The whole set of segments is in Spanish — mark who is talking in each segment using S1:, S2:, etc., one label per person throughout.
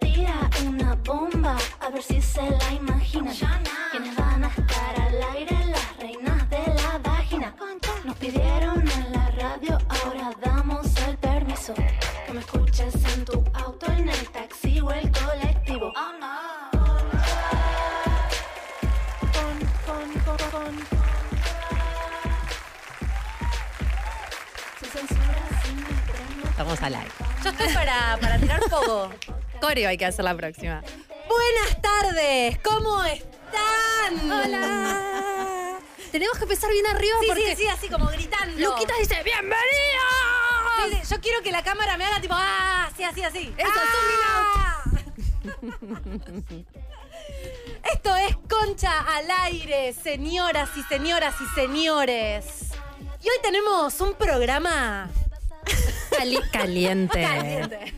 S1: tira una bomba, a ver si se la imaginan. Quienes van a estar al aire, las reinas de la vagina. Nos pidieron en la radio, ahora damos el permiso. Que me escuches en tu auto, en el taxi o el colectivo. Oh no. Sin censura, sin estreno.
S2: Estamos al aire.
S3: Yo estoy para, para tirar fuego.
S2: Coreo hay que hacer la próxima.
S3: Buenas tardes, ¿cómo están?
S2: Hola.
S3: Tenemos que empezar bien arriba
S2: Sí,
S3: porque
S2: sí, sí, así como gritando.
S3: Luquitas dice ¡Bienvenidos! Sí, sí, yo quiero que la cámara me haga tipo ¡Ah! Así, así, así. Ah.
S2: Eso,
S3: Esto es Concha al aire, señoras y señoras y señores. Y hoy tenemos un programa
S2: Cali- caliente.
S3: caliente.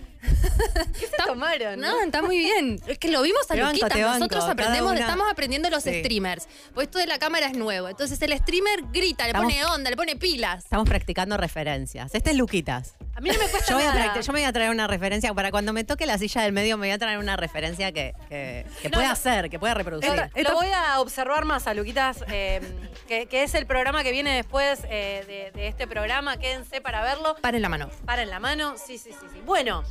S3: ¿Qué se tomaron?
S4: No, está muy bien. Es que lo vimos a
S2: Te banco,
S4: Luquita.
S2: te banco.
S4: Nosotros
S2: Cada
S4: aprendemos,
S2: una-
S4: estamos aprendiendo los
S2: Sí.
S4: streamers. Pues esto de la cámara es nuevo. Entonces el streamer grita, le
S2: Estamos-
S4: pone onda, le pone pilas.
S2: Estamos practicando referencias. Este es Luquitas.
S3: A mí no me cuesta
S2: Yo voy, a
S3: nada.
S2: practi- yo me voy a traer una referencia. Para cuando me toque la silla del medio, me voy a traer una referencia que, que, que pueda hacer, que pueda reproducir.
S3: Esta- Lo voy a observar más a Luquitas, eh, que, que es el programa que viene después eh, de, de este programa. Quédense para verlo.
S4: Paren la mano.
S3: Para en la mano. Sí, sí, sí, sí. Bueno,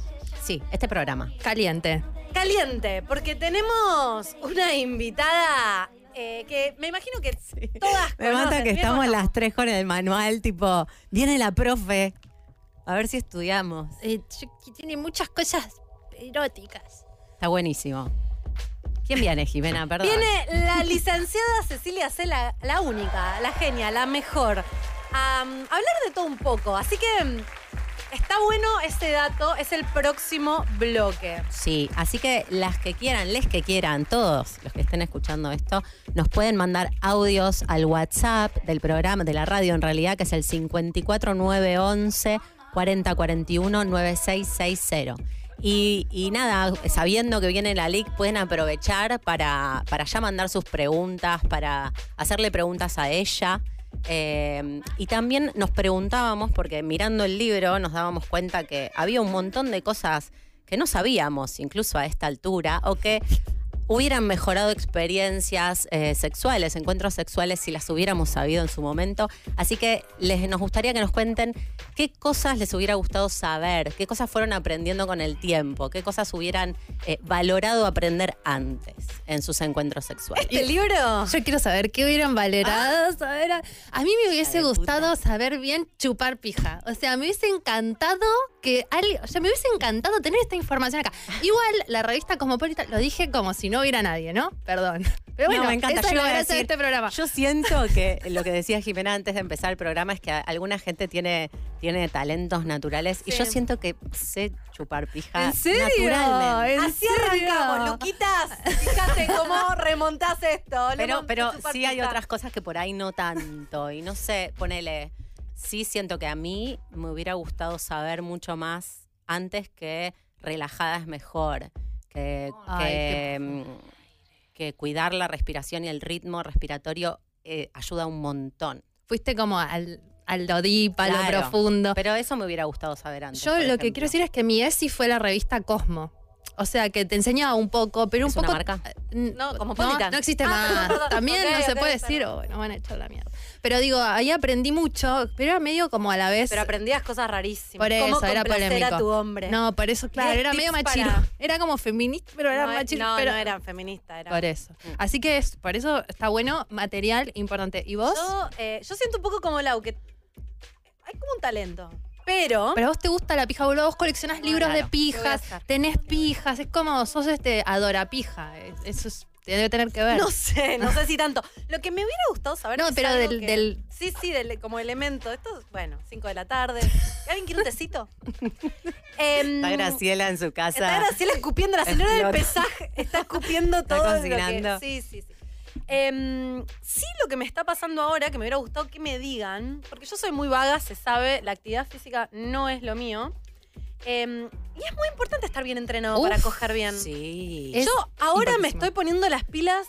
S2: Sí, este programa.
S4: Caliente.
S3: caliente, porque tenemos una invitada eh, que me imagino que todas
S2: Me mata
S3: conocen,
S2: que
S3: ¿bien
S2: estamos
S3: o no?
S2: las tres con el manual, tipo, viene la profe. A ver si estudiamos.
S4: Eh, tiene muchas cosas eróticas.
S2: Está buenísimo. ¿Quién viene, Jimena? Perdón.
S3: Viene la licenciada Cecilia C, la, la única, la genia, la mejor, a um, hablar de todo un poco. Así que mm, está bueno ese dato, es el próximo bloque.
S2: Sí, así que las que quieran, les que quieran, todos los que estén escuchando esto, nos pueden mandar audios al WhatsApp del programa, de la radio en realidad, que es el 54911 4041 9660. Y, y nada, sabiendo que viene la LIC, pueden aprovechar para, para ya mandar sus preguntas, para hacerle preguntas a ella. Eh, y también nos preguntábamos, porque mirando el libro nos dábamos cuenta que había un montón de cosas que no sabíamos, incluso a esta altura, o que hubieran mejorado experiencias eh, sexuales, encuentros sexuales, si las hubiéramos sabido en su momento. Así que les, nos gustaría que nos cuenten qué cosas les hubiera gustado saber, qué cosas fueron aprendiendo con el tiempo, qué cosas hubieran eh, valorado aprender antes en sus encuentros sexuales.
S3: ¿Este libro?
S4: Yo quiero saber qué hubieran valorado. saber a... a mí me hubiese
S2: Hija Ah. de
S4: gustado saber bien chupar pija. O sea, me hubiese encantado que alguien. O sea, me hubiese encantado tener esta información acá. Igual la revista Cosmopolitan lo dije como si no hubiera nadie, ¿no? Perdón. Pero bueno,
S2: No, me encanta.
S4: esa es
S2: Yo
S4: la
S2: iba a
S4: gracia de
S2: decir-
S4: este programa.
S2: Yo siento que lo que decía Jimena antes de empezar el programa es que a- alguna gente tiene, tiene talentos naturales y
S3: Sí.
S2: yo siento que sé chupar pija
S4: ¿En serio?
S2: naturalmente. Ah,
S4: ¿En
S3: Ah, Así
S4: serio?
S3: arrancamos, Luquitas. Fíjate cómo remontás esto. Le
S2: Pero,
S3: monté
S2: pero
S3: su
S2: sí hay
S3: partita.
S2: otras cosas que por ahí no tanto. Y no sé, ponele, sí siento que a mí me hubiera gustado saber mucho más antes que relajada es mejor. Que,
S4: Ay,
S2: que, mm, que cuidar la respiración y el ritmo respiratorio eh, ayuda un montón.
S4: Fuiste como al, al Dodipa, a
S2: Claro.
S4: lo profundo.
S2: Pero eso me hubiera gustado saber antes.
S4: Yo
S2: por
S4: lo que
S2: ejemplo.
S4: quiero decir es que mi ESI fue la revista Cosmo. O sea, que te enseñaba un poco, pero un
S2: ¿Es una
S4: poco. eh,
S2: marca?
S4: N-
S3: No,
S4: no,
S3: Cosmopolitan.
S4: no existe
S3: Ah,
S4: más.
S3: perdón,
S4: También
S3: ok,
S4: no se
S3: ok,
S4: puede
S3: perdón.
S4: decir, oh, bueno, van a echar la mierda. Pero digo, ahí aprendí mucho, pero era medio como a la vez.
S3: Pero aprendías cosas rarísimas.
S4: por eso,
S3: ¿Cómo
S4: era
S3: complacer
S4: polémico.
S3: a tu hombre.
S4: No, por eso, claro,
S3: Diez
S4: era
S3: tips
S4: medio
S3: para-
S4: machiro. Era como feminista, pero era
S3: no, eh,
S4: machiro.
S3: no,
S4: pero-
S3: no eran feministas. Eran.
S4: Por eso. Así que es, por eso está bueno, material importante. ¿Y vos?
S3: Yo, eh, yo siento un poco como Lau, que hay como un talento. Pero,
S4: Pero a vos te gusta la pija, boludo. Vos coleccionás libros
S2: claro,
S4: de
S3: ¿qué voy a
S4: pijas,
S3: hacer?
S4: tenés pijas. Es como, sos este adora pija. Eso es- te debe tener que ver.
S3: no sé, no sé si tanto. Lo que me hubiera gustado saber.
S4: No,
S3: es
S4: pero
S3: algo
S4: del-
S3: que-
S4: del-
S3: Sí, sí, del, como elemento. Esto es, bueno, 5 de la tarde. ¿Alguien quiere un tecito? Em,
S2: Está Graciela en su
S3: Está
S2: casa.
S3: Graciela escupiendo, la señora del
S2: explota.
S3: pesaje está escupiendo
S2: Está
S3: todo lo
S2: cocinando.
S3: que... Sí, sí, sí. Em, sí, lo que me está pasando ahora, que me hubiera gustado que me digan, porque yo soy muy vaga, se sabe, la actividad física no es lo mío. Em, y es muy importante estar bien entrenado
S4: Uf,
S3: para coger bien.
S2: Sí.
S4: Es
S3: yo ahora me
S4: importantísimo.
S3: estoy poniendo las pilas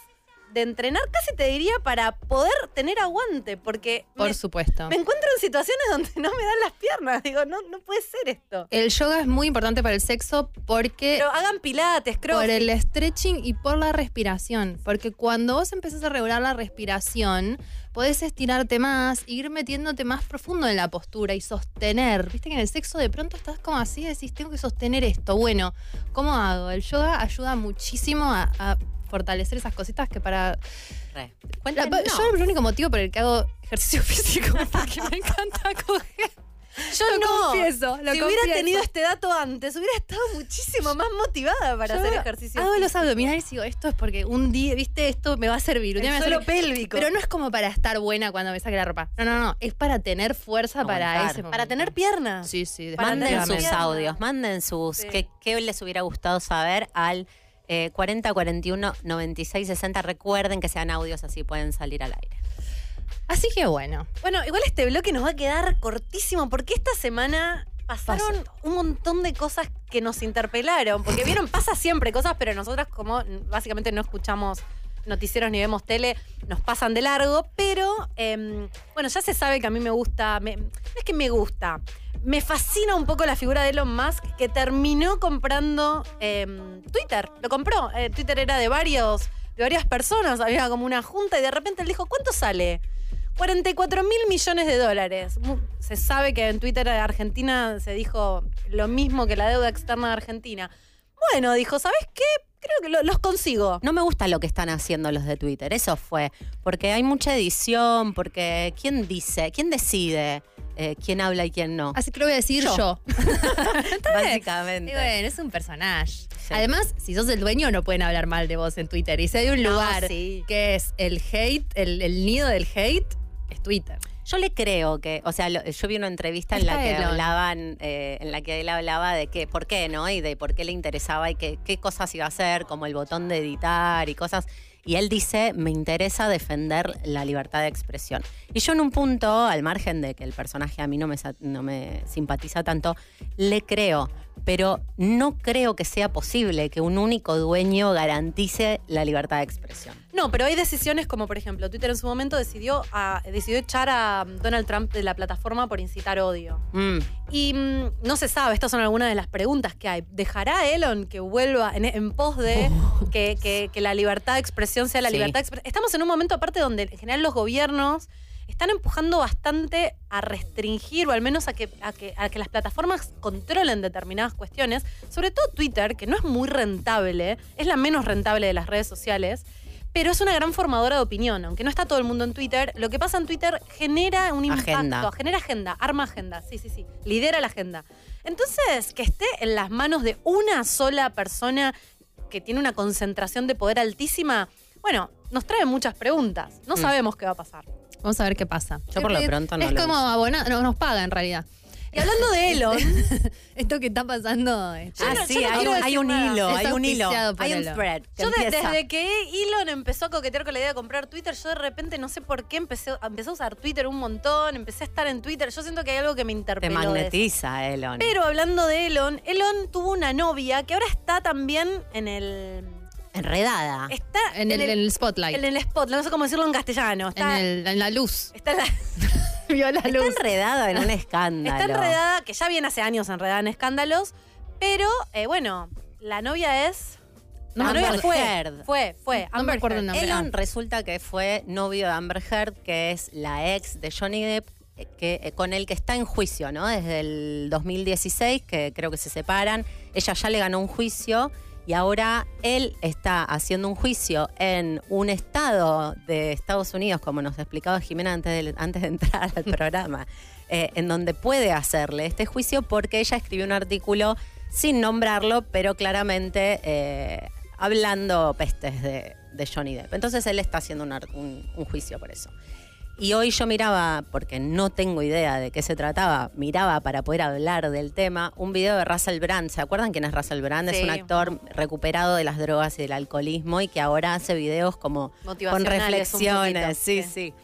S3: de entrenar, casi te diría, para poder tener aguante, porque
S4: Por
S3: me,
S4: supuesto.
S3: me encuentro en situaciones donde no me dan las piernas. Digo, no, no puede ser esto.
S4: El yoga es muy importante para el sexo porque
S3: Pero hagan pilates, creo.
S4: por el stretching y por la respiración. Porque cuando vos empezás a regular la respiración, podés estirarte más, e ir metiéndote más profundo en la postura y sostener. Viste que en el sexo de pronto estás como así, decís, tengo que sostener esto. Bueno, ¿cómo hago? El yoga ayuda muchísimo a, a fortalecer esas cositas que para...
S2: Re.
S4: La-
S2: Cuenten, no.
S4: Yo el único motivo por el que hago ejercicio físico es porque me encanta coger.
S3: Yo
S4: Lo
S3: no.
S4: confieso, lo
S3: si
S4: confieso.
S3: hubiera tenido este dato antes, hubiera estado muchísimo más motivada para
S4: Yo
S3: hacer ejercicio.
S4: Hago los
S3: físico.
S4: abdominales y digo, esto es porque un día, viste, esto me va a servir. Un día me
S3: El
S4: va a
S3: suelo
S4: servir.
S3: pélvico.
S4: Pero no es como para estar buena cuando me saque la ropa. No, no, no. Es para tener fuerza para
S2: Aguantar.
S4: ese momento.
S3: para tener piernas.
S4: Sí, sí.
S3: Para
S2: Manden
S3: tener
S2: sus
S4: definitivamente.
S3: piernas.
S2: audios, manden sus.
S3: Sí.
S2: ¿Qué, qué les hubiera gustado saber al eh, 40 41 96 60? Recuerden que sean audios así pueden salir al aire.
S4: Así que bueno.
S3: Bueno, igual este bloque nos va a quedar cortísimo porque esta semana pasaron un montón de cosas que nos interpelaron. Porque vieron, pasa siempre cosas, pero nosotras como n- básicamente no escuchamos noticieros ni vemos tele, nos pasan de largo. Pero em, bueno, ya se sabe que a mí me gusta, me- no es que me gusta, me fascina un poco la figura de Elon Musk que terminó comprando em, Twitter. Lo compró. Eh, Twitter era de varios, de varias personas, había como una junta y de repente él dijo, ¿cuánto sale? 44 mil millones de dólares. Mu- Se sabe que en Twitter de Argentina se dijo lo mismo que la deuda externa de Argentina. Bueno, dijo, ¿sabes qué? Creo que lo- los consigo.
S2: No me gusta lo que están haciendo los de Twitter, eso fue. Porque hay mucha edición, porque ¿quién dice? ¿Quién decide eh, quién habla y quién no?
S4: Así que lo voy a decir yo.
S2: Yo.
S4: Y
S2: Básicamente.
S4: bueno, es un personaje. Además, si sos el dueño, no pueden hablar mal de vos en Twitter. Y si hay un
S3: No,
S4: lugar
S3: sí.
S4: que es el hate, el, el nido del hate, es Twitter.
S2: Yo le creo que, o sea, lo- yo vi una entrevista en
S4: Está
S2: la que
S4: Elon.
S2: hablaban, eh, en la que él hablaba de que, por qué, ¿no? Y de por qué le interesaba y que, qué cosas iba a hacer, como el botón de editar y cosas. Y él dice, me interesa defender la libertad de expresión. Y yo en un punto, al margen de que el personaje a mí no me, sa- no me simpatiza tanto, le creo. Pero no creo que sea posible que un único dueño garantice la libertad de expresión.
S3: No, pero hay decisiones como, por ejemplo, Twitter en su momento decidió, a- decidió echar a um, Donald Trump de la plataforma por incitar odio.
S2: Mm.
S3: Y mm, no se sabe, estas son algunas de las preguntas que hay. ¿Dejará Elon que vuelva en, en pos de que, que- que la libertad de expresión sea la
S2: Sí.
S3: libertad de expresión? Estamos en un momento aparte donde en general los gobiernos están empujando bastante a restringir o al menos a que, a que, a que las plataformas controlen determinadas cuestiones, sobre todo Twitter, que no es muy rentable, es la menos rentable de las redes sociales. Pero es una gran formadora de opinión, aunque no está todo el mundo en Twitter. Lo que pasa en Twitter genera un impacto,
S2: Agenda.
S3: genera agenda, arma agenda, sí, sí, sí, lidera la agenda. Entonces, que esté en las manos de una sola persona que tiene una concentración de poder altísima, bueno, nos trae muchas preguntas. No
S2: Mm.
S3: sabemos qué va a pasar.
S4: Vamos a ver qué pasa.
S2: Yo por lo
S4: Es-
S2: pronto no
S4: Es
S2: lo
S4: como
S2: uso.
S4: abonar, no, nos paga en realidad.
S3: Y hablando de Elon,
S4: Esto que está pasando. eh,
S2: Ah,
S3: no- yo
S2: sí,
S3: no
S2: hay,
S3: quiero
S2: un- hay
S3: decir
S2: un
S3: nada.
S2: hilo,
S4: Está
S2: hay un hilo.
S4: auspiciado por
S2: Hay un
S4: Elo.
S2: thread. que
S3: yo de-
S2: empieza.
S3: desde que Elon empezó a coquetear con la idea de comprar Twitter, yo de repente no sé por qué empecé, empecé a usar Twitter un montón, empecé a estar en Twitter. Yo siento que hay algo que me
S2: Te
S3: interpeló. de eso.
S2: magnetiza, Elon.
S3: Pero hablando de Elon, Elon tuvo una novia que ahora está también en el.
S2: Enredada.
S3: Está
S4: En el, en el spotlight.
S3: en el spot, no sé cómo decirlo en castellano.
S4: en,
S3: Está,
S4: el- en la luz.
S3: está en la-
S4: Vio la
S2: Está enredada en un escándalo.
S3: está enredada, que ya viene hace años enredada en escándalos, pero eh, bueno, la novia es.
S4: No
S3: la
S4: me
S3: novia
S4: acuerdo.
S3: fue,
S2: Heard.
S3: fue, fue.
S4: No me
S3: Amber
S4: acuerdo
S3: Heard.
S4: el nombre.
S2: Elon resulta que fue novio de Amber Heard, que es la ex de Johnny Depp, eh, que, eh, con el que está en juicio, ¿no? Desde el 2016, que creo que se separan. Ella ya le ganó un juicio y ahora él está haciendo un juicio en un estado de Estados Unidos, como nos explicaba Jimena antes de, antes de entrar al programa, eh, en donde puede hacerle este juicio porque ella escribió un artículo sin nombrarlo, pero claramente eh, hablando pestes de, de Johnny Depp. Entonces él está haciendo un ar- un- un juicio por eso. Y hoy yo miraba, porque no tengo idea de qué se trataba, miraba para poder hablar del tema un video de Russell Brand. ¿Se acuerdan quién es Russell Brand? Es
S3: Sí.
S2: un actor recuperado de las drogas y del alcoholismo y que ahora hace videos como con
S3: Motivacionales, un
S2: reflexiones.
S3: poquito,
S2: Sí,
S3: sí.
S2: sí.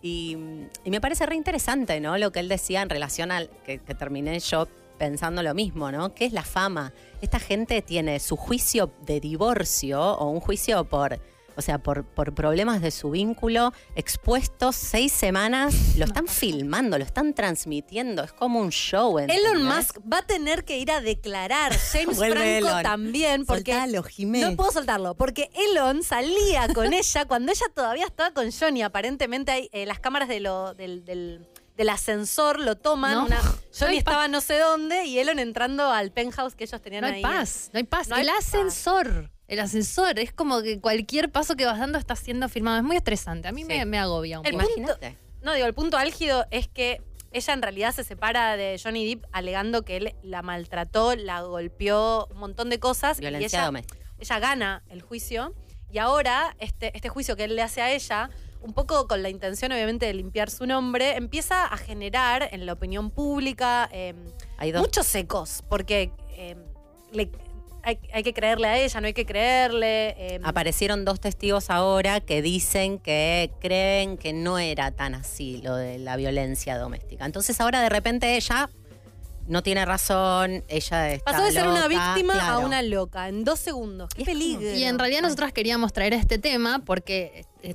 S2: Y, y me parece re interesante, ¿no? Lo que él decía en relación al que, que terminé yo pensando lo mismo, ¿no? ¿Qué es la fama? Esta gente tiene su juicio de divorcio o un juicio por o sea, por, por problemas de su vínculo, expuestos seis semanas, lo están filmando, lo están transmitiendo, es como un show.
S3: Elon
S2: ¿entendés?
S3: Musk va a tener que ir a declarar, James
S2: Vuelve
S3: Franco
S2: Elon.
S3: también, porque
S5: Soltalo, Jimé.
S3: no puedo soltarlo, porque Elon salía con ella cuando ella todavía estaba con Johnny. Aparentemente hay, eh, las cámaras de lo- del, del- del ascensor lo toman.
S4: No.
S3: una- Johnny
S4: hay
S3: estaba no sé dónde y Elon entrando al penthouse que ellos tenían
S4: No hay
S3: ahí.
S4: paz, no hay paz.
S3: No hay
S4: el
S3: paz.
S4: ascensor, el ascensor, es como que cualquier paso que vas dando está siendo firmado. Es muy estresante, a mí
S2: Sí.
S4: me, me agobia un
S3: El
S4: poco.
S2: Imagínate.
S3: No, digo, el punto álgido es que ella en realidad se separa de Johnny Depp alegando que él la maltrató, la golpeó, un montón de cosas. y
S2: Violencia
S3: ella-
S2: doméstica.
S3: ella gana el juicio y ahora este, este juicio que él le hace a ella, un poco con la intención obviamente de limpiar su nombre, empieza a generar en la opinión pública eh,
S2: Hay dos.
S3: muchos ecos, porque eh, le- hay, hay que creerle a ella, no hay que creerle. eh,
S2: Aparecieron dos testigos ahora que dicen que creen que no era tan así lo de la violencia doméstica. Entonces ahora de repente ella no tiene razón, ella está
S3: pasó de ser una
S2: loca,
S3: víctima a
S2: claro.
S3: una loca en dos segundos. ¡Qué
S2: Y es como-
S3: peligro!
S4: Y en realidad nosotras queríamos traer este tema porque eh, eh,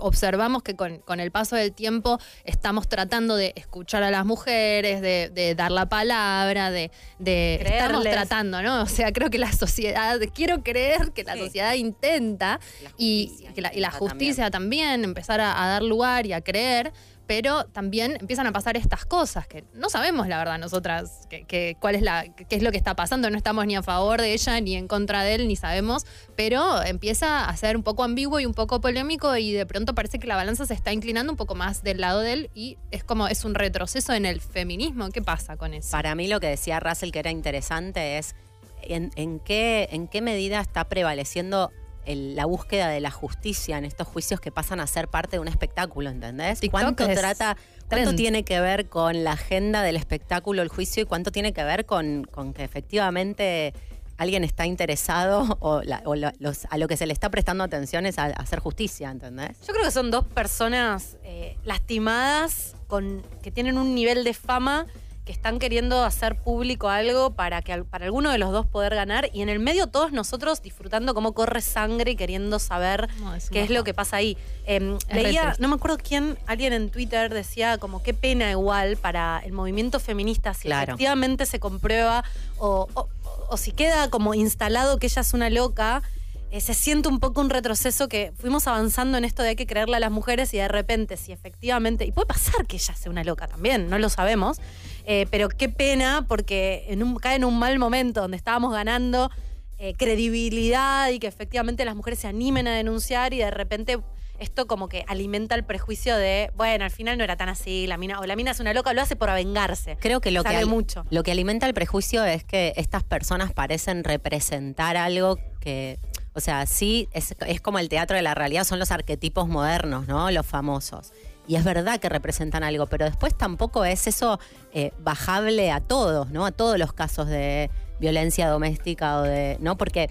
S4: observamos que con, con el paso del tiempo estamos tratando de escuchar a las mujeres, de, de dar la palabra, de, de estamos
S3: Creerles.
S4: tratando, ¿no? O sea, creo que la sociedad, quiero creer que la
S2: Sí.
S4: sociedad intenta
S2: La
S4: y,
S2: justicia
S4: que la, y la
S2: intenta
S4: justicia también, empezar a, a dar lugar y a creer. Pero también empiezan a pasar estas cosas que no sabemos, la verdad, nosotras, que, que- cuál es la, qué es lo que está pasando. No estamos ni a favor de ella, ni en contra de él, ni sabemos. Pero empieza a ser un poco ambiguo y un poco polémico, y de pronto parece que la balanza se está inclinando un poco más del lado de él, y es como es un retroceso en el feminismo. ¿Qué pasa con eso?
S2: Para mí lo que decía Russell que era interesante es en, en qué, en qué medida está prevaleciendo el- la búsqueda de la justicia en estos juicios que pasan a ser parte de un espectáculo, ¿entendés?
S4: TikTok
S2: ¿Cuánto
S4: es
S2: trata, cuánto
S4: trend.
S2: tiene que ver con la agenda del espectáculo, el juicio, y cuánto tiene que ver con, con que efectivamente alguien está interesado o, la- o la- los- a lo que se le está prestando atención es a, a hacer justicia, ¿entendés?
S3: Yo creo que son dos personas eh, lastimadas, con, que tienen un nivel de fama, que están queriendo hacer público algo para que al- para alguno de los dos poder ganar. Y en el medio todos nosotros disfrutando cómo corre sangre y queriendo saber
S4: No, un
S3: qué es lo
S4: bajón.
S3: que pasa ahí. Eh,
S4: Es re
S3: leía,
S4: triste.
S3: no me acuerdo quién, alguien en Twitter decía como qué pena igual para el movimiento feminista si
S2: Claro.
S3: efectivamente se comprueba o, o- o si queda como instalado que ella es una loca. eh, se siente un poco un retroceso que fuimos avanzando en esto de hay que creerle a las mujeres y de repente si efectivamente, y puede pasar que ella sea una loca también, no lo sabemos, eh, pero qué pena porque en un, cae en un mal momento donde estábamos ganando eh, credibilidad y que efectivamente las mujeres se animen a denunciar y de repente esto como que alimenta el prejuicio de, bueno, al final no era tan así, la mina, o la mina es una loca, lo hace por vengarse.
S2: Creo que lo que
S3: Sabe
S2: al-
S3: mucho.
S2: Lo que alimenta el prejuicio es que estas personas parecen representar algo que, o sea, sí, es, es como el teatro de la realidad, son los arquetipos modernos, ¿no? Los famosos. Y es verdad que representan algo, pero después tampoco es eso eh, bajable a todos, ¿no? A todos los casos de violencia doméstica o de, ¿no? Porque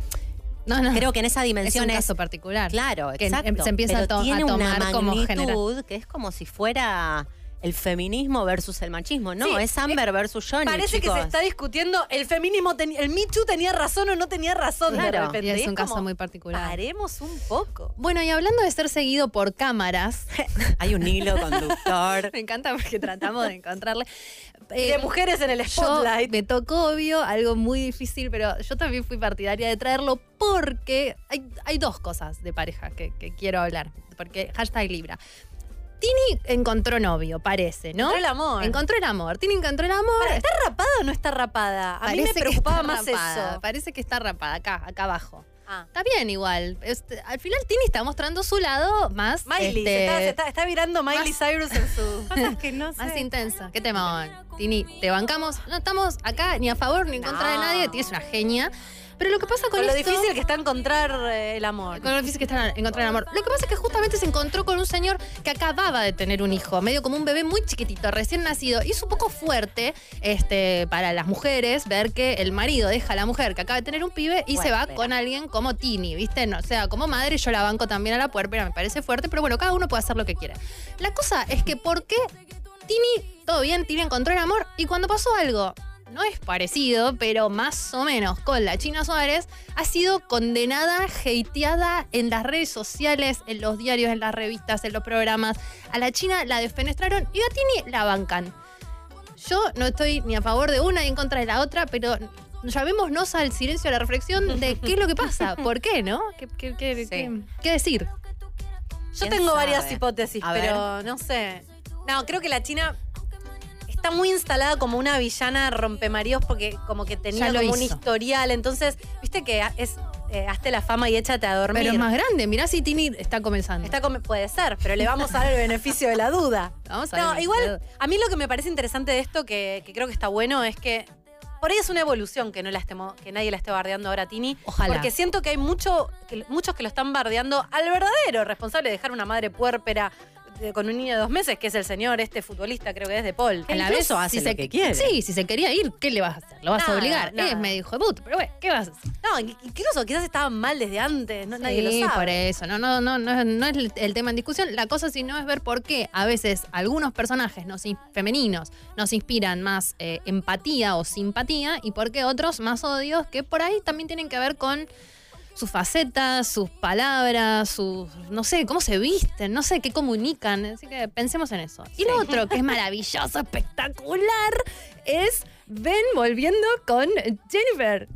S4: No, no,
S2: creo que en esa
S4: es
S2: dimensión
S4: un
S2: es...
S4: caso particular.
S2: Claro,
S4: que
S2: exacto.
S4: se empieza
S2: pero
S4: a to- a
S2: tiene una
S4: tomar como
S2: magnitud
S4: general.
S2: que es como si fuera el feminismo versus el machismo. No,
S3: Sí,
S2: es Amber versus Johnny.
S3: Parece que se
S2: chicos.
S3: está discutiendo el feminismo, teni- el Michu tenía razón o no tenía razón de
S2: Claro.
S3: repente.
S4: Y
S3: Y
S4: es un caso
S3: como,
S4: muy particular.
S3: Paremos un poco.
S4: Bueno, y hablando de ser seguido por cámaras,
S2: Hay un hilo conductor.
S4: me encanta porque tratamos de encontrarle.
S3: De
S4: Eh,
S3: mujeres en el
S4: yo
S3: spotlight.
S4: me tocó, obvio, algo muy difícil, pero yo también fui partidaria de traerlo porque hay, hay dos cosas de pareja que, que quiero hablar. Porque hashtag Libra. Tini encontró novio, parece, ¿no?
S3: Encontró el amor.
S4: Encontró el amor. Tini encontró el amor.
S3: Pará, ¿Está rapada o no está rapada? A mí
S4: Parece
S3: me
S4: que
S3: preocupaba
S4: está
S3: más
S4: rapada,
S3: eso.
S4: Parece que está rapada acá, acá abajo.
S3: Ah.
S4: Está bien igual. Este, al final Tini está mostrando su lado más...
S3: Miley,
S4: este,
S3: se está, se está- está virando Miley Cyrus en su. Cosas que no
S4: Más intensa. Qué temón. Tini, te bancamos. No estamos acá ni a favor ni en contra de
S3: No.
S4: nadie. Tini es una genia. Pero lo que pasa con,
S3: Con lo
S4: esto-
S3: difícil que está encontrar eh, el amor.
S4: Con lo difícil que está encontrar el amor. Lo que pasa es que justamente se encontró con un señor que acababa de tener un hijo, medio como un bebé muy chiquitito, recién nacido. Y es un poco fuerte este, para las mujeres ver que el marido deja a la mujer que acaba de tener un pibe y se va
S2: Puerpera.
S4: con alguien como Tini, ¿viste? No, o sea, como madre yo la banco también a la puerpera, me parece fuerte, pero bueno, cada uno puede hacer lo que quiere. La cosa es que ¿por qué Tini, todo bien, Tini encontró el amor y cuando pasó algo no es parecido, pero más o menos con la China Suárez, ha sido condenada, hateada en las redes sociales, en los diarios, en las revistas, en los programas. A la China la despenestraron y Gatini la bancan. Yo no estoy ni a favor de una ni en contra de la otra, pero llamémonos al silencio, a la reflexión de qué es lo que pasa, por qué, ¿no? ¿Qué, qué- qué-
S2: Sí.
S4: qué- qué decir?
S3: Yo
S2: ¿Quién
S3: tengo varias
S2: sabe?
S3: hipótesis,
S2: A
S3: pero no sé. No, creo que la China está muy instalada como una villana rompemaríos porque como que tenía
S4: Ya lo
S3: como un
S4: hizo.
S3: historial. Entonces, viste que a- es eh, hazte la fama y échate a dormir.
S4: Pero es más grande, mirá si Tini está comenzando.
S3: Está como- puede ser, pero le vamos a dar el beneficio de la duda.
S4: Vamos a
S3: No,
S4: ver.
S3: igual, a mí lo que me parece interesante de esto, que, que creo que está bueno, es que por ahí es una evolución que no la estemos, que nadie la esté bardeando ahora a Tini.
S2: Ojalá.
S3: Porque siento que hay mucho, que- muchos que lo están bardeando al verdadero responsable de dejar una madre puérpera de- con un niño de dos meses, que es el señor, este futbolista, creo que es de Paul.
S2: A la vez hace lo
S4: se,
S2: que quiere.
S4: Sí, si se quería ir, ¿qué le vas a hacer? ¿Lo vas
S3: Nada,
S4: a obligar?
S3: nada.
S4: Es medio hijo de puta, pero bueno, ¿qué vas a hacer?
S3: No, in- incluso quizás estaba mal desde antes, no- nadie
S4: Sí,
S3: lo sabe.
S4: por eso. No, no, no, no, es- no es el- el tema en discusión. La cosa si no es ver por qué a veces algunos personajes nos in- femeninos nos inspiran más eh, empatía o simpatía y por qué otros más odios que por ahí también tienen que ver con sus facetas, sus palabras, sus, no sé, cómo se visten, no sé, qué comunican. Así que pensemos en eso. Y lo otro que es maravilloso, espectacular, es Ben volviendo con Jennifer.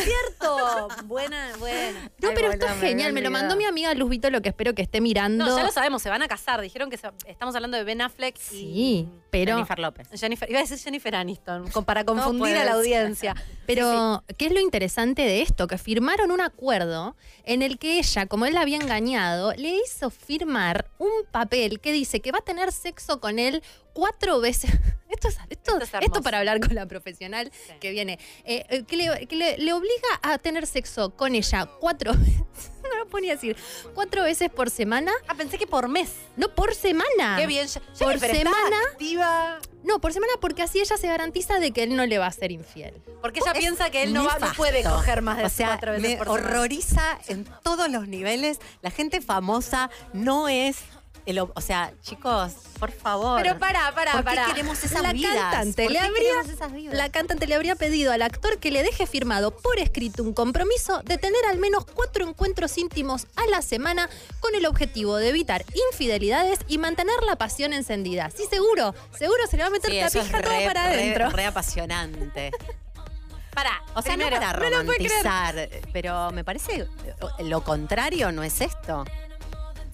S3: Cierto. buena, buena.
S4: No,
S3: Ay,
S4: pero esto
S3: boluda,
S4: es
S3: me
S4: genial.
S3: había
S4: Me lo
S3: olvidado.
S4: mandó mi amiga Luz Vitolo, que espero que esté mirando.
S3: No, ya lo sabemos, se van a casar. Dijeron que se- estamos hablando de Ben Affleck
S4: Sí,
S3: y
S4: pero,
S2: Jennifer López.
S3: Jennifer, iba a decir Jennifer Aniston, con- para
S2: puede
S3: confundir a
S2: ser.
S3: la audiencia.
S4: pero ¿qué es lo interesante de esto? Que firmaron un acuerdo en el que ella, como él la había engañado, le hizo firmar un papel que dice que va a tener sexo con él cuatro veces. Esto, es, esto,
S3: Esto es
S4: esto,
S3: hermoso.
S4: para hablar con la profesional que viene. Eh, eh, que le, que le- le obliga a tener sexo con ella cuatro veces. No lo ponía decir. Cuatro veces por semana.
S3: Ah, pensé que por mes.
S4: No, por semana.
S3: Qué bien. Je-
S4: Por
S3: Jennifer está
S4: semana.
S3: activa.
S4: No, por semana porque así ella se garantiza de que él no le va a ser infiel.
S3: Porque ella
S2: Oh, Es
S3: piensa que él no, va, no
S2: nefasto.
S3: puede coger más de
S2: O sea,
S3: cuatro veces
S2: me
S3: por semana.
S2: horroriza en todos los niveles. La gente famosa no es. el ob- o sea, chicos, por favor.
S3: Pero pará, pará,
S2: ¿Por qué
S3: pará.
S2: queremos esas
S4: La
S2: vidas?
S4: cantante
S2: ¿Por
S4: le
S2: qué
S4: habría-
S2: queremos esas vidas?
S4: La cantante le habría pedido al actor que le deje firmado por escrito un compromiso de tener al menos cuatro encuentros íntimos a la semana con el objetivo de evitar infidelidades y mantener la pasión encendida. Sí, seguro, seguro se le va a meter
S2: Sí,
S4: la
S2: eso es
S4: pija todo
S2: re-
S4: para
S2: re-
S4: adentro.
S2: re apasionante.
S3: Pará.
S2: O sea,
S3: primero,
S2: no para
S3: lo puedo creer.
S2: romantizar, pero me parece eh, lo contrario no es esto.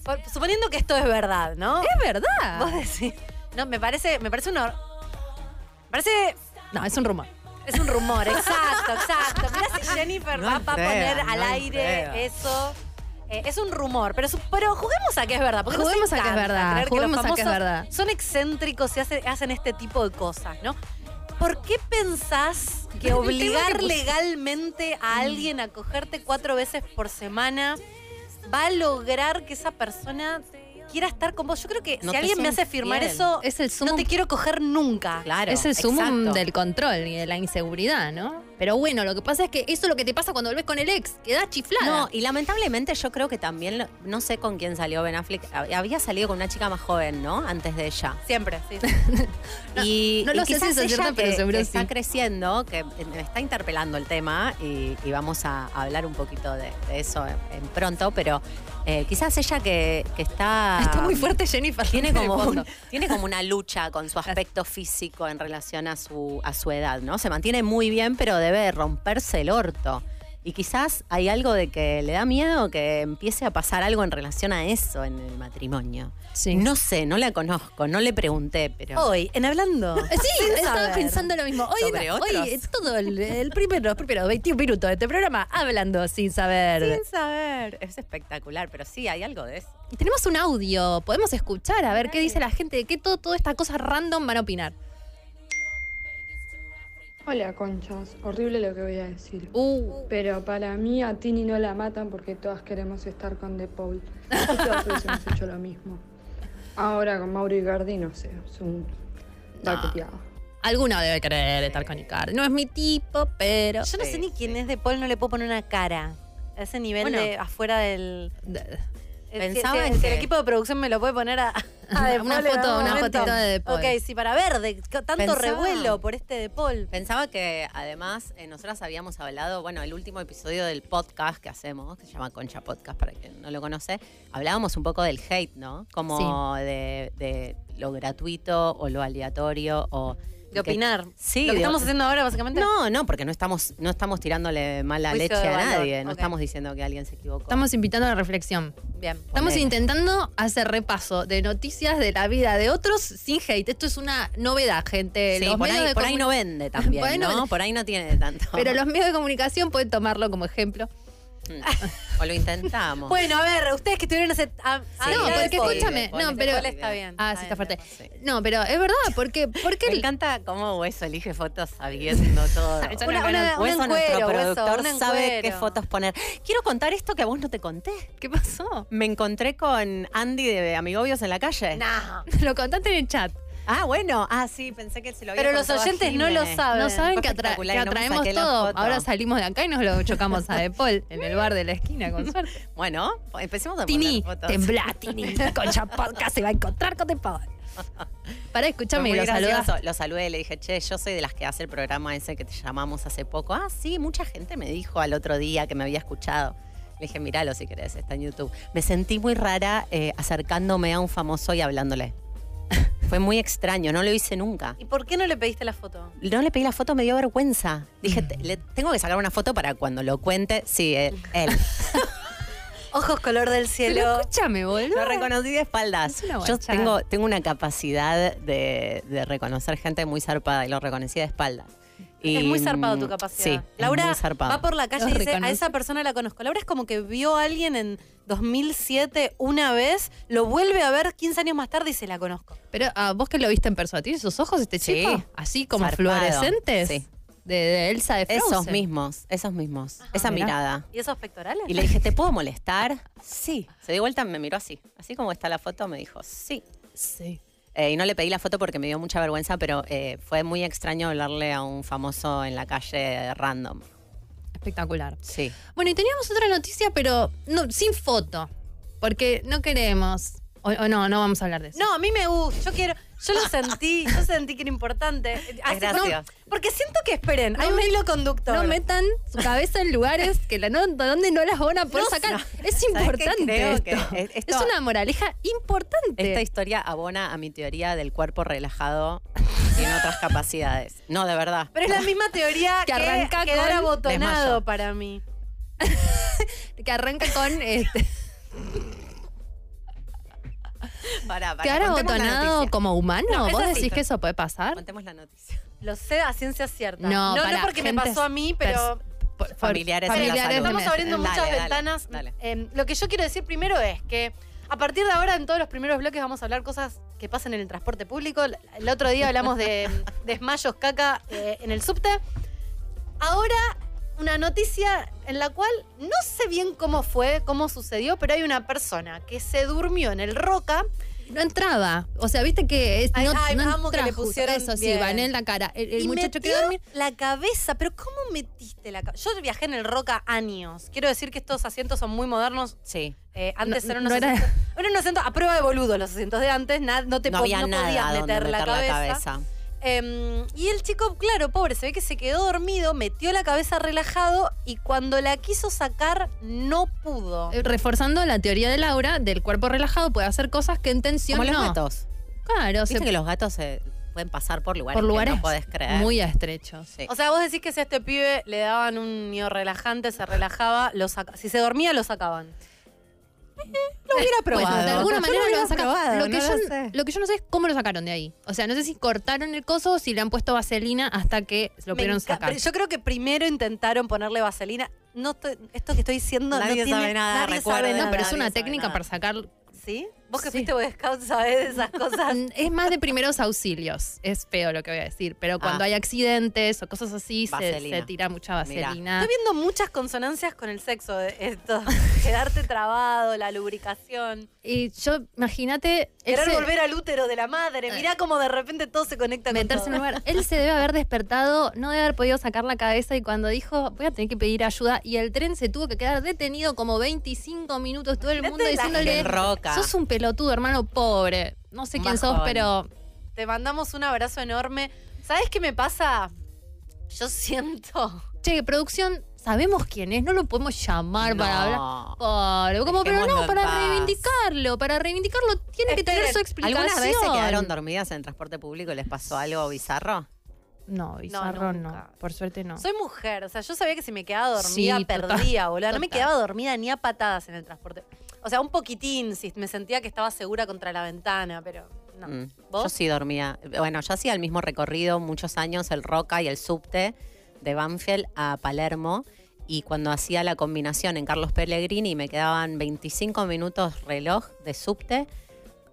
S3: Por- Suponiendo que esto es verdad, ¿no?
S4: Es verdad.
S3: Vos decís. No, me parece, me parece un hor- me parece
S4: No, es un rumor.
S3: Es un rumor, exacto, exacto. Mirá si Jennifer
S2: No
S3: va a
S2: entrega,
S3: poner al
S2: no
S3: aire
S2: entrega.
S3: eso. Eh, es un rumor, pero, su- pero juguemos a que es verdad. Porque nos
S4: Juguemos a que es
S3: encanta
S4: verdad,
S3: creer que los
S4: juguemos a que es
S3: famosos
S4: verdad.
S3: Son excéntricos y hace- hacen este tipo de cosas, ¿no? ¿Por qué pensás que obligar legalmente a alguien a cogerte cuatro veces por semana va a lograr que esa persona quiera estar con vos? Yo creo que
S2: No te
S3: si alguien me
S2: son
S3: hace firmar
S2: fiel.
S3: eso,
S4: Es el
S3: no
S4: sumo
S3: te quiero coger nunca.
S2: Claro.
S4: es el sumum
S2: exacto.
S4: del control y de la inseguridad, ¿no? Pero bueno, lo que pasa es que eso es lo que te pasa cuando volvés con el ex, quedás chiflada.
S2: No, y lamentablemente yo creo que también, lo- no sé con quién salió Ben Affleck, hab- había salido con una chica más joven, ¿no? Antes de ella.
S3: Siempre, sí.
S4: No,
S2: y,
S4: no lo
S2: y
S4: sé si
S2: quizás
S4: eso es
S2: ella
S4: cierto, pero
S2: que-
S4: seguro
S2: que
S4: sí.
S2: está creciendo, que eh, me está interpelando el tema y, y vamos a, a hablar un poquito de, de eso en, en pronto, pero eh, quizás ella que, que está...
S4: Está muy fuerte Jennifer.
S2: Tiene
S4: en el
S2: como,
S4: fondo.
S2: un- tiene como una lucha con su aspecto físico en relación a su, a su edad, ¿no? Se mantiene muy bien, pero debe romperse el orto. Y quizás hay algo de que le da miedo que empiece a pasar algo en relación a eso en el matrimonio.
S4: Sí.
S2: No sé, no la conozco, no le pregunté, pero...
S3: Hoy, en Hablando.
S4: Eh, Sí,
S3: Sin
S4: estaba
S3: saber.
S4: pensando lo mismo. Hoy,
S2: Sobre
S4: hoy
S2: otros.
S4: eh, todo el, el primero, los primeros 21 minutos de este programa hablando sin saber.
S2: Sin saber. Es espectacular, pero sí, hay algo de eso.
S4: Y Tenemos un audio, podemos escuchar a ver qué dice la gente, de qué todo, toda esta cosa random van a opinar.
S5: Hola, conchas. Horrible lo que voy a decir.
S4: Uh,
S5: Pero para mí a Tini no la matan porque todas queremos estar con De Paul. Y todas hubiésemos hecho lo mismo. Ahora con Mauro Icardi, no sé, es un...
S4: No.
S5: Da puteada.
S4: alguno debe querer estar con Icardi. No es mi tipo, pero.
S3: Yo no sé ni quién es de Paul, no le puedo poner una cara. A ese nivel
S2: Bueno.
S3: de afuera del.
S4: De-
S3: el-
S2: Pensaba
S3: si, si-
S2: en
S3: si el
S2: que-
S3: equipo de producción me lo puede poner a, Ah, de
S4: Una
S3: Paul en
S4: foto-
S3: algún
S4: una
S3: momento.
S4: fotito de De Paul.
S3: Ok, sí, para ver de c- tanto
S2: Pensaba.
S3: revuelo por este de Paul.
S2: Pensaba que además eh, nosotras habíamos hablado, bueno, el último episodio del podcast que hacemos, que se llama Concha Podcast para quien no lo conoce, hablábamos un poco del hate, ¿no? Como de, de lo gratuito o lo aleatorio o...
S3: De
S2: que-
S3: opinar.
S2: Sí,
S3: Lo que
S2: de-
S3: estamos haciendo ahora, básicamente.
S2: No, no, porque no estamos, no estamos tirándole mala
S3: Juicio
S2: leche
S3: de
S2: a
S3: valor,
S2: nadie, no
S3: ok.
S2: estamos diciendo que alguien se equivocó.
S4: Estamos invitando a la reflexión.
S3: Bien.
S4: Estamos
S2: Ponele.
S4: intentando hacer repaso de noticias de la vida de otros sin hate. Esto es una novedad, gente.
S2: Sí,
S4: Los
S2: por,
S4: medios
S2: ahí,
S4: de
S2: por ahí
S4: comuni-
S2: no vende también,
S4: Por ahí no
S2: ¿no?
S4: vende.
S2: Por ahí no tiene tanto.
S4: Pero los medios de comunicación pueden tomarlo como ejemplo.
S2: o lo intentamos.
S3: Bueno, a ver, ustedes que estuvieron hace. a- a-
S4: no,
S3: de
S4: porque
S3: Paul.
S4: escúchame,
S2: Paul,
S4: no,
S2: de
S4: pero-
S2: Paul
S3: está bien.
S4: Ah, sí,
S3: bien,
S4: está fuerte.
S3: bien.
S2: Sí.
S4: No, pero es verdad, porque, porque
S2: Me encanta cómo Hueso elige fotos sabiendo todo.
S4: Yo no
S3: Una,
S4: conozco.
S3: una, una
S2: Hueso,
S3: en
S2: nuestro
S3: cuero,
S2: productor,
S3: hueso, una en
S2: sabe
S3: cuero.
S2: qué fotos poner. Quiero contar esto que a vos no te conté.
S4: ¿qué pasó?
S2: Me encontré con Andy de Amigobios en la calle.
S3: No.
S4: Lo contaste en el chat.
S2: Ah, bueno. Ah, sí, pensé que se lo había
S3: Pero los
S2: contado a
S3: oyentes no lo
S2: Jimé.
S3: saben.
S4: No saben
S2: fue
S4: que, atra-
S2: espectacular
S4: que
S2: y no me
S4: atraemos
S2: saqué la
S4: todo.
S2: foto.
S4: Ahora salimos de acá y nos lo chocamos a De Paul en el bar de la esquina, con suerte.
S2: Bueno, empecemos a
S4: Tini,
S2: poner fotos.
S4: temblá, Tini. Concha Podcast se va a encontrar con De Paul. Para
S2: Fue
S4: escucharme
S2: muy
S4: y lo
S2: gracioso.
S4: saludas.
S2: Lo saludé, le dije, che, yo soy de las que hace el programa ese que te llamamos hace poco. Ah, sí, mucha gente me dijo al otro día que me había escuchado. Le dije, miralo si querés, está en YouTube. Me sentí muy rara eh, acercándome a un famoso y hablándole. Fue muy extraño, no lo hice nunca.
S3: ¿Y por qué no le pediste la foto?
S2: No le pedí la foto, me dio vergüenza. Dije, "Te- le tengo que sacar una foto para cuando lo cuente. Sí, él. él.
S3: Ojos color del
S4: Pero
S3: cielo.
S4: escúchame, boludo.
S2: Lo reconocí de espaldas.
S4: Es una
S2: Yo
S4: guachada.
S2: tengo, tengo una capacidad de, de reconocer gente muy zarpada y lo reconocí de espaldas. Y,
S3: es muy zarpado tu
S2: mm,
S3: capacidad.
S2: Sí,
S3: Laura
S2: es muy zarpado.
S3: va por la calle
S4: Los
S3: y dice, a
S4: reconoce.
S3: esa persona la conozco. Laura es como que vio a alguien en 2007 una vez, lo vuelve a ver 15 años más tarde y dice, la conozco.
S4: Pero ah, vos que lo viste en persona, ¿tiene sus ojos este
S2: Sí.
S4: chico? Así como
S2: Zarpado.
S4: fluorescentes.
S2: Sí.
S4: De, de Elsa de Frozen.
S2: Esos mismos, esos mismos. esa
S4: Ah, mirá.
S2: mirada.
S3: ¿Y esos pectorales?
S2: Y le dije, ¿te puedo molestar? Sí. Se dio vuelta, me miró así. Así como está la foto, me dijo, sí.
S4: Sí.
S2: Eh, y no le pedí la foto porque me dio mucha vergüenza, pero eh, fue muy extraño hablarle a un famoso en la calle random.
S4: Espectacular.
S2: Sí.
S4: Bueno, y teníamos otra noticia, pero no, sin foto. Porque no queremos. O, o no, no vamos a hablar de eso.
S3: No, a mí me gusta. Yo quiero. Yo lo sentí. Yo sentí que era importante. Así, no,
S2: gracioso.
S3: porque siento que esperen. hay un
S4: me-
S3: hilo conductor.
S4: No metan su cabeza en lugares que la no, donde no las van a poder
S2: No,
S4: sacar.
S2: no.
S4: Es
S2: qué?
S4: importante
S2: Creo
S4: esto.
S2: que es- esto-
S4: Es una moraleja importante.
S2: Esta historia abona a mi teoría del cuerpo relajado tiene otras capacidades. No, de verdad.
S3: Pero es la misma teoría que,
S4: Que arranca
S3: quedar
S4: con
S3: abotonado
S2: desmayo.
S3: para mí.
S4: que arranca con este,
S2: Para, para,
S4: quedar
S2: contemos la
S4: abotonado
S2: noticia.
S4: como humano.
S3: No, es
S4: ¿Vos
S3: así.
S4: decís que eso puede pasar?
S2: Contemos la noticia.
S3: Lo sé a ciencia cierta.
S4: No,
S3: no,
S4: pará,
S3: porque me
S4: gente
S3: pasó a mí, pero.
S4: Por-
S2: Familiares en la
S4: familiares
S2: salud.
S4: de
S3: Estamos
S4: meses.
S3: abriendo
S2: Dale,
S3: muchas
S2: dale,
S3: ventanas.
S2: dale.
S3: Eh, lo que yo quiero decir primero es que a partir de ahora en todos los primeros bloques vamos a hablar cosas que pasan en el transporte público. El- El otro día hablamos de mm, desmayos, caca eh, en el subte. Ahora una noticia en la cual no sé bien cómo fue, cómo sucedió, pero hay una persona que se durmió en el Roca.
S4: No entraba. O sea, viste que es-
S3: Ay,
S4: no,
S3: ay,
S4: no
S3: vamos que le
S4: entra justo.
S3: pusieron
S4: Eso sí,
S3: bien.
S4: van en la cara. El, el
S3: y
S4: muchacho que
S3: metió
S4: dormía.
S3: la cabeza. Pero ¿cómo metiste la cabeza? Yo viajé en el Roca años. Quiero decir que estos asientos son muy modernos.
S2: Sí.
S3: Eh, antes
S4: No-
S3: eran unos
S4: no era-
S3: asientos, eran unos asientos a prueba de boludo los asientos de antes, na- no te
S2: No
S3: po-
S2: había
S3: no
S2: nada
S3: podías
S2: donde
S3: meter, la cabeza. Em, y el chico, claro, pobre, se ve que se quedó dormido, metió la cabeza relajado y cuando la quiso sacar no pudo.
S4: Eh, Reforzando la teoría de Laura, del cuerpo relajado puede hacer cosas que en tensión
S2: Como los
S4: no.
S2: gatos.
S4: Claro,
S2: Viste
S4: se-
S2: que los gatos se pueden pasar por lugares,
S4: por lugares
S2: que no podés creer.
S4: muy estrechos.
S2: Sí.
S3: O sea, vos decís que si a este pibe le daban un niño relajante, se relajaba, lo saca- si se dormía lo sacaban.
S2: lo hubiera
S4: Bueno, Pues, de alguna manera lo
S2: lo
S4: han sacado. lo, que yo,
S2: sé.
S4: lo que yo no sé es cómo lo sacaron de ahí. O sea, no sé si cortaron el coso o si le han puesto vaselina hasta que lo
S3: Me
S4: pudieron
S3: enca-
S4: sacar.
S3: pero Yo creo que primero intentaron ponerle vaselina. No estoy- esto que estoy diciendo
S2: Nadie
S3: no tiene-
S2: sabe nada,
S3: nadie
S2: recuerden.
S3: sabe
S4: no,
S3: nada.
S4: pero es una
S2: nadie sabe
S4: técnica
S2: nada.
S4: para sacar.
S3: ¿Sí? Vos que
S4: Sí. Mm,
S3: fuiste Boy Scout sabés de esas cosas.
S4: Es más de primeros auxilios. Es feo lo que voy a decir. Pero cuando
S2: Ah.
S4: hay accidentes o cosas así, se,
S2: Vaselina.
S4: se tira mucha vaselina.
S3: Estoy viendo muchas consonancias con el sexo de esto. Quedarte trabado, la lubricación.
S4: Y yo, imagínate.
S3: Querer
S4: ese-
S3: volver al útero de la madre. Mirá cómo de repente todo se conecta con
S4: meterse en
S3: todo.
S4: un lugar. Él se debe haber despertado, no debe haber podido sacar la cabeza y cuando dijo, voy a tener que pedir ayuda, y el tren se tuvo que quedar detenido como 25 minutos, todo el mundo
S3: Imagínate la
S4: diciéndole,
S2: gente. En Roca.
S4: sos un pelotudo, hermano pobre. No sé
S2: Un
S4: quién sos,
S2: bajón.
S4: pero
S3: Te mandamos un abrazo enorme. ¿Sabes qué me pasa? Yo siento.
S4: Che, producción, sabemos quién es, no lo podemos llamar para hablar.
S2: No.
S4: Claro, como, pero
S2: Dejémoslo
S4: no,
S2: en
S4: para
S2: paz.
S4: reivindicarlo, para reivindicarlo tiene que tener
S3: Esperen,
S4: su explicación.
S2: ¿Algunas veces quedaron dormidas en transporte público y les pasó algo bizarro?
S4: No, bizarro no,
S3: nunca.
S4: por suerte no.
S3: Soy mujer, o sea, yo sabía que si me quedaba dormida,
S4: Sí, total,
S3: perdía, boludo. No me
S4: total.
S3: quedaba dormida ni a patadas en el transporte. O sea, un poquitín, si me sentía que estaba segura contra la ventana, pero no.
S2: Mm.
S3: ¿Vos?
S2: Yo sí dormía. Bueno, yo hacía el mismo recorrido muchos años, el Roca y el Subte, de Banfield a Palermo. Y cuando hacía la combinación en Carlos Pellegrini, me quedaban 25 minutos reloj de Subte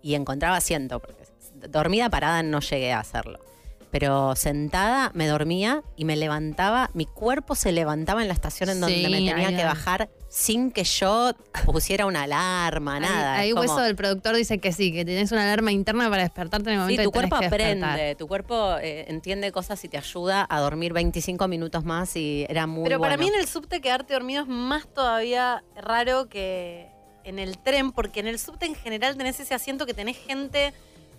S2: y encontraba asiento. Porque dormida parada no llegué a hacerlo. Pero sentada me dormía y me levantaba, mi cuerpo se levantaba en la estación en donde
S4: Sí,
S2: me tenía
S4: ahí
S2: que
S4: va.
S2: bajar sin que yo pusiera una alarma, nada.
S4: Ahí, ahí
S2: Es como-
S4: hueso del productor dice que sí, que tenés una alarma interna para despertarte en el
S2: Sí,
S4: momento
S2: tu
S4: que tenés
S2: cuerpo
S4: que despertar.
S2: aprende, tu cuerpo eh, entiende cosas y te ayuda a dormir 25 minutos más y era muy
S3: Pero para mí
S2: bueno.
S3: en el subte quedarte dormido es más todavía raro que en el tren, porque en el subte en general tenés ese asiento que tenés gente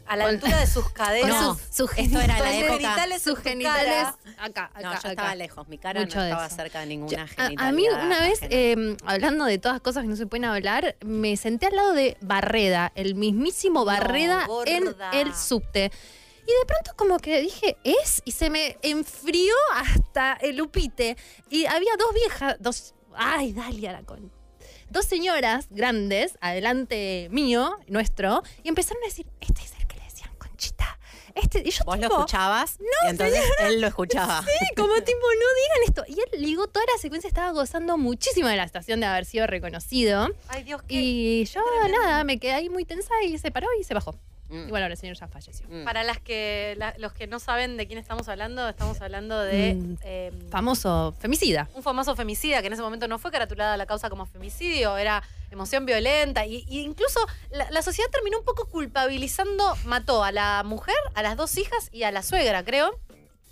S3: a la
S4: Con-
S3: altura de sus caderas.
S2: No,
S4: sus- sus
S2: esto era la
S3: Con
S2: época.
S3: genitales en
S4: Sus
S3: tu
S4: genitales
S3: cara.
S4: acá, acá,
S2: No, yo
S4: acá.
S2: estaba lejos, mi cara
S4: Mucho
S2: no
S4: de
S2: estaba
S4: eso.
S2: cerca de
S4: Yo- ah,
S2: ninguna
S4: a-
S2: genitalidad
S4: a, mí una vez,
S2: ajena.
S4: eh, hablando de todas cosas que no se pueden hablar, me senté al lado de Barreda, el mismísimo Barreda
S3: gorda.
S4: en el subte. Y de pronto como que dije, es, y se me enfrió hasta el upite. Y había dos viejas, dos, ay, Dalia la con. Dos señoras grandes, adelante mío, nuestro, y empezaron a decir, este es el que le decían conchita. Este, y yo
S2: Vos lo
S4: tipo,
S2: escuchabas y entonces él lo escuchaba.
S4: Sí, como tipo, no digan esto. Y él, digo, toda la secuencia estaba gozando muchísimo de la estación de haber sido reconocido.
S3: Ay, Dios, qué...
S4: Y yo, nada, me quedé ahí muy tensa y se paró y se bajó.
S2: Mm,
S4: Y bueno, ahora el señor ya falleció.
S2: mm.
S3: Para las que, la- los que no saben de quién estamos hablando, estamos hablando de
S4: Mm,
S3: eh,
S4: Famoso femicida.
S3: un famoso femicida que en ese momento no fue caratulada la causa como femicidio, era emoción violenta. Y, y incluso la, la sociedad terminó un poco culpabilizando, mató a la mujer, a las dos hijas y a la suegra, creo.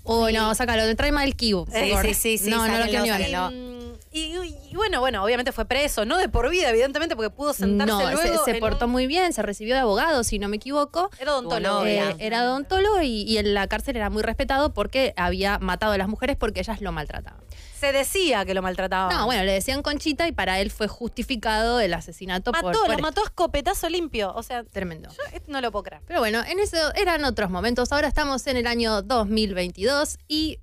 S4: Uy, no, sácalo, te trae mal el kibo. por
S2: Sí,
S4: favor.
S2: sí, sí, sí,
S4: No, no lo
S2: sáquenlo,
S4: quiero ni
S2: sáquenlo.
S4: ver.
S2: No.
S3: Mm, Y, y- y bueno, bueno, obviamente fue preso, no de por vida, evidentemente, porque pudo sentarse
S4: No, se,
S3: luego
S4: se
S3: en
S4: portó
S3: un-
S4: muy bien, se recibió de abogado, si no me equivoco.
S3: Era odontólogo.
S2: Obvio.
S4: Eh, era odontólogo y, y en la cárcel era muy respetado porque había matado a las mujeres porque ellas lo maltrataban.
S3: Se decía que lo maltrataba.
S4: No, bueno, le decían conchita y para él fue justificado el asesinato
S3: Mató,
S4: por, por
S3: lo
S4: esto.
S3: mató a escopetazo limpio. O sea, yo
S4: Tremendo.
S3: esto no lo puedo creer.
S4: Pero bueno, en eso eran otros momentos. Ahora estamos en el año 2022 y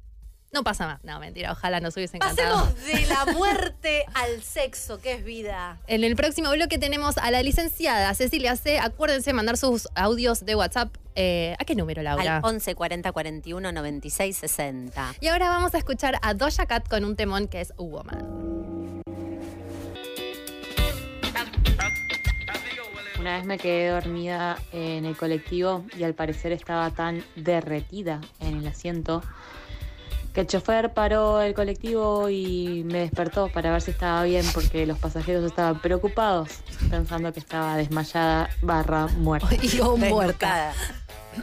S4: no pasa más. No, mentira, ojalá nos hubiesen encantado.
S3: Pasemos de la muerte al sexo, que es vida.
S4: En el próximo bloque tenemos a la licenciada Cecilia C. Acuérdense de mandar sus audios de WhatsApp. Eh, ¿A qué número, Laura?
S2: Al 11 40 41 96 60.
S4: Y ahora vamos a escuchar a Doja Cat con un temón que es Woman.
S6: Una vez me quedé dormida en el colectivo y al parecer estaba tan derretida en el asiento que el chofer paró el colectivo y me despertó para ver si estaba bien porque los pasajeros estaban preocupados pensando que estaba desmayada barra muerta.
S4: Y yo muerta.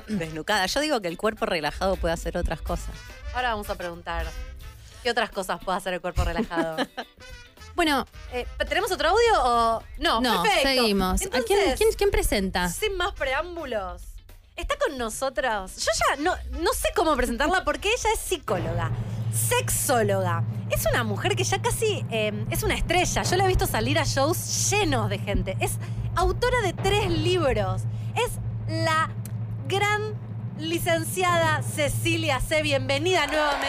S2: Desnucada. Desnucada. Yo digo que el cuerpo relajado puede hacer otras cosas.
S3: Ahora vamos a preguntar. ¿Qué otras cosas puede hacer el cuerpo relajado?
S4: Bueno,
S3: Eh, ¿Tenemos otro audio o.? Oh, No,
S4: no,
S3: perfecto.
S4: seguimos. ¿A quién,
S3: Entonces,
S4: quién- quién presenta?
S3: Sin más preámbulos. Está con nosotros. Yo ya no, no sé cómo presentarla porque ella es psicóloga, sexóloga. Es una mujer que ya casi eh, es una estrella. Yo la he visto salir a shows llenos de gente. Es autora de tres libros. Es la gran licenciada Cecilia C. Bienvenida nuevamente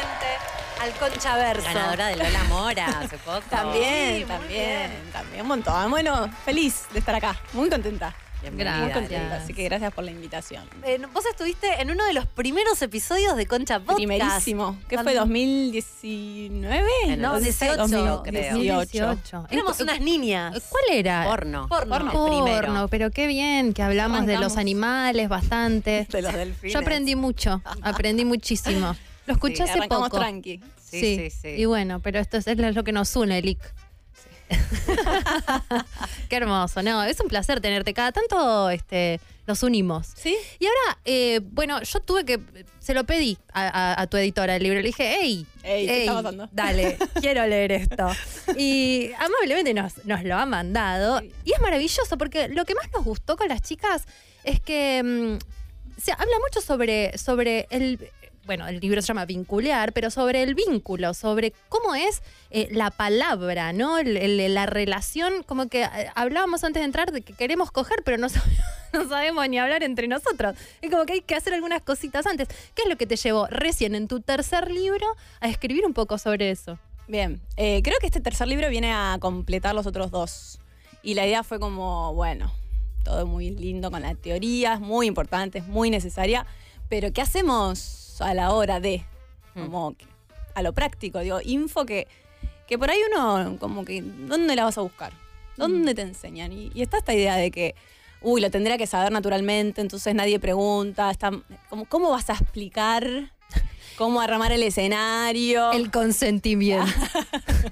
S3: al Concha Verso.
S2: Ganadora de Lola Mora hace poco.
S3: También, Sí, muy también,
S7: también un montón. Ah, Bueno, feliz de estar acá, muy contenta.
S2: Bienvenida,
S4: Gracias.
S2: Lali.
S7: Así que gracias por la invitación.
S3: Eh, vos estuviste en uno de los primeros episodios de Concha Podcast.
S7: Primerísimo. ¿Qué fue?
S3: Cuando-
S7: ¿2019?
S2: En
S7: no,
S2: el
S7: 16,
S2: 18, creo.
S7: 2018.
S3: Éramos unas niñas.
S4: Eh, ¿Cuál era?
S2: Porno.
S3: Porno.
S2: El
S4: Porno,
S2: primero.
S4: pero qué bien que hablamos de los
S7: Arrancamos.
S4: animales bastante.
S7: De los delfines.
S4: Yo aprendí mucho, aprendí muchísimo. Lo escuché hace
S7: Arrancamos
S4: poco.
S7: tranqui.
S2: Sí, sí, sí.
S4: Y bueno, pero esto es, es lo que nos une, Lick. Qué hermoso, no, es un placer tenerte. Cada tanto este, nos unimos.
S3: ¿Sí?
S4: Y ahora, eh, bueno, yo tuve que, se lo pedí a, a- a tu editora del libro. Le dije, hey,
S7: Ey, ¿qué está pasando?
S4: dale, quiero leer esto. Y amablemente nos, nos lo ha mandado. Y es maravilloso porque lo que más nos gustó con las chicas es que mm, se habla mucho sobre, sobre el... Bueno, el libro se llama Vincular, pero sobre el vínculo, sobre cómo es eh, la palabra, ¿no? El- el- la relación, como que eh, hablábamos antes de entrar de que queremos coger, pero no sabemos no sabemos ni hablar entre nosotros. Es como que hay que hacer algunas cositas antes. ¿Qué es lo que te llevó recién en tu tercer libro a escribir un poco sobre eso?
S7: Bien, eh, creo que este tercer libro viene a completar los otros dos. Y la idea fue como, bueno, todo muy lindo con la teoría, es muy importante, es muy necesaria, pero ¿qué hacemos a la hora de? Como que- a lo práctico, digo, info que, que por ahí uno, como que, ¿dónde la vas a buscar? ¿Dónde te enseñan? Y, y está esta idea de que, uy, lo tendría que saber naturalmente, entonces nadie pregunta, está, como, ¿cómo vas a explicar? ¿Cómo arramar el escenario?
S4: El consentimiento.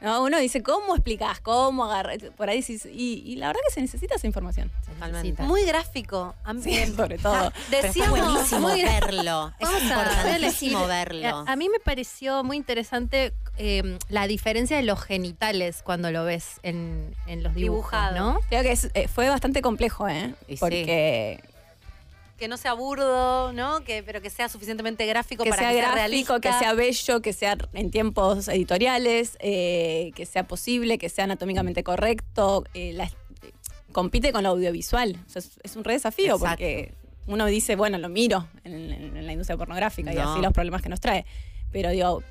S7: No, uno dice, ¿cómo explicás? ¿Cómo agarras? Por ahí sí. Y, y la verdad que se necesita esa información.
S2: Totalmente.
S3: Muy gráfico. A mí- Ah,
S7: Sí, sobre todo.
S2: Pero está
S3: Decíamos,
S2: buenísimo
S3: muy gra-
S2: verlo. Es
S4: Vamos a-
S2: importantísimo
S4: voy a
S2: verlo.
S4: A mí me pareció muy interesante eh, la diferencia de los genitales cuando lo ves en, en los dibujos,
S3: Dibujado.
S4: ¿no?
S7: Creo que es- eh, fue bastante complejo, ¿eh?
S2: Y sí.
S7: Porque
S3: que no sea burdo, ¿no? Que, pero que sea suficientemente gráfico
S7: que
S3: para
S7: sea
S3: que sea
S7: gráfico,
S3: realista.
S7: que sea bello, que sea en tiempos editoriales, eh, que sea posible, que sea anatómicamente correcto. eh, la- eh, compite con lo audiovisual. O sea, es, es un re desafío
S2: Exacto.
S7: porque uno dice, bueno, lo miro en, en- en la industria pornográfica y
S2: No.
S7: así los problemas que nos trae. Pero digo,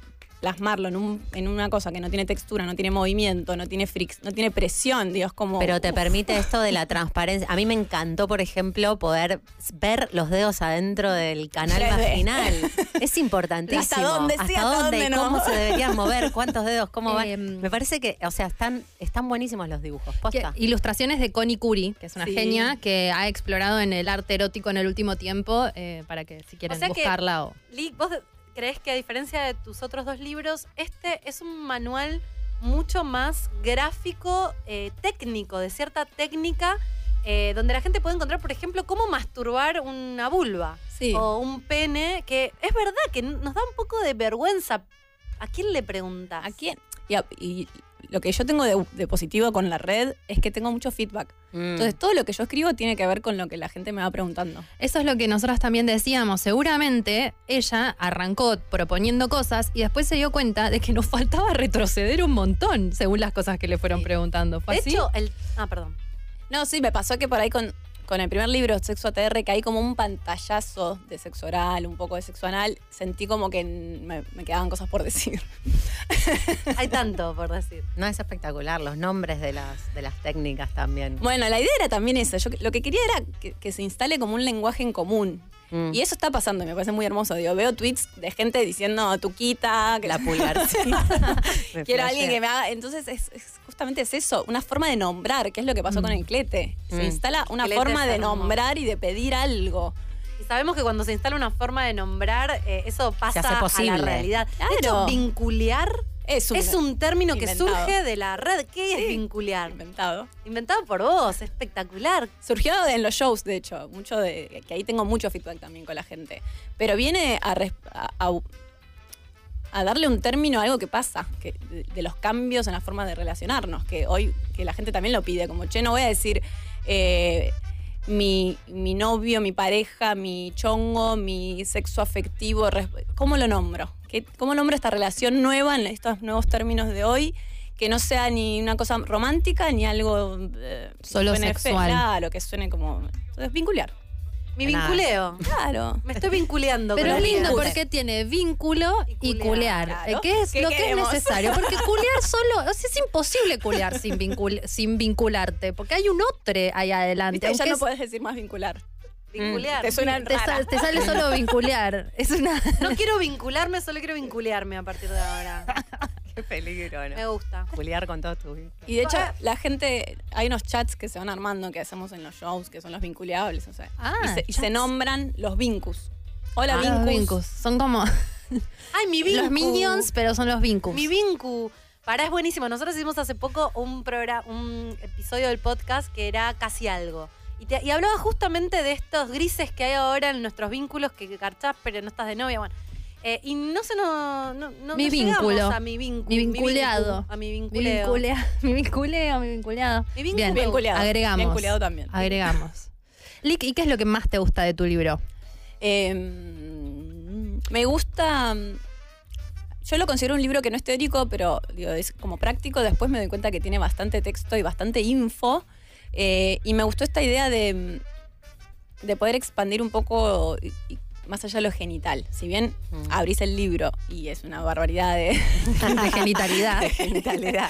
S7: plasmarlo en, un- en una cosa que no tiene textura, no tiene movimiento, no tiene fric- no tiene presión, digo, es como...
S2: Pero te
S7: uf,
S2: permite esto de la transparencia. A mí me encantó, por ejemplo, poder s- ver los dedos adentro del canal
S7: 3D.
S2: vaginal. Es importantísimo.
S7: Hasta dónde sí, hasta dónde no. Em.
S2: cómo se deberían mover, cuántos dedos, cómo van.
S4: Eh,
S2: me parece que, o sea, están, están buenísimos los dibujos.
S4: Que-
S2: Posta.
S4: ilustraciones de Connie Curie, que es una
S7: Sí.
S4: genia que ha explorado en el arte erótico en el último tiempo, eh, para que si quieren
S3: O sea que-
S4: buscarla o...
S3: Li, ¿Vos crees que a diferencia de tus otros dos libros, este es un manual mucho más gráfico, eh, técnico, de cierta técnica, eh, donde la gente puede encontrar, por ejemplo, cómo masturbar una vulva
S7: sí.
S3: o un pene, que es verdad que n- nos da un poco de vergüenza. ¿A quién le preguntas?
S7: ¿A quién? Y, a- y lo que yo tengo de, de positivo con la red es que tengo mucho feedback.
S2: Mm.
S7: Entonces, todo lo que yo escribo tiene que ver con lo que la gente me va preguntando.
S4: Eso es lo que nosotras también decíamos. Seguramente ella arrancó proponiendo cosas y después se dio cuenta de que nos faltaba retroceder un montón según las cosas que le fueron
S3: Sí.
S4: preguntando. ¿Fue
S3: De
S4: así?
S3: hecho, el. Ah, perdón.
S7: No, sí, me pasó que por ahí con, con el primer libro, Sexo ATR, que hay como un pantallazo de sexo oral, un poco de sexo anal, sentí como que me, me quedaban cosas por decir.
S3: Hay tanto por decir.
S2: No es espectacular los nombres de las, de las técnicas también.
S7: Bueno, la idea era también esa. Yo lo que quería era que, que se instale como un lenguaje en común.
S2: Mm.
S7: Y eso está pasando, me parece muy hermoso. Digo, veo tweets de gente diciendo tuquita, que la pulgarcita.
S2: Me
S7: Quiero
S2: flashea.
S7: a alguien que me haga. Entonces, es, es- justamente es eso, una forma de nombrar, que es lo que pasó con el clete.
S2: Mm.
S7: Se instala una
S3: Clete
S7: forma
S3: es
S7: de
S3: hermoso.
S7: nombrar y de pedir algo.
S3: Y sabemos que cuando se instala una forma de nombrar, eh, eso pasa
S2: hace
S3: a
S2: posible.
S3: la realidad. De hecho,
S7: Claro.
S3: vincular
S7: Es un,
S3: es un término que
S7: inventado.
S3: surge de la red. ¿Qué es vincular?
S7: inventado.
S3: Inventado por vos, espectacular.
S7: Surgió en los shows, de hecho, mucho de que ahí tengo mucho feedback también con la gente. Pero viene a, res- a- a- a darle un término a algo que pasa, que, de, de los cambios en la forma de relacionarnos, que hoy que la gente también lo pide, como, che, no voy a decir eh, mi, mi novio, mi pareja, mi chongo, mi sexo afectivo, res- ¿cómo lo nombro? ¿Qué- ¿Cómo nombro esta relación nueva en estos nuevos términos de hoy? Que no sea ni una cosa romántica ni algo... eh, que
S4: Solo
S7: suene fe-
S4: sexual.
S7: Claro, que suene como... Entonces, vincular.
S3: Mi
S2: Nada.
S3: vinculeo.
S7: Claro.
S3: Me estoy vinculeando.
S4: Pero
S3: con
S4: es
S3: la
S4: lindo
S3: vida.
S4: porque tiene vínculo y
S3: Y culear,
S4: culear,
S7: claro.
S4: eh, que es
S7: ¿Qué
S4: lo que
S7: queremos?
S4: es necesario. Porque culear solo, o sea, es imposible culear sin, vincul- sin vincularte, porque hay un otro ahí adelante.
S7: Viste, ya
S4: aunque
S7: no
S4: es-
S7: podés decir más vincular.
S3: Vinculear.
S7: Mm. Te suena
S4: te,
S7: rara.
S4: sal- te sale solo vincular. Es una...
S3: No quiero vincularme, solo quiero vinculearme a partir de ahora.
S2: Qué peligro,
S3: Me
S2: ¿no?
S3: gusta.
S2: Culear con todos tus
S7: Y de hecho, la gente, hay unos chats que se van armando que hacemos en los shows, que son los vinculeables, o sea,
S4: Ah,
S7: y, se, y se
S4: chats.
S7: nombran los vincus. Hola,
S4: Ah,
S7: vincus.
S4: Son como
S3: Ay, mi vincu.
S4: los minions, pero son los vincus.
S3: Mi vincu. Pará, es buenísimo. Nosotros hicimos hace poco un, programa, un episodio del podcast que era Casi Algo. Y, te- y hablaba justamente de estos grises que hay ahora en nuestros vínculos, que garchás pero no estás de novia. Bueno, Eh, y no se nos... No, no-
S4: Mi
S3: no llegamos
S4: vínculo.
S3: A mi vínculo.
S4: Mi vinculeado.
S3: A mi
S4: Mi
S3: vinculeo.
S4: vinculea, mi vinculeo, mi vinculeado.
S3: Mi vinculo.
S4: Bien,
S3: Bien
S7: culeado.
S4: agregamos.
S7: Bien culeado también.
S4: Agregamos. Lick, ¿y qué es lo que más te gusta de tu libro?
S7: Eh, mm, me gusta. mm, Yo lo considero un libro que no es teórico, pero digo, es como práctico. Después me doy cuenta que tiene bastante texto y bastante info. Eh, y me gustó esta idea de, mm, de poder expandir un poco y- y más allá de lo genital. Si bien
S4: Mm.
S7: abrís el libro y es una barbaridad de
S4: Genitalidad.
S7: genitalidad.
S4: No,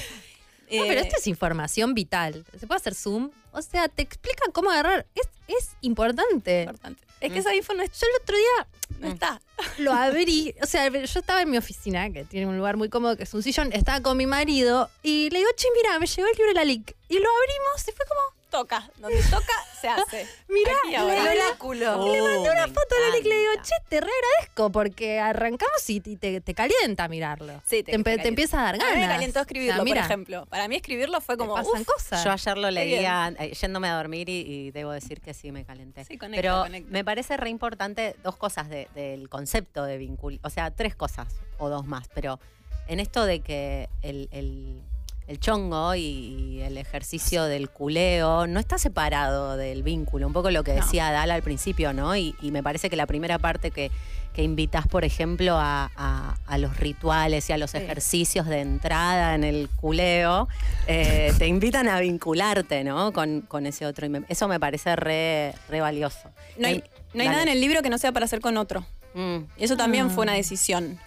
S4: pero
S7: Eh,
S4: esto es información vital. Se puede hacer Zoom. O sea, te explica cómo agarrar. Es, es importante.
S7: importante. Es que esa info no, es-
S4: Yo el otro día
S7: no está.
S4: lo abrí. O sea, yo estaba en mi oficina, que tiene un lugar muy cómodo, que es un sillón. Estaba con mi marido y le digo, che, mira, me llegó el libro de la LIC. Y lo abrimos y fue como,
S7: Toca. Donde toca, se hace.
S4: mirá,
S7: Aquí ahora.
S4: le-
S7: El
S3: oráculo.
S4: le mandé una
S7: me
S4: foto a la LIC y le digo,
S7: encanta.
S4: che, te re agradezco porque arrancamos y, y te, te calienta mirarlo.
S7: Sí, te-
S4: empe-
S7: te calienta.
S4: empieza a dar
S7: A
S4: ganas.
S7: mí me calentó escribirlo,
S4: O sea, mira,
S7: por ejemplo. Para mí escribirlo fue
S4: te
S7: como,
S4: pasan
S7: uff,
S4: cosas.
S2: Yo ayer lo
S7: bien.
S2: leía eh, yéndome a dormir y, y debo decir que sí me calenté.
S7: Sí, conecta,
S2: Pero
S7: conecta.
S2: me parece re importante dos cosas de- del concepto de vincul... O sea, tres cosas o dos más. Pero en esto de que el, el- el chongo y, y el ejercicio del culeo no está separado del vínculo. Un poco lo que
S7: No.
S2: decía Dala al principio, ¿no? Y, y me parece que la primera parte que, que invitas, por ejemplo, a, a- a los rituales y a los ejercicios de entrada en el culeo, eh, te invitan a vincularte, ¿no? Con, con ese otro. Y me- eso me parece re, re valioso.
S7: no hay,
S2: Em,
S7: no
S2: dale.
S7: hay nada en el libro que no sea para hacer con otro.
S2: Mm.
S7: Y eso también fue una decisión.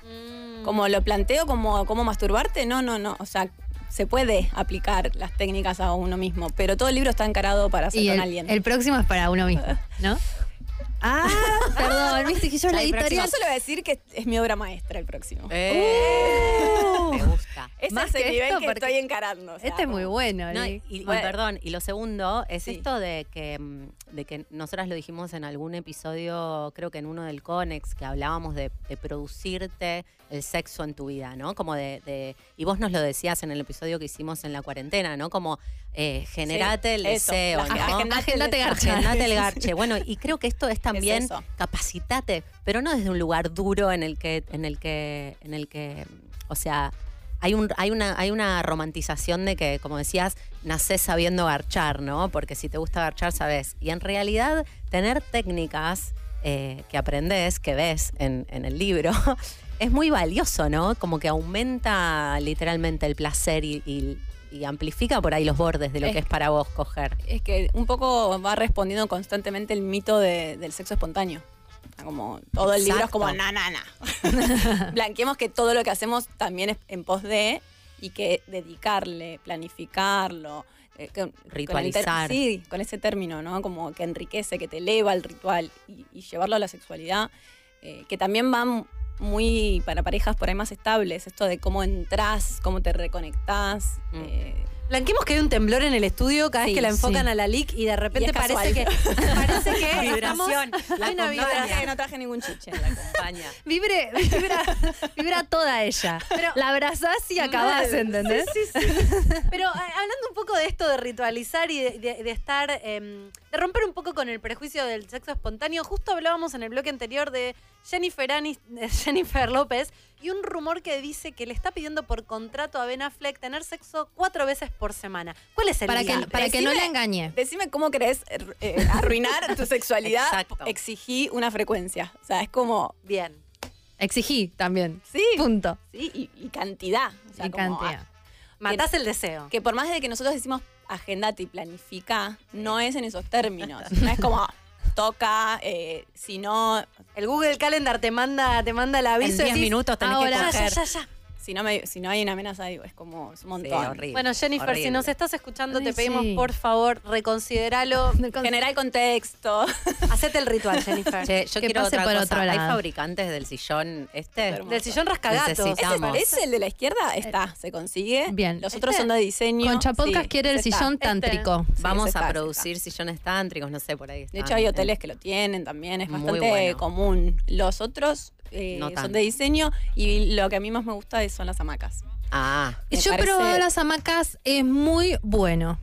S7: Como lo planteo, como, como masturbarte, no, no, no. O sea, se puede aplicar las técnicas a uno mismo, pero todo el libro está encarado para hacer
S4: Y
S7: con
S4: el,
S7: alguien.
S4: el próximo es para uno mismo, ¿no? Ah, perdón, viste que yo la
S7: El próximo-
S4: editorial.
S7: Yo solo voy a decir que es mi obra maestra el próximo.
S2: Eh, me gusta.
S7: Ese
S4: Más
S7: es el
S4: que
S7: nivel
S4: esto,
S7: que
S4: porque-
S7: estoy encarando. o sea,
S4: Este es muy
S7: como-
S4: bueno.
S2: No, y,
S4: Lick.
S2: y-
S7: Bueno.
S2: perdón, y lo segundo es
S7: Sí.
S2: esto de que, mm, de que nosotras lo dijimos en algún episodio, creo que en uno del Conex, que hablábamos de, de producirte el sexo en tu vida, ¿no? Como de, de- y vos nos lo decías en el episodio que hicimos en la cuarentena, ¿no? Como eh, generate el
S7: Sí, eso,
S2: deseo,
S7: la-
S2: ¿no?
S7: agendate el
S4: Agendate
S7: deseo.
S4: garcha.
S2: Agendate el garche. Bueno, y creo que esto es también
S7: eso.
S2: capacitate, pero no desde un lugar duro en el que, en el que, en el que, o sea, hay un, hay una, hay una romantización de que, como decías, nacés sabiendo garchar, ¿no? Porque si te gusta garchar, sabes. Y en realidad, tener técnicas eh, que aprendes, que ves en, en el libro, es muy valioso, ¿no? Como que aumenta literalmente el placer y, y- y amplifica por ahí los bordes de lo
S7: Es-
S2: que es para vos coger.
S7: Es que un poco va respondiendo constantemente el mito de- del sexo espontáneo. Ah, Como todo el libro es
S2: Exacto.
S7: como na, na, na. Blanqueemos que todo lo que hacemos también es en pos de y que dedicarle, planificarlo. eh, que- con el ter-
S2: Ritualizar.
S7: sí, con ese término, ¿no? Como que enriquece, que te eleva el ritual y, y llevarlo a la sexualidad, eh, que también van muy para parejas por ahí más estables, esto de cómo entras, cómo te reconectás.
S2: Mm.
S7: eh,
S3: Blanquemos que hay un temblor en el estudio cada vez
S7: Sí,
S3: que la
S7: sí.
S3: enfocan a la LIC y de repente
S7: es
S3: parece
S7: casual.
S3: que parece que
S2: Vibración,
S3: estamos-
S2: la
S3: hay una
S2: acompaña.
S3: vibración.
S7: no traje ningún chiche en la compañía.
S4: Vibre, vibra, vibra toda ella. la abrazás y acabás, ¿entendés?
S3: Pero a- hablando un poco de esto de ritualizar y de, de- de estar, em, de romper un poco con el prejuicio del sexo espontáneo, justo hablábamos en el bloque anterior de Jennifer, Anis- de Jennifer López y un rumor que dice que le está pidiendo por contrato a Ben Affleck tener sexo cuatro veces por semana. ¿Cuál es el
S4: Para que,
S3: día?
S4: para que no
S7: Decime-
S4: la engañe.
S7: Decime cómo querés eh, arruinar tu sexualidad.
S2: Exacto.
S7: Exigí una frecuencia. O sea, es como.
S3: Bien.
S4: Exigí también.
S7: Sí.
S4: Punto.
S7: Sí, y, y cantidad. O sea,
S4: Y
S7: como,
S4: cantea.
S3: Matás el deseo.
S7: ah, que por más de que nosotros decimos agendate y planifica, no es en esos términos. No es como toca, eh, si no,
S3: El Google Calendar te manda, te manda el aviso.
S2: En 10
S3: decís,
S2: minutos tenés
S3: ahora,
S2: que coger.
S3: Ya, ya, ya.
S7: si no, me- si no hay una amenaza, digo, es como es un montón.
S2: Sí, horrible,
S3: Bueno, Jennifer, si
S2: horrible.
S3: nos estás escuchando,
S4: Ay,
S3: te pedimos
S4: sí.
S3: por favor, reconsideralo.
S7: Generar contexto.
S3: Hacete el ritual, Jennifer.
S2: Che, yo
S4: Que
S2: quiero
S4: pase
S2: otra
S4: por
S2: cosa.
S4: otro
S2: Hay
S4: lado.
S2: fabricantes del sillón este.
S7: Hermoso.
S3: Del sillón rascagatos.
S2: Necesitamos. Vamos.
S7: ¿Es el de la
S2: Eh,
S7: izquierda? Está, se consigue.
S4: Bien.
S7: Los otros
S4: Este-
S7: son de diseño.
S4: Con Chaponcas
S7: Sí,
S4: quiere el
S7: ese está.
S4: sillón
S7: Este-
S4: tántrico.
S7: Sí,
S2: Vamos
S7: ese
S2: a
S7: está, ese está.
S2: producir sillones tántricos, no sé por ahí.
S7: De
S2: están.
S7: hecho, hay hoteles que lo tienen también, es
S2: Muy
S7: bastante
S2: bueno.
S7: común. Los otros eh,
S2: No
S7: son
S2: tanto.
S7: de diseño y lo que a mí más me gusta es- son las hamacas.
S2: Ah,
S7: Me
S4: Yo he
S7: parece-
S4: probado las hamacas, es muy bueno.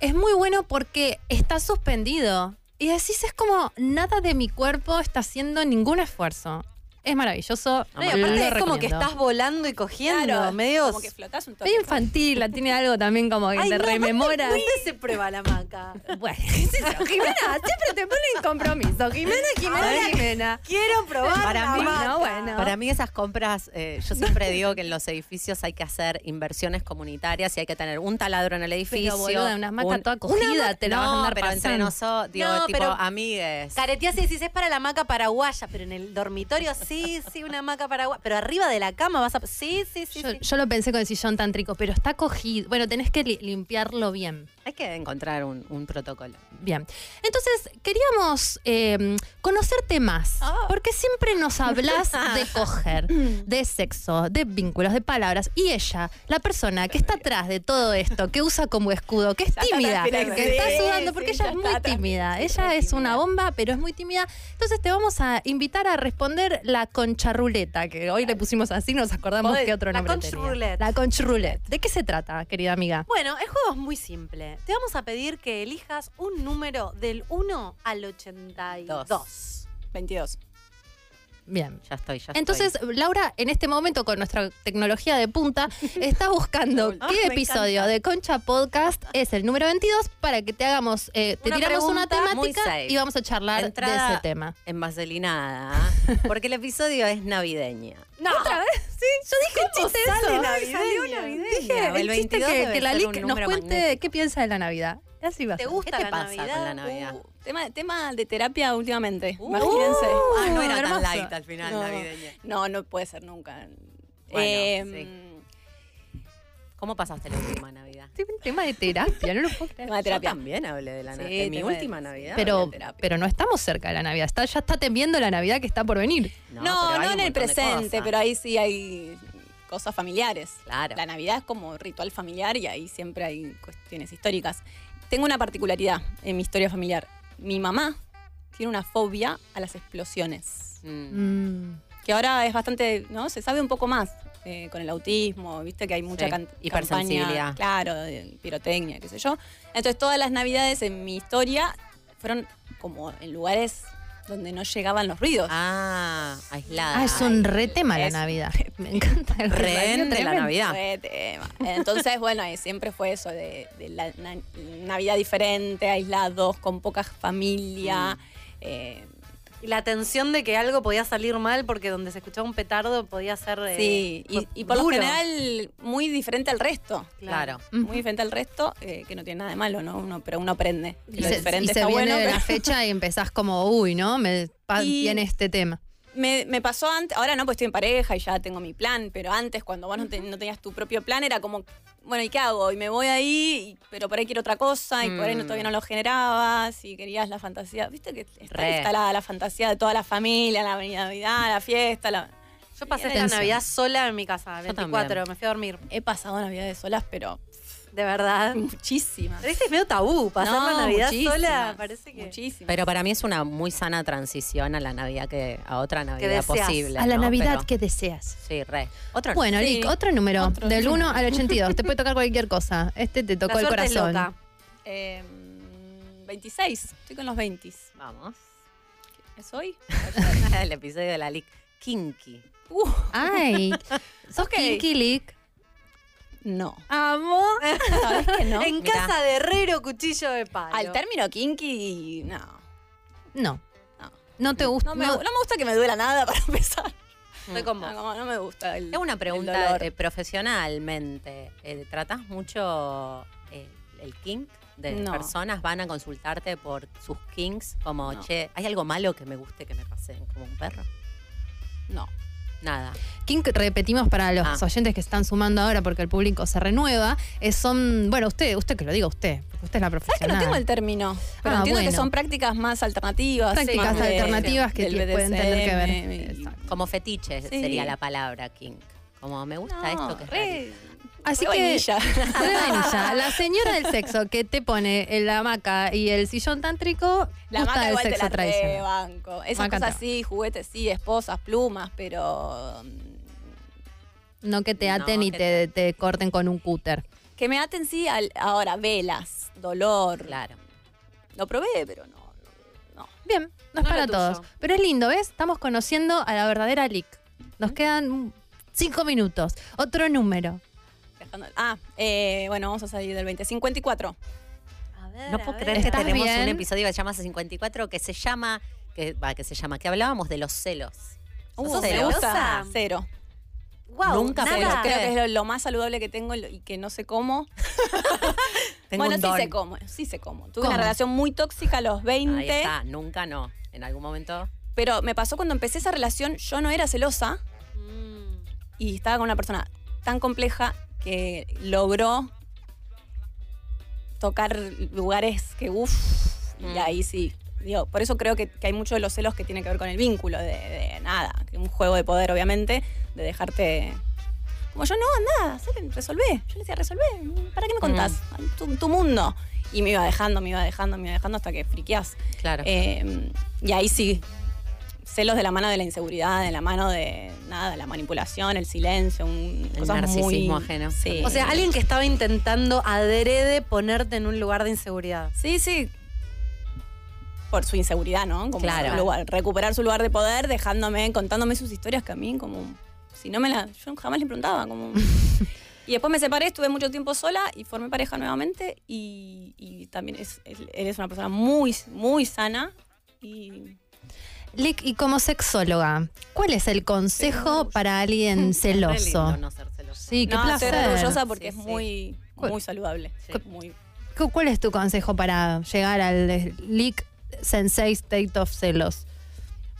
S4: Es muy bueno porque está suspendido. Y decís, es como nada de mi cuerpo está haciendo ningún esfuerzo. Es maravilloso.
S3: No, y
S2: Lo
S3: aparte es como
S2: recomiendo.
S3: que estás volando y cogiendo,
S7: Claro,
S3: medio.
S7: Como que flotás un toque.
S4: Medio infantil, la tiene algo también como que
S3: Ay,
S4: te
S3: no,
S4: rememora.
S3: ¿Dónde dónde se prueba la maca?
S4: Bueno, qué sé yo, Jimena, siempre te ponen compromiso. Jimena, Jimena,
S3: Ay.
S4: Jimena.
S3: Quiero probar
S4: Para
S3: la
S4: mí,
S3: hamaca.
S4: no, bueno.
S2: Para mí esas compras, eh, yo siempre digo que en los edificios hay que hacer inversiones comunitarias y hay que tener un taladro en el edificio.
S4: boluda, una hamaca
S2: un-
S4: toda cogida
S2: una hamaca-
S4: te la vas a
S2: No,
S4: andar
S2: pero entre
S4: pasando.
S2: nosotros, digo,
S3: No,
S2: tipo,
S3: pero-
S2: amigues.
S3: Careteás y decís, es para la hamaca paraguaya, pero en el dormitorio sí, sí, una hamaca paraguaya. Pero arriba de la cama vas a. Sí, sí, sí.
S4: Yo,
S3: sí.
S4: yo lo pensé con el sillón tántrico, pero está cogido. Bueno, tenés que li- limpiarlo bien.
S2: Hay que encontrar un, un protocolo.
S4: Bien. Entonces, queríamos eh, conocerte más,
S7: Ah.
S4: porque siempre nos hablas de coger, de sexo, de vínculos, de palabras. Y ella, la persona que está atrás de todo esto, que usa como escudo, que es
S7: Ya está
S4: tímida,
S7: transpirando.
S4: que está
S7: Sí,
S4: sudando,
S7: sí,
S4: porque
S7: ya
S4: ella es
S7: está
S4: muy
S7: transpirando.
S4: tímida.
S7: Sí,
S4: Ella
S7: re
S4: es una
S7: tímida.
S4: bomba, pero es muy tímida. Entonces, te vamos a invitar a responder la concharruleta, que hoy le pusimos así, nos acordamos
S3: Podés-
S4: que otro
S3: la
S4: nombre
S3: concha
S4: tenía.
S3: roulette.
S4: La concharruleta. ¿De qué se trata, querida amiga?
S3: Bueno, el juego es muy simple. Te vamos a pedir que elijas un número del 1 al 82.
S7: 22.
S4: Bien.
S2: Ya estoy, ya estoy.
S4: Entonces, Laura, en este momento con nuestra tecnología de punta, está buscando
S3: Ah,
S4: qué
S3: me
S4: episodio
S3: encanta.
S4: de Concha Podcast es el número 22 para que te hagamos, eh, te
S2: Una
S4: tiramos una
S2: pregunta muy
S4: temática
S2: safe.
S4: y vamos a charlar
S2: Entrada-
S4: de ese tema.
S2: En vaselinada, ¿ah? porque el episodio es navideña.
S3: No,
S4: Yo dije el chiste
S3: sale navideño?
S4: Salió navideño. Dije
S2: El
S4: el, chiste
S2: 22
S4: que,
S2: debe
S4: que la
S2: ser
S4: Lic
S2: un
S4: nos
S2: número
S4: cuente
S2: magnético.
S4: qué piensa de la Navidad. Así va. a
S3: ¿te
S4: ser.
S2: ¿Qué
S3: gusta
S2: te
S3: la
S2: pasa
S3: Navidad?
S2: con la Navidad?
S7: Uh, tema, tema de terapia últimamente.
S3: Uh,
S7: imagínense.
S2: ah, no era
S4: hermoso.
S2: tan light al final
S7: No.
S2: navideña.
S7: No, no puede ser nunca.
S2: Bueno,
S7: Eh,
S2: ¿Cómo pasaste la última Navidad?
S4: Este es un tema de terapia, no lo puedo creer.
S7: tema de terapia.
S2: Yo también hablé de la
S7: Sí,
S2: Navidad. mi
S7: te
S2: última
S7: puedes-
S2: Navidad. hablé
S4: Pero,
S2: de terapia.
S4: pero no estamos cerca de la Navidad. Está, ya está temiendo la Navidad que está por venir.
S7: No,
S2: pero
S7: no,
S2: hay un
S7: en el
S2: montón de
S7: presente,
S2: cosas.
S7: pero ahí sí hay cosas familiares.
S2: Claro.
S7: La Navidad es como ritual familiar y ahí siempre hay cuestiones históricas. Tengo una particularidad en mi historia familiar. Mi mamá tiene una fobia a las explosiones,
S2: Mm.
S4: Mm.
S7: que ahora es bastante, ¿no? Se sabe un poco más eh, con el autismo, viste que hay mucha
S2: Sí,
S7: can-
S2: hipersensibilidad.
S7: campaña, claro, de pirotecnia, qué sé yo. Entonces todas las Navidades en mi historia fueron como en lugares donde no llegaban los ruidos.
S2: Ah, aislada.
S4: Ah, es un re tema la
S7: es-
S4: Navidad. Me encanta el
S2: Rehén de la Navidad.
S7: Fue tema. Entonces, bueno, y siempre fue eso de, de la na- Navidad diferente, aislados, con poca familia. eh,
S3: Mm. Y la tensión de que algo podía salir mal porque donde se escuchaba un petardo podía ser. eh,
S7: sí, y, y por lo
S3: duro.
S7: general muy diferente al resto.
S2: Claro.
S7: Muy diferente al resto, eh, que no tiene nada de malo, ¿no? Uno, pero uno aprende. que
S4: Y
S7: lo
S4: se,
S7: diferente
S4: y se
S7: está
S4: viene
S7: bueno.
S4: de la
S7: pero-
S4: fecha y empezás como, uy, ¿no? Me pa-
S7: Y-
S4: viene este tema.
S7: Me, me pasó antes, ahora no, pues estoy en pareja y ya tengo mi plan, pero antes cuando vos no, te- no tenías tu propio plan era como, bueno, ¿y qué hago? Y me voy ahí, y- pero por ahí quiero otra cosa, y por ahí no,
S2: Mm.
S7: todavía no lo generabas, y querías la fantasía, viste que está
S2: Re.
S7: instalada la fantasía de toda la familia, la Navidad, la fiesta, la...
S3: Yo pasé
S7: Bien.
S3: esta
S4: Tensión.
S3: Navidad sola en mi casa,
S2: Yo también.
S3: 24, me fui a dormir.
S7: He pasado Navidades solas, pero
S3: De verdad.
S7: muchísimas.
S3: Pero este es medio tabú, pasar
S7: No,
S3: la Navidad
S7: muchísimas,
S3: sola, parece que.
S7: Muchísimas.
S2: Pero para mí es una muy sana transición a la Navidad que a otra Navidad
S3: deseas.
S2: posible.
S4: A la
S2: ¿no?
S4: Navidad
S2: Pero-
S4: que deseas.
S2: Sí, re. Otro.
S4: Bueno,
S7: Sí.
S4: Lick, otro número.
S7: Otro
S4: del
S7: número.
S4: 1 al 82. Te puede tocar cualquier cosa. Este te
S3: La
S4: tocó el
S3: suerte es
S4: corazón.
S3: loca.
S7: Eh, 26, estoy con los 20.
S2: Vamos.
S7: ¿Es hoy?
S2: el episodio de la LIC. Kinky.
S7: Uh,
S4: Ay. ¿Sos
S7: Ok.
S4: kinky, Ah, Lick?
S7: no.
S4: Amo.
S7: ¿Sabes que no?
S3: En
S2: Mirá.
S3: casa de herrero, cuchillo de palo.
S7: Al término kinky, no.
S4: No.
S7: No.
S4: No te gusta.
S7: No me, no me gusta que me duela nada para empezar.
S3: Estoy con vos.
S7: No, como no me gusta. el-
S2: Es una
S7: el
S2: pregunta
S7: dolor.
S2: eh, profesionalmente. eh, ¿Tratás mucho eh, el kink? De
S7: No.
S2: personas van a consultarte por sus kinks, como,
S7: No.
S2: che, ¿hay algo malo que me guste que me paseen como un perro?
S7: No.
S2: Nada.
S4: Kink, repetimos para los
S2: Ah.
S4: oyentes que están sumando ahora porque el público se renueva. eh, son, bueno, usted, usted que lo diga usted, porque usted es la
S7: ¿Sabes que
S4: profesional.
S7: no tengo el término? Pero
S4: Ah,
S7: entiendo que
S4: bueno.
S7: son prácticas más alternativas.
S4: Prácticas
S7: más
S4: alternativas que
S7: del
S4: tie- pueden tener que ver.
S7: BDSM y-
S4: Exacto.
S2: Como fetiche
S7: Sí.
S2: sería la palabra kink. Como me gusta esto que es rarísimo.
S4: Así
S7: Re
S4: que
S7: vainilla.
S4: Re vainilla. La señora del sexo que te pone en la hamaca y el sillón tántrico,
S7: La
S4: gusta
S7: maca
S4: del
S7: igual te
S4: sexo
S7: la re
S4: tradicional.
S7: banco. Esas
S4: Maca
S7: cosas
S4: no.
S7: um, sí, juguetes sí, esposas, plumas, pero... mm,
S4: No que te
S7: No,
S4: aten y
S7: que
S4: te, te corten con un cúter.
S7: Que me aten sí al, ahora, velas, dolor.
S2: Claro.
S7: Lo probé, pero no. no, no.
S4: Bien, no
S3: No
S4: es
S3: lo
S4: para
S3: tuyo.
S4: todos. Pero es lindo, ¿ves? Estamos conociendo a la verdadera Lick. Nos quedan mm, cinco minutos. Otro número.
S7: Dejando- Ah, eh, bueno, vamos a salir del 20. 54.
S3: A ver,
S2: No
S3: a
S2: puedo
S3: ver.
S2: creer que
S4: ¿Estás
S2: tenemos
S4: bien?
S2: un episodio que se llama hace 54 que se llama, que, va, que se llama, que hablábamos de los celos.
S7: Uh,
S2: ¿Sos
S7: me
S2: celosa?
S7: gusta. Cero.
S3: Guau,
S2: Nunca
S3: nada.
S2: se
S7: Cero.
S2: lo
S7: Creo que es lo, lo más saludable que tengo y que no sé cómo.
S2: Tengo
S7: bueno,
S2: un
S7: sí
S2: don.
S7: sé cómo. Sí sé cómo. Tuve
S4: ¿Cómo?
S7: una relación muy tóxica a los 20.
S2: Ahí está, nunca no. En algún momento.
S7: Pero me pasó cuando empecé esa relación, yo no era celosa
S3: Mm.
S7: y estaba con una persona tan compleja que logró tocar lugares que uff.
S2: Mm.
S7: Y ahí sí. Digo, por eso creo que, que hay mucho de los celos que tiene que ver con el vínculo, de, de nada, que un juego de poder, obviamente, de dejarte. Como yo, no, andá, sale, resolvé. Yo le decía, resolvé, ¿para qué me contás? Tu, tu mundo. Y me iba dejando, me iba dejando, me iba dejando hasta que friqueás.
S2: Claro.
S7: Eh, y ahí sí, celos de la mano de la inseguridad, de la mano de nada, de la manipulación, el silencio, un
S2: El
S7: cosas
S2: narcisismo
S7: muy-
S2: ajeno.
S7: Sí.
S3: O sea, alguien que estaba intentando adrede ponerte en un lugar de inseguridad.
S7: Sí, sí. Por su inseguridad, ¿no? Como
S2: Claro.
S7: su lugar- recuperar su lugar de poder, dejándome, contándome sus historias que a mí como. Si no me la. Yo jamás le preguntaba. Como, y después me separé, estuve mucho tiempo sola y formé pareja nuevamente. Y, y también es, es- eres una persona muy, muy sana. Y
S4: Lick, y como sexóloga, ¿cuál es el consejo para alguien
S2: Es re lindo
S4: celoso?
S2: no ser celoso.
S4: Sí, qué
S7: no, estoy re orgullosa
S4: placer.
S7: porque
S2: Sí,
S7: es
S2: sí.
S7: muy,
S4: Cool.
S7: muy saludable.
S2: Sí.
S7: Muy,
S4: ¿Cu- ¿Cuál es tu consejo para llegar al eh, Lick Sensei State of Celos?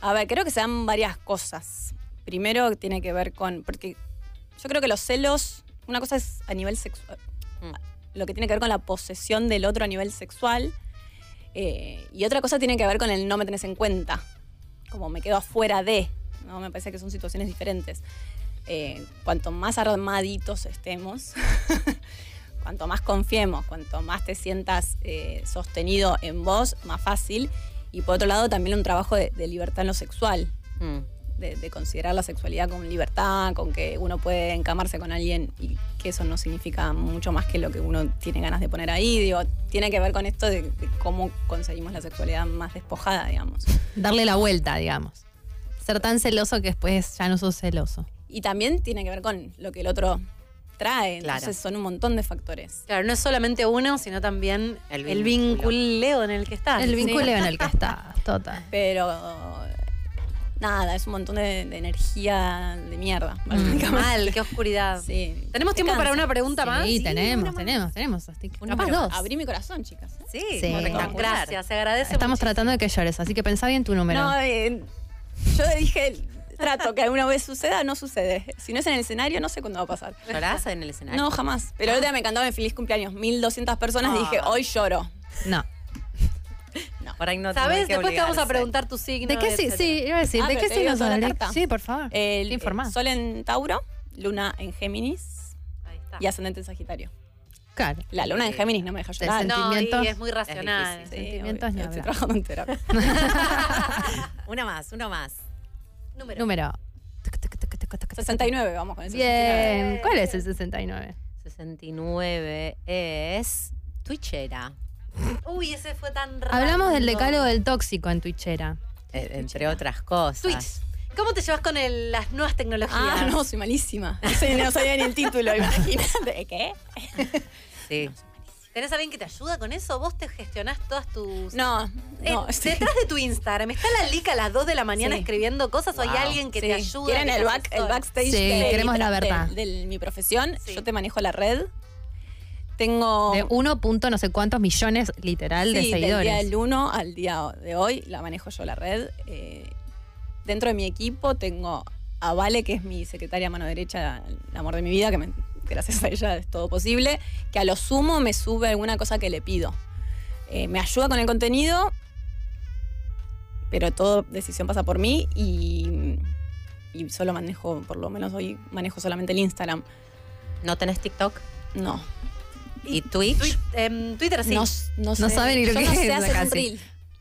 S7: A ver, creo que se dan varias cosas. Primero tiene que ver con. Porque yo creo que los celos. Una cosa es a nivel sexual.
S2: Mm.
S7: Lo que tiene que ver con la posesión del otro a nivel sexual. eh, y otra cosa tiene que ver con el no me tenés en cuenta. Como me quedo afuera de. ¿no? Me parece que son situaciones diferentes. Eh, cuanto más armaditos estemos, cuanto más confiemos, cuanto más te sientas eh, sostenido en vos, más fácil. Y por otro lado, también un trabajo de, de libertad en lo sexual,
S2: Mm.
S7: de, de considerar la sexualidad con libertad, con que uno puede encamarse con alguien y que eso no significa mucho más que lo que uno tiene ganas de poner ahí. Digo, tiene que ver con esto de, de cómo conseguimos la sexualidad más despojada, digamos.
S4: Darle la vuelta, digamos. Ser tan celoso que después ya no sos celoso.
S7: Y también tiene que ver con lo que el otro trae.
S2: Claro.
S7: Entonces, son un montón de factores.
S3: Claro, no es solamente uno, sino también
S2: El
S3: el,
S2: vínculo.
S3: vinculeo en el que estás.
S4: El
S3: Sí.
S4: vínculo en el que estás, total.
S7: Pero. Nada, es un montón de, de energía de mierda, básicamente.
S3: Mm. Mal, qué oscuridad.
S7: Sí.
S3: ¿Tenemos
S7: Te
S3: tiempo para
S7: cansa.
S3: una pregunta más?
S4: Sí,
S3: una
S4: tenemos,
S3: más.
S4: tenemos, tenemos. Así que
S7: Una
S4: capaz
S7: más.
S4: dos.
S7: Abrí mi corazón, chicas. ¿eh?
S2: Sí,
S4: Sí.
S2: espectacular.
S3: Gracias, se agradece.
S4: Estamos
S3: muchísimo.
S4: tratando de que llores, así que pensá bien tu número.
S7: No, eh, yo dije, trato que alguna vez suceda, no sucede. Si no es en el escenario, no sé cuándo va a pasar.
S2: ¿Llorás en el escenario?
S7: No, jamás. Pero el otro día me cantaban feliz cumpleaños, 1200 personas,
S2: Ah.
S7: dije, hoy lloro.
S4: No.
S2: Por ahí no no hay
S3: ¿Sabes?
S2: que
S3: Después te vamos a
S2: obligarse.
S3: preguntar tu signo.
S4: ¿De qué sí?
S3: etcétera.
S4: Sí, iba a decir,
S7: Ah,
S4: ¿de
S7: pero
S4: qué
S7: te
S4: sí
S7: digo
S4: nos
S7: toda la
S4: hablaré?
S7: carta.
S4: Sí, por favor.
S7: El,
S4: Informá.
S7: eh, Sol en Tauro, Luna en Géminis
S3: Ahí está.
S7: y Ascendente en Sagitario.
S4: claro.
S7: La Luna en Géminis no me deja
S4: Te
S7: llorar.
S4: sentí-
S3: No, y
S4: sentimientos.
S3: es muy racional.
S2: Es
S7: Sí,
S4: sentimientos
S7: obvio,
S4: ni
S7: Estoy
S4: hablar.
S7: trabajando en terapia.
S2: Una más, uno más.
S3: Número.
S4: Número.
S7: 69, vamos con eso.
S4: Bien. ¿Cuál es el 69?
S2: 69 es Twitchera,
S3: Uy, ese fue tan raro.
S4: Hablamos del decálogo del tóxico en Twitchera.
S2: eh, entre otras cosas.
S3: Twitch. ¿Cómo te llevas con el- las nuevas tecnologías?
S7: Ah, no, soy malísima. No sé- No sabía ni el título, imagínate. ¿Qué?
S2: Sí.
S3: ¿Tenés alguien que te ayuda con eso? ¿Vos te gestionás todas tus...
S7: No,
S3: Eh,
S7: no. sí.
S3: Detrás de tu Instagram, ¿está la lica a las 2 de la mañana
S7: Sí.
S3: escribiendo cosas o hay
S2: Wow,
S3: alguien que
S7: Sí.
S3: te ayuda?
S7: ¿Quieren
S3: que te
S7: el, back- el
S3: asesora?
S7: backstage?
S4: Sí,
S7: de mi
S4: queremos la
S7: tra-
S4: verdad.
S7: De, de mi profesión,
S3: Sí.
S7: yo te manejo la red. Tengo
S4: De uno punto no sé cuántos millones literal de
S7: sí, del día
S4: seguidores.
S7: del 1 al día de hoy, la manejo yo la red. Eh, dentro de mi equipo tengo a Vale, que es mi secretaria mano derecha, el amor de mi vida, que me- gracias a ella es todo posible, que a lo sumo me sube alguna cosa que le pido. Eh, me ayuda con el contenido, pero toda decisión pasa por mí y, y solo manejo, por lo menos hoy manejo solamente el Instagram.
S2: ¿No tenés TikTok?
S7: No,
S2: ¿Y Twitch?
S3: Twi- em, Twitter sí.
S7: no, no, sé.
S4: saben ni lo
S7: Yo
S4: que
S7: no
S4: es
S7: sé
S4: eso
S7: hacer un
S4: casi.
S7: reel.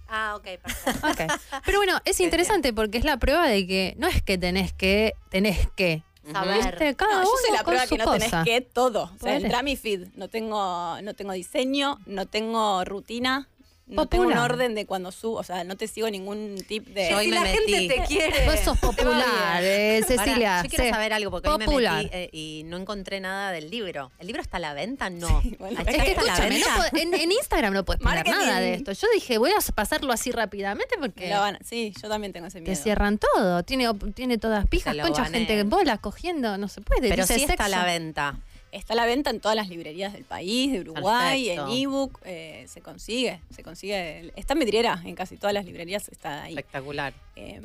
S3: Ah, ok, perfecto.
S4: Ok. Pero bueno, es interesante porque es la prueba de que no es que tenés que, tenés que
S3: saber.
S4: ¿Viste? Cada
S7: No, yo
S4: uno
S7: soy la
S4: con
S7: prueba
S4: su
S7: que no tenés
S4: cosa.
S7: que todo. O sea,
S4: Pobre.
S7: entra a mi feed. No tengo, no tengo diseño, no tengo rutina, no
S4: Popular.
S7: tengo un orden de cuando subo. O sea, no te sigo ningún tip de.
S2: Yo hoy
S3: Si
S2: me
S3: la
S2: metí.
S3: gente te quiere.
S4: Vos sos popular, eh,
S2: Pará,
S4: Cecilia.
S2: yo quiero
S4: sé.
S2: saber algo porque hoy me
S4: Popular.
S2: metí eh, y no encontré nada del libro. ¿El libro está a la venta? No.
S7: Sí, bueno,
S2: ¿Está
S7: es que
S4: Es que
S2: a la
S4: escúchame, no
S2: venta?
S4: pod- en, en Instagram no puedes poner
S7: Marketing.
S4: nada de esto. Yo dije, voy a pasarlo así rápidamente
S7: Me
S4: porque
S7: la van a- Sí, yo también tengo ese
S4: te
S7: miedo.
S4: cierran todo. Tiene, op- tiene todas pijas,
S2: lo
S4: concha,
S2: banean.
S4: gente en bolas cogiendo, no se puede.
S2: Pero
S4: dice
S2: sí está a
S4: sexo.
S2: la venta.
S7: Está a la venta en todas las librerías del país, de Uruguay,
S2: Perfecto.
S7: en ebook. eh, se consigue, se consigue. el- Está en vidriera, en casi todas las librerías está ahí.
S2: Espectacular.
S7: Em,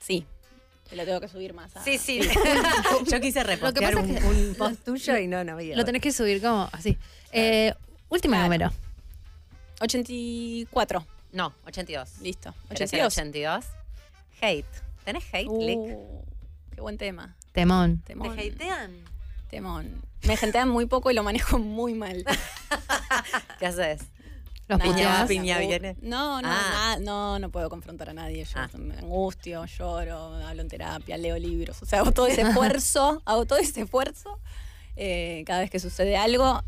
S7: sí, te lo tengo que subir más. a-
S3: Sí, sí.
S2: Yo quise repostear
S4: pasa
S2: un,
S4: es que-
S2: un post tuyo y no, no había.
S4: Lo tenés que subir como así. Eh, último
S7: Claro.
S4: número.
S7: 84,
S2: No, 82.
S7: listo.
S2: ¿Querés el 82.
S7: 82.
S2: Hate. ¿Tenés hate, Lick?
S7: Uh, qué buen tema.
S4: Temón.
S3: ¿Te
S7: Temón.
S3: hatean?
S7: Temón. Me gentean muy poco y lo manejo muy mal.
S2: ¿Qué haces?
S4: Los
S2: Nada.
S4: puteás.
S2: Piña. viene.
S7: uh, No, no,
S2: Ah.
S7: na- no, no puedo confrontar a nadie. Yo
S2: Ah.
S7: me angustio, lloro, hablo en terapia, leo libros. O sea, hago todo ese esfuerzo, hago todo ese esfuerzo. Eh, cada vez que sucede algo,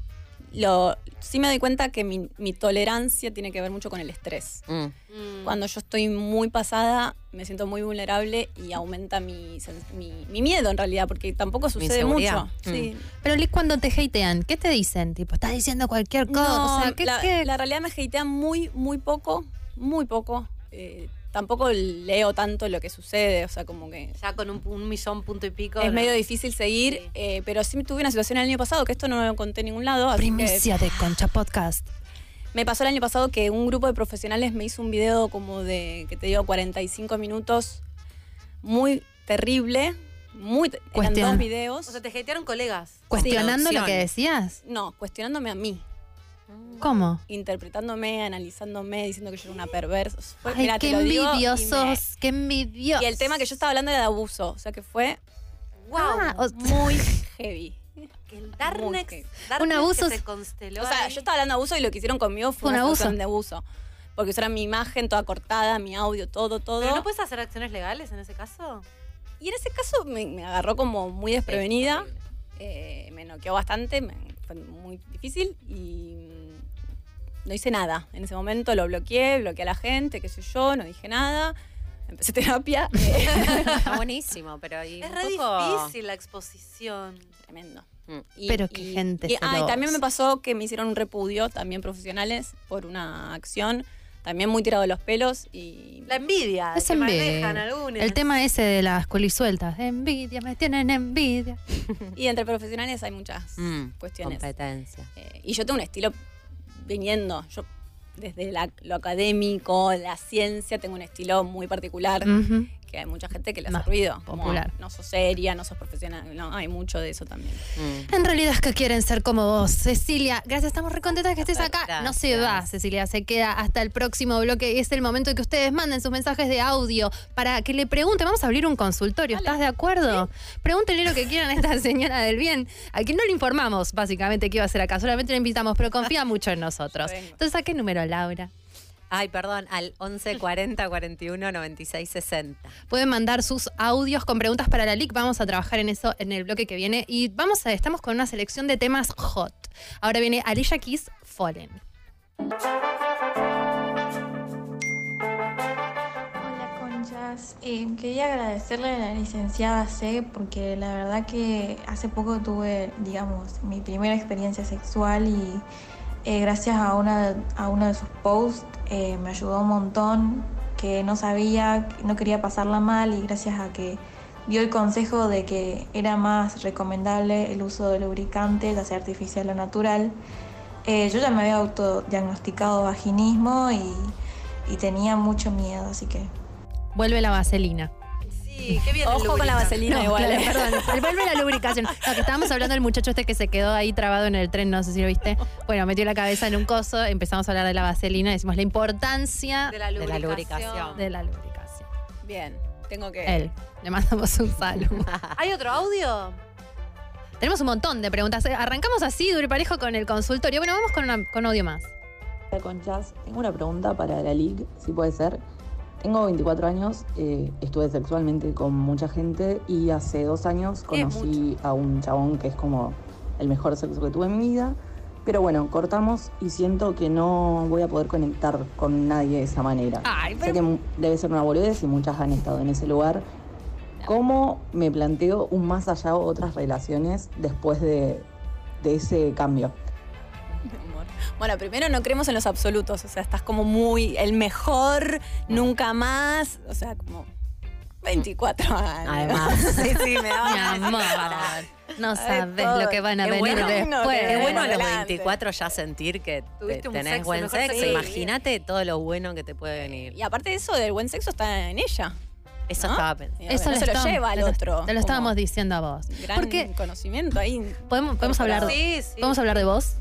S7: lo, sí me doy cuenta que mi, mi tolerancia tiene que ver mucho con el estrés.
S2: Mm.
S7: Cuando yo estoy muy pasada, me siento muy vulnerable y aumenta mi, sen- mi, mi miedo en realidad, porque tampoco sucede
S2: inseguridad. Mm.
S7: mucho. Sí.
S4: Pero Liz, cuando te hatean, ¿qué te dicen? Tipo, estás diciendo cualquier cosa.
S7: No,
S4: o sea, ¿qué,
S7: la,
S4: qué-
S7: la realidad me hatea muy, muy poco, muy poco. Eh, tampoco leo tanto lo que sucede, o sea, como que
S3: Ya con un, un millón punto y pico.
S7: es
S3: ¿no?
S7: medio difícil seguir,
S3: Sí.
S7: eh, pero sí tuve una situación el año pasado, que esto no lo conté en ningún lado. así que
S4: Primicia de Concha Podcast.
S7: me pasó el año pasado que un grupo de profesionales me hizo un video como de, que te digo, 45 minutos, muy terrible, muy... te-
S4: Cuestión.
S7: Eran dos videos.
S3: O sea, te hatearon colegas.
S4: ¿Cuestionando lo que
S2: producción.
S4: decías?
S7: no, cuestionándome a mí.
S4: ¿Cómo?
S7: Interpretándome, analizándome, diciendo que yo era una perversa. Fue-
S4: Ay,
S7: mirá, te
S4: qué
S7: lo digo y me-
S4: envidiosos, qué envidiosos.
S7: Y el tema que yo estaba hablando era de abuso, o sea que fue
S3: ¡Wow!
S4: Ah, o-
S7: muy heavy.
S3: que el Darnex,
S7: muy
S3: Darnex
S4: Un abuso-
S3: que se consteló.
S7: O sea,
S3: ahí.
S7: yo estaba hablando de abuso y lo que hicieron conmigo fue
S4: Un
S7: una
S4: abuso.
S7: situación de abuso. Porque usaron mi imagen toda cortada, mi audio, todo, todo.
S3: ¿Pero no puedes hacer acciones legales en ese caso?
S7: Y en ese caso me, me agarró como muy desprevenida, eh, me noqueó bastante, me- fue muy difícil y mm, no hice nada. En ese momento lo bloqueé, bloqueé a la gente, qué sé yo, no dije nada. Empecé terapia.
S2: Está buenísimo, pero y
S3: Es
S2: un
S3: re
S2: poco-
S3: difícil la exposición.
S7: Tremendo.
S2: Mm.
S7: Y-
S4: Pero qué
S7: y-
S4: gente
S7: y- ah, y
S4: celosa.
S7: también me pasó que me hicieron un repudio, también profesionales, por una acción, también muy tirado de los pelos y...
S3: La
S7: Ah,
S3: envidia
S4: Es
S3: que
S4: envidia.
S3: manejan algunos.
S4: El tema ese de las colisueltas. Envidia, me tienen envidia.
S7: Y entre profesionales hay muchas
S2: Mm,
S7: cuestiones.
S2: Competencia.
S7: Eh, y yo tengo un estilo viniendo, yo desde la- lo académico, la ciencia, tengo un estilo muy particular,
S4: Ujú.
S7: que hay mucha gente que le hace
S4: Más
S7: ruido. como,
S4: popular.
S7: no sos seria, no sos profesional, no, hay mucho de eso también.
S2: Mm.
S4: En realidad es que quieren ser como vos, Cecilia. Gracias, estamos recontentas que estés acá. No se va,
S2: Gracias.
S4: Cecilia, se queda hasta el próximo bloque. Es el momento de que ustedes manden sus mensajes de audio para que le pregunten. Vamos a abrir un consultorio, ¿estás de acuerdo? Pregúntenle lo que quieran a esta señora del bien, a quien no le informamos básicamente qué iba a hacer acá, solamente le invitamos, pero confía mucho en nosotros.
S7: Vengo.
S4: Entonces, ¿a qué número, Laura?
S2: Ay, perdón, al 11 40 41 96 60.
S4: Pueden mandar sus audios con preguntas para la LIC. Vamos a trabajar en eso en el bloque que viene. Y vamos a, estamos con una selección de temas hot. Ahora viene Alicia Keys, Fallen.
S8: Hola conchas, Eh, quería agradecerle a la licenciada C porque la verdad que hace poco tuve, digamos, mi primera experiencia sexual y eh, gracias a, una, a uno de sus posts eh, me ayudó un montón, que no sabía, que no quería pasarla mal y gracias a que dio el consejo de que era más recomendable el uso de lubricante, ya sea artificial o natural. Eh, yo ya me había autodiagnosticado vaginismo y y tenía mucho miedo, así que
S4: Vuelve la vaselina.
S3: Sí, qué bien. el
S7: Ojo con la
S3: lubricante.
S7: vaselina igual.
S4: claro,
S7: ¿eh?
S4: perdón. Vuelve la lubricación. No, que estábamos hablando del muchacho este que se quedó ahí trabado en el tren, no sé si lo viste. Bueno, metió la cabeza en un coso, empezamos a hablar de la vaselina, decimos la importancia
S3: De la
S2: De la
S3: lubricación.
S2: lubricación.
S4: de la lubricación.
S7: eh. Bien, tengo que...
S4: Él. Le mandamos un saludo.
S3: ¿Hay otro audio?
S4: Tenemos un montón de preguntas. Eh, Arrancamos así, duro y parejo, con el consultorio. Bueno, vamos con, una- con audio más.
S9: Hola, Conchas, tengo una pregunta para la LIG, si puede ser. Tengo 24 años, eh, estuve sexualmente con mucha gente y hace dos años conocí a un chabón que es como el mejor sexo que tuve en mi vida. Pero bueno, cortamos y siento que no voy a poder conectar con nadie de esa manera.
S4: Ay,
S9: Sé que mu- debe ser una boludez y muchas han estado en ese lugar. ¿Cómo me planteo un más allá o otras relaciones después de, de ese cambio?
S7: Mi amor. Bueno, primero no creemos en los absolutos, o sea, estás como muy el mejor, nunca más, o sea, como 24 años.
S2: Además.
S7: sí, sí, me da
S4: Mi
S7: una-
S4: amor, no
S7: Ay,
S4: sabes
S7: todo.
S4: lo que van a
S7: Qué
S4: venir
S7: bueno.
S4: después.
S7: Qué
S2: Qué bueno a los
S7: Adelante.
S2: 24 ya sentir que
S3: Tuviste
S2: te-
S3: un
S2: tenés
S3: sexo,
S2: buen
S3: mejor
S2: sexo.
S3: sexo.
S2: Imagínate todo lo bueno que te puede venir.
S7: Y aparte de eso, del buen sexo está en ella.
S2: Eso
S7: ¿no?
S2: estaba pensando.
S7: Eso
S4: lo
S7: se lo
S4: estam-
S7: lleva al
S4: te lo-
S7: otro.
S4: Te lo estábamos
S7: como
S4: diciendo a vos.
S7: Gran
S4: Porque
S7: conocimiento ahí.
S4: podemos, podemos hablar,
S3: Sí, sí.
S4: podemos hablar de vos.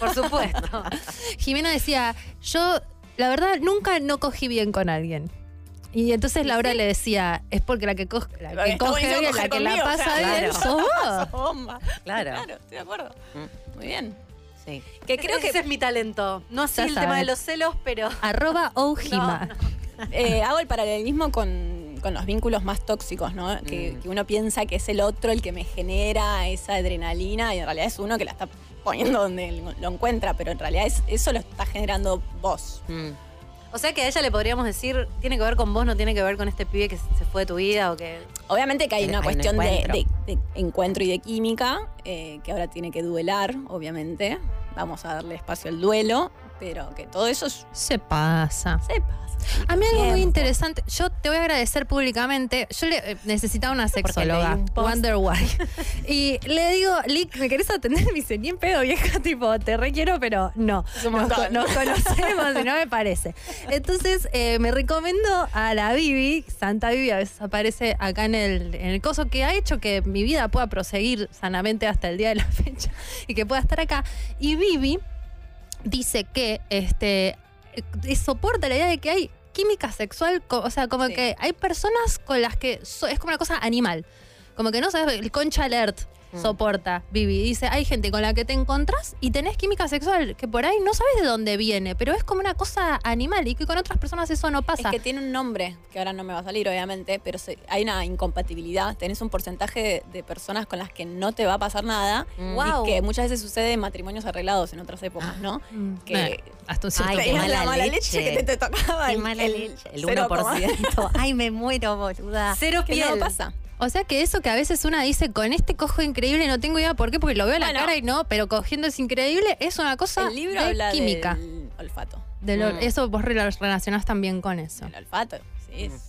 S3: Por supuesto.
S4: Jimena decía, yo la verdad nunca no cogí bien con alguien. Y entonces Laura le decía, es porque la que, co- la
S7: Está
S4: que coge
S7: buenísimo
S4: bien, la
S7: coger
S4: que la
S7: conmigo, o sea,
S4: pasa bien,
S2: claro.
S4: sos vos.
S7: Sos bomba.
S2: Claro.
S7: Claro, estoy de acuerdo.
S4: Mm.
S7: Muy bien.
S2: Sí.
S7: Que creo que
S3: ese es mi talento. No así
S4: Ya
S3: el tema
S4: saben.
S3: de los celos, pero
S4: Arroba Ojima.
S7: eh, hago el paralelismo con, con los vínculos más tóxicos, ¿no? Que,
S2: Mm.
S7: que uno piensa que es el otro el que me genera esa adrenalina y en realidad es uno que la está poniendo donde lo encuentra, pero en realidad es- eso lo está generando vos.
S2: Mm.
S3: O sea que a ella le podríamos decir, tiene que ver con vos, no tiene que ver con este pibe que se fue de tu vida o que.
S7: Obviamente que hay
S2: Hay
S7: una
S2: un
S7: cuestión de,
S2: encuentro.
S7: de- de encuentro y de química eh, que ahora tiene que duelar, obviamente. Vamos a darle espacio al duelo, pero que todo eso es-
S4: Se pasa.
S7: se pasa.
S4: A mí algo muy
S7: Tiempo.
S4: interesante, yo te voy a agradecer públicamente, yo le, eh, necesitaba una sexóloga,
S7: imposta.
S4: Wonder Why. Y le digo, Lick, ¿me querés atender? Me dice, ni en pedo, vieja, tipo, te requiero, pero no, nos,
S7: montón.
S4: co- nos conocemos y no me parece. Entonces eh, me recomendó a la Vivi, Santa Vivi a veces aparece acá en el, en el coso, que ha hecho que mi vida pueda proseguir sanamente hasta el día de la fecha y que pueda estar acá. Y Vivi dice que este eh, soporta la idea de que hay química sexual, co- o sea, como
S7: Sí.
S4: que hay personas con las que so- es como una cosa animal. Como que no sabes, el concha alert
S7: Mm.
S4: soporta, Vivi. Dice, hay gente con la que te encontrás y tenés química sexual, que por ahí no sabes de dónde viene, pero es como una cosa animal y que con otras personas eso no
S7: Es
S4: pasa.
S7: que tiene un nombre, que ahora no me va a salir, obviamente, pero se- hay una incompatibilidad. Tenés un porcentaje de, de personas con las que no te va a pasar nada.
S2: Mm.
S3: Guau.
S7: Y que muchas veces sucede en matrimonios arreglados en otras épocas, ¿no?
S4: Mm,
S7: que-
S4: bueno, hasta un
S2: Ay,
S4: cierto
S2: qué
S4: punto.
S7: Tenías la
S2: mala
S7: mala
S2: leche.
S7: leche que te, te tocaba
S2: Qué
S7: el,
S2: mala
S7: el
S2: leche. El
S7: 0,1.
S2: 1%. Ay, me muero, boluda.
S3: Cero
S7: Que
S3: piel.
S7: no pasa.
S4: O sea que eso que a veces una dice, con este cojo increíble no tengo idea por qué, porque lo veo a la
S7: Bueno.
S4: cara y no, pero cogiendo es increíble, es una cosa
S7: El libro
S4: de
S7: habla
S4: química.
S7: del olfato.
S4: De lo-
S2: Mm.
S4: Eso vos lo relacionás también con eso.
S7: El olfato, sí. es-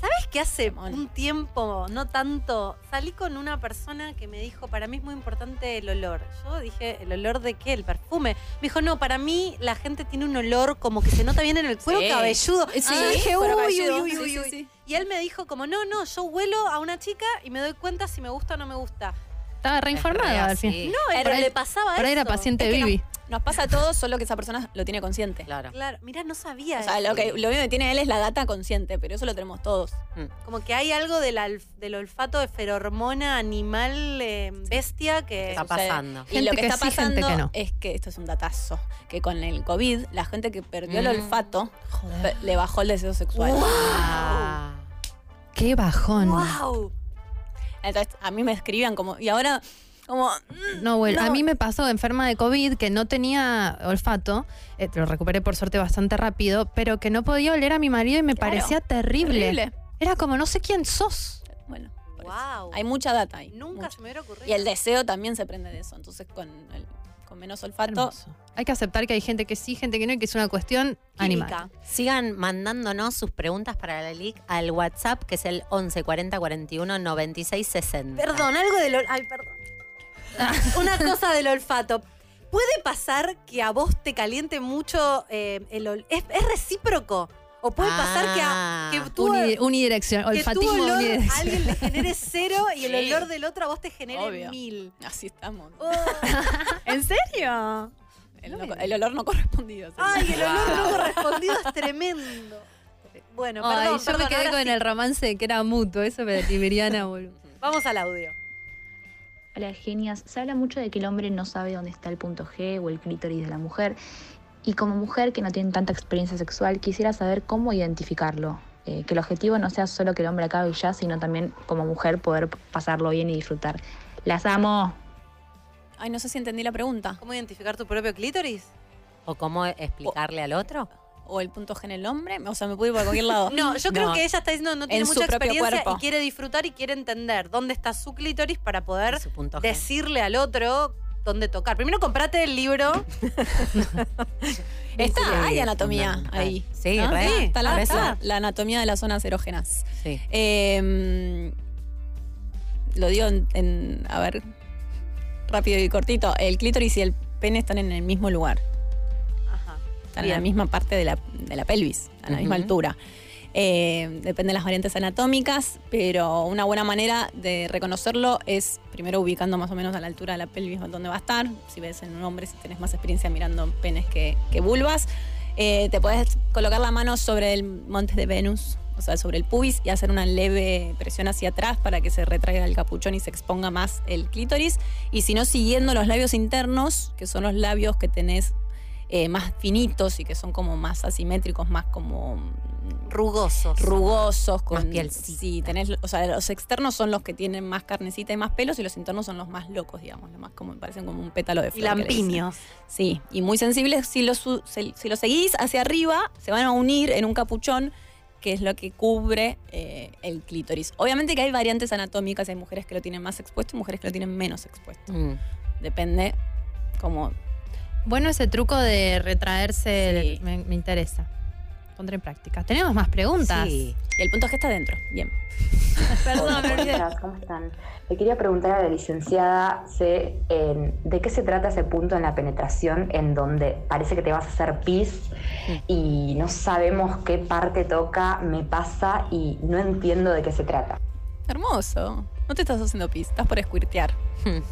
S3: ¿Sabes que hace
S7: Mon.
S3: un tiempo, no tanto, salí con una persona que me dijo, para mí es muy importante el olor? Yo dije, ¿el olor de qué? ¿El perfume? Me dijo, no, para mí la gente tiene un olor como que se nota bien en el cuero
S7: Sí.
S3: cabelludo. Y yo
S7: Ah,
S3: dije, uy,
S7: cuero
S3: uy,
S7: cabelludo.
S3: uy,
S7: Sí,
S3: uy,
S7: sí,
S3: uy".
S7: sí.
S3: Y él me dijo como, no, no, yo huelo a una chica y me doy cuenta si me gusta o no me gusta.
S4: Estaba reinformada al
S2: No.
S4: fin.
S3: No,
S7: Por
S3: pero
S7: ahí-
S3: le pasaba
S4: Por ahí era
S3: eso.
S4: paciente
S7: Es que no.
S4: Vivi.
S7: Nos pasa a todos, solo que esa persona lo tiene consciente.
S2: Claro.
S3: Claro, mira, no sabía.
S7: O sea,
S3: eso.
S7: lo, que, lo único que tiene él es la data consciente, pero eso lo tenemos todos.
S2: Mm.
S3: Como que hay algo del, alf- del olfato de ferormona animal eh, bestia que...
S2: Está pasando.
S7: Y
S4: Gente
S7: lo que,
S4: que
S7: está
S4: sí, gente
S7: pasando
S4: que no.
S7: es que esto es un datazo, que con el COVID la gente que perdió
S2: Mm.
S7: el olfato pe- le bajó el deseo sexual.
S2: Ah.
S4: Qué bajón.
S3: ¡Wow!
S7: Entonces a mí me escribían como, y ahora como, mm,
S4: No, bueno, a
S7: No.
S4: mí me pasó enferma de COVID que no tenía olfato, eh, lo recuperé por suerte bastante rápido, pero que no podía oler a mi marido y me
S7: Claro.
S4: parecía terrible.
S7: horrible.
S4: Era como no sé quién sos.
S7: Bueno, por eso.
S3: ¡Wow!
S7: hay mucha data ahí.
S3: Nunca
S7: mucha.
S3: se me hubiera ocurrido.
S7: Y el deseo también se prende de eso. Entonces con, el- con menos olfato,
S4: Hermoso. Hay que aceptar que hay gente que sí, gente que no, y que es una cuestión animal.
S3: Química.
S2: Sigan mandándonos sus preguntas para la LIC al WhatsApp, que es el 11 40 41 96 60.
S3: Perdón, algo del olfato. Ay, perdón. Una cosa del olfato. ¿Puede pasar que a vos te caliente mucho eh, el olfato? ¿Es, es recíproco? ¿O puede pasar que, a,
S2: Ah,
S3: que tu,
S4: Uni- unidireccional,
S3: que tu
S4: olfatismo
S3: olor a
S4: unidireccional.
S3: alguien le genere cero y el
S7: Sí.
S3: olor del otro a vos te genere
S7: Obvio.
S3: mil?
S7: así estamos.
S3: Oh,
S4: ¿En serio?
S7: El, no- el olor no correspondido. sería.
S3: ¡Ay, el olor no correspondido es tremendo! Bueno, perdón,
S4: Ay, yo me
S3: perdón,
S4: quedé
S3: ahora
S4: con
S3: sí.
S4: el romance de que era mutuo, eso me Tiberiana, boludo.
S3: Vamos al audio.
S10: Hola genias, se habla mucho de que el hombre no sabe dónde está el punto G o el clítoris de la mujer Y como mujer que no tiene tanta experiencia sexual, quisiera saber cómo identificarlo. Eh, que el objetivo no sea solo que el hombre acabe y ya, sino también como mujer poder pasarlo bien y disfrutar. ¡Las amo!
S7: Ay, no sé si entendí la pregunta.
S3: ¿Cómo identificar tu propio clítoris?
S2: ¿O cómo explicarle al otro?
S7: ¿O el punto G en el hombre? O sea, me pude ir por cualquier lado.
S3: No, yo creo
S2: No.
S3: que ella está diciendo no tiene
S7: En su
S3: mucha
S7: propio
S3: experiencia
S7: cuerpo.
S3: y quiere disfrutar y quiere entender dónde está su clítoris para poder
S2: Su punto G.
S3: decirle al otro dónde tocar. Primero comprate el libro. Este,
S7: Está,
S2: Sí,
S7: hay anatomía
S2: fundamental.
S7: ahí.
S2: eh, Sí,
S7: ¿no?
S2: re,
S7: Está la,
S2: re
S7: está
S2: sí.
S7: la anatomía de las zonas erógenas.
S2: Sí.
S7: Eh, lo digo en, en- A ver. Rápido y cortito. El clítoris y el pene están en el mismo lugar.
S3: Ajá.
S7: Están en
S3: Bien.
S7: la misma parte de la, de la pelvis, a la misma
S2: Ujú.
S7: altura. Eh, depende de las variantes anatómicas, pero una buena manera de reconocerlo es primero ubicando más o menos a la altura de la pelvis dónde va a estar. Si ves en un hombre, si tenés más experiencia mirando penes que, que vulvas. Eh, te puedes colocar la mano sobre el monte de Venus, o sea, sobre el pubis, y hacer una leve presión hacia atrás para que se retraiga el capuchón y se exponga más el clítoris. Y si no, siguiendo los labios internos, que son los labios que tenés eh, más finitos y que son como más asimétricos, más como mm,
S3: Rugosos.
S7: rugosos, con
S2: Más pielcita.
S7: Sí, tenés, o sea, los externos son los que tienen más carnecita y más pelos y los internos son los más locos, digamos, los más como parecen como un pétalo de
S3: y
S7: flor. que le dicen.
S3: lampiños.
S7: Sí, y muy sensibles. Si los su- se- si los seguís hacia arriba, se van a unir en un capuchón que es lo que cubre eh, el clítoris. Obviamente que hay variantes anatómicas, hay mujeres que lo tienen más expuesto y mujeres que lo tienen menos expuesto.
S2: Mm.
S7: Depende como
S4: Bueno, ese truco de retraerse el-
S7: Sí.
S4: me, me interesa. Pondré en práctica. Tenemos más preguntas.
S2: Sí.
S7: Y el punto es que está adentro. Bien.
S4: Perdón, me olvidé.
S11: Chicas, ¿Cómo están? Le quería preguntar a la licenciada C, en- de qué se trata ese punto en la penetración en donde parece que te vas a hacer pis y no sabemos qué parte toca, me pasa y no entiendo de qué se trata.
S7: Hermoso. No te estás haciendo pis, estás por escuirtear.
S4: Hmm.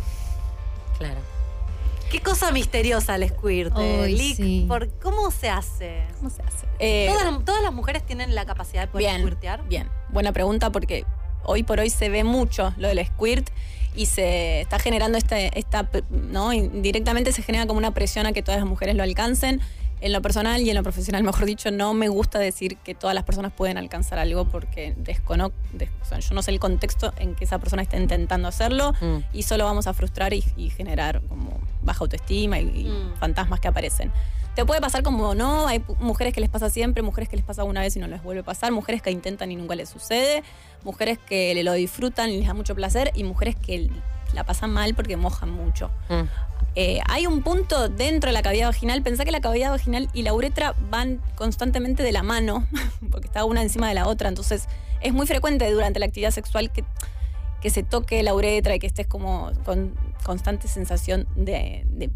S2: Claro.
S3: Qué cosa misteriosa el squirt. eh,
S4: Ay,
S3: Lick,
S4: sí.
S3: por- ¿Cómo se hace?
S7: ¿Cómo se hace? Eh,
S3: ¿Todas, todas las mujeres tienen la capacidad de poder
S7: Bien.
S3: squirtear.
S7: Bien, buena pregunta porque hoy por hoy se ve mucho lo del squirt y se está generando esta, esta ¿no? Y Directamente se genera como una presión a que todas las mujeres lo alcancen. En lo personal y en lo profesional, mejor dicho, no me gusta decir que todas las personas pueden alcanzar algo porque desconozco, yo no sé el contexto en que esa persona está intentando hacerlo
S2: Mm.
S7: y solo vamos a frustrar y, y generar como baja autoestima y, y
S3: Mm.
S7: fantasmas que aparecen. Te puede pasar como no, hay pu- mujeres que les pasa siempre, mujeres que les pasa una vez y no les vuelve a pasar, mujeres que intentan y nunca les sucede, mujeres que le- lo disfrutan y les da mucho placer y mujeres que la pasan mal porque mojan mucho.
S2: Mm.
S7: Eh, hay un punto dentro de la cavidad vaginal, pensá que la cavidad vaginal y la uretra van constantemente de la mano, porque está una encima de la otra, entonces es muy frecuente durante la actividad sexual que, que se toque la uretra y que estés como con constante sensación de, de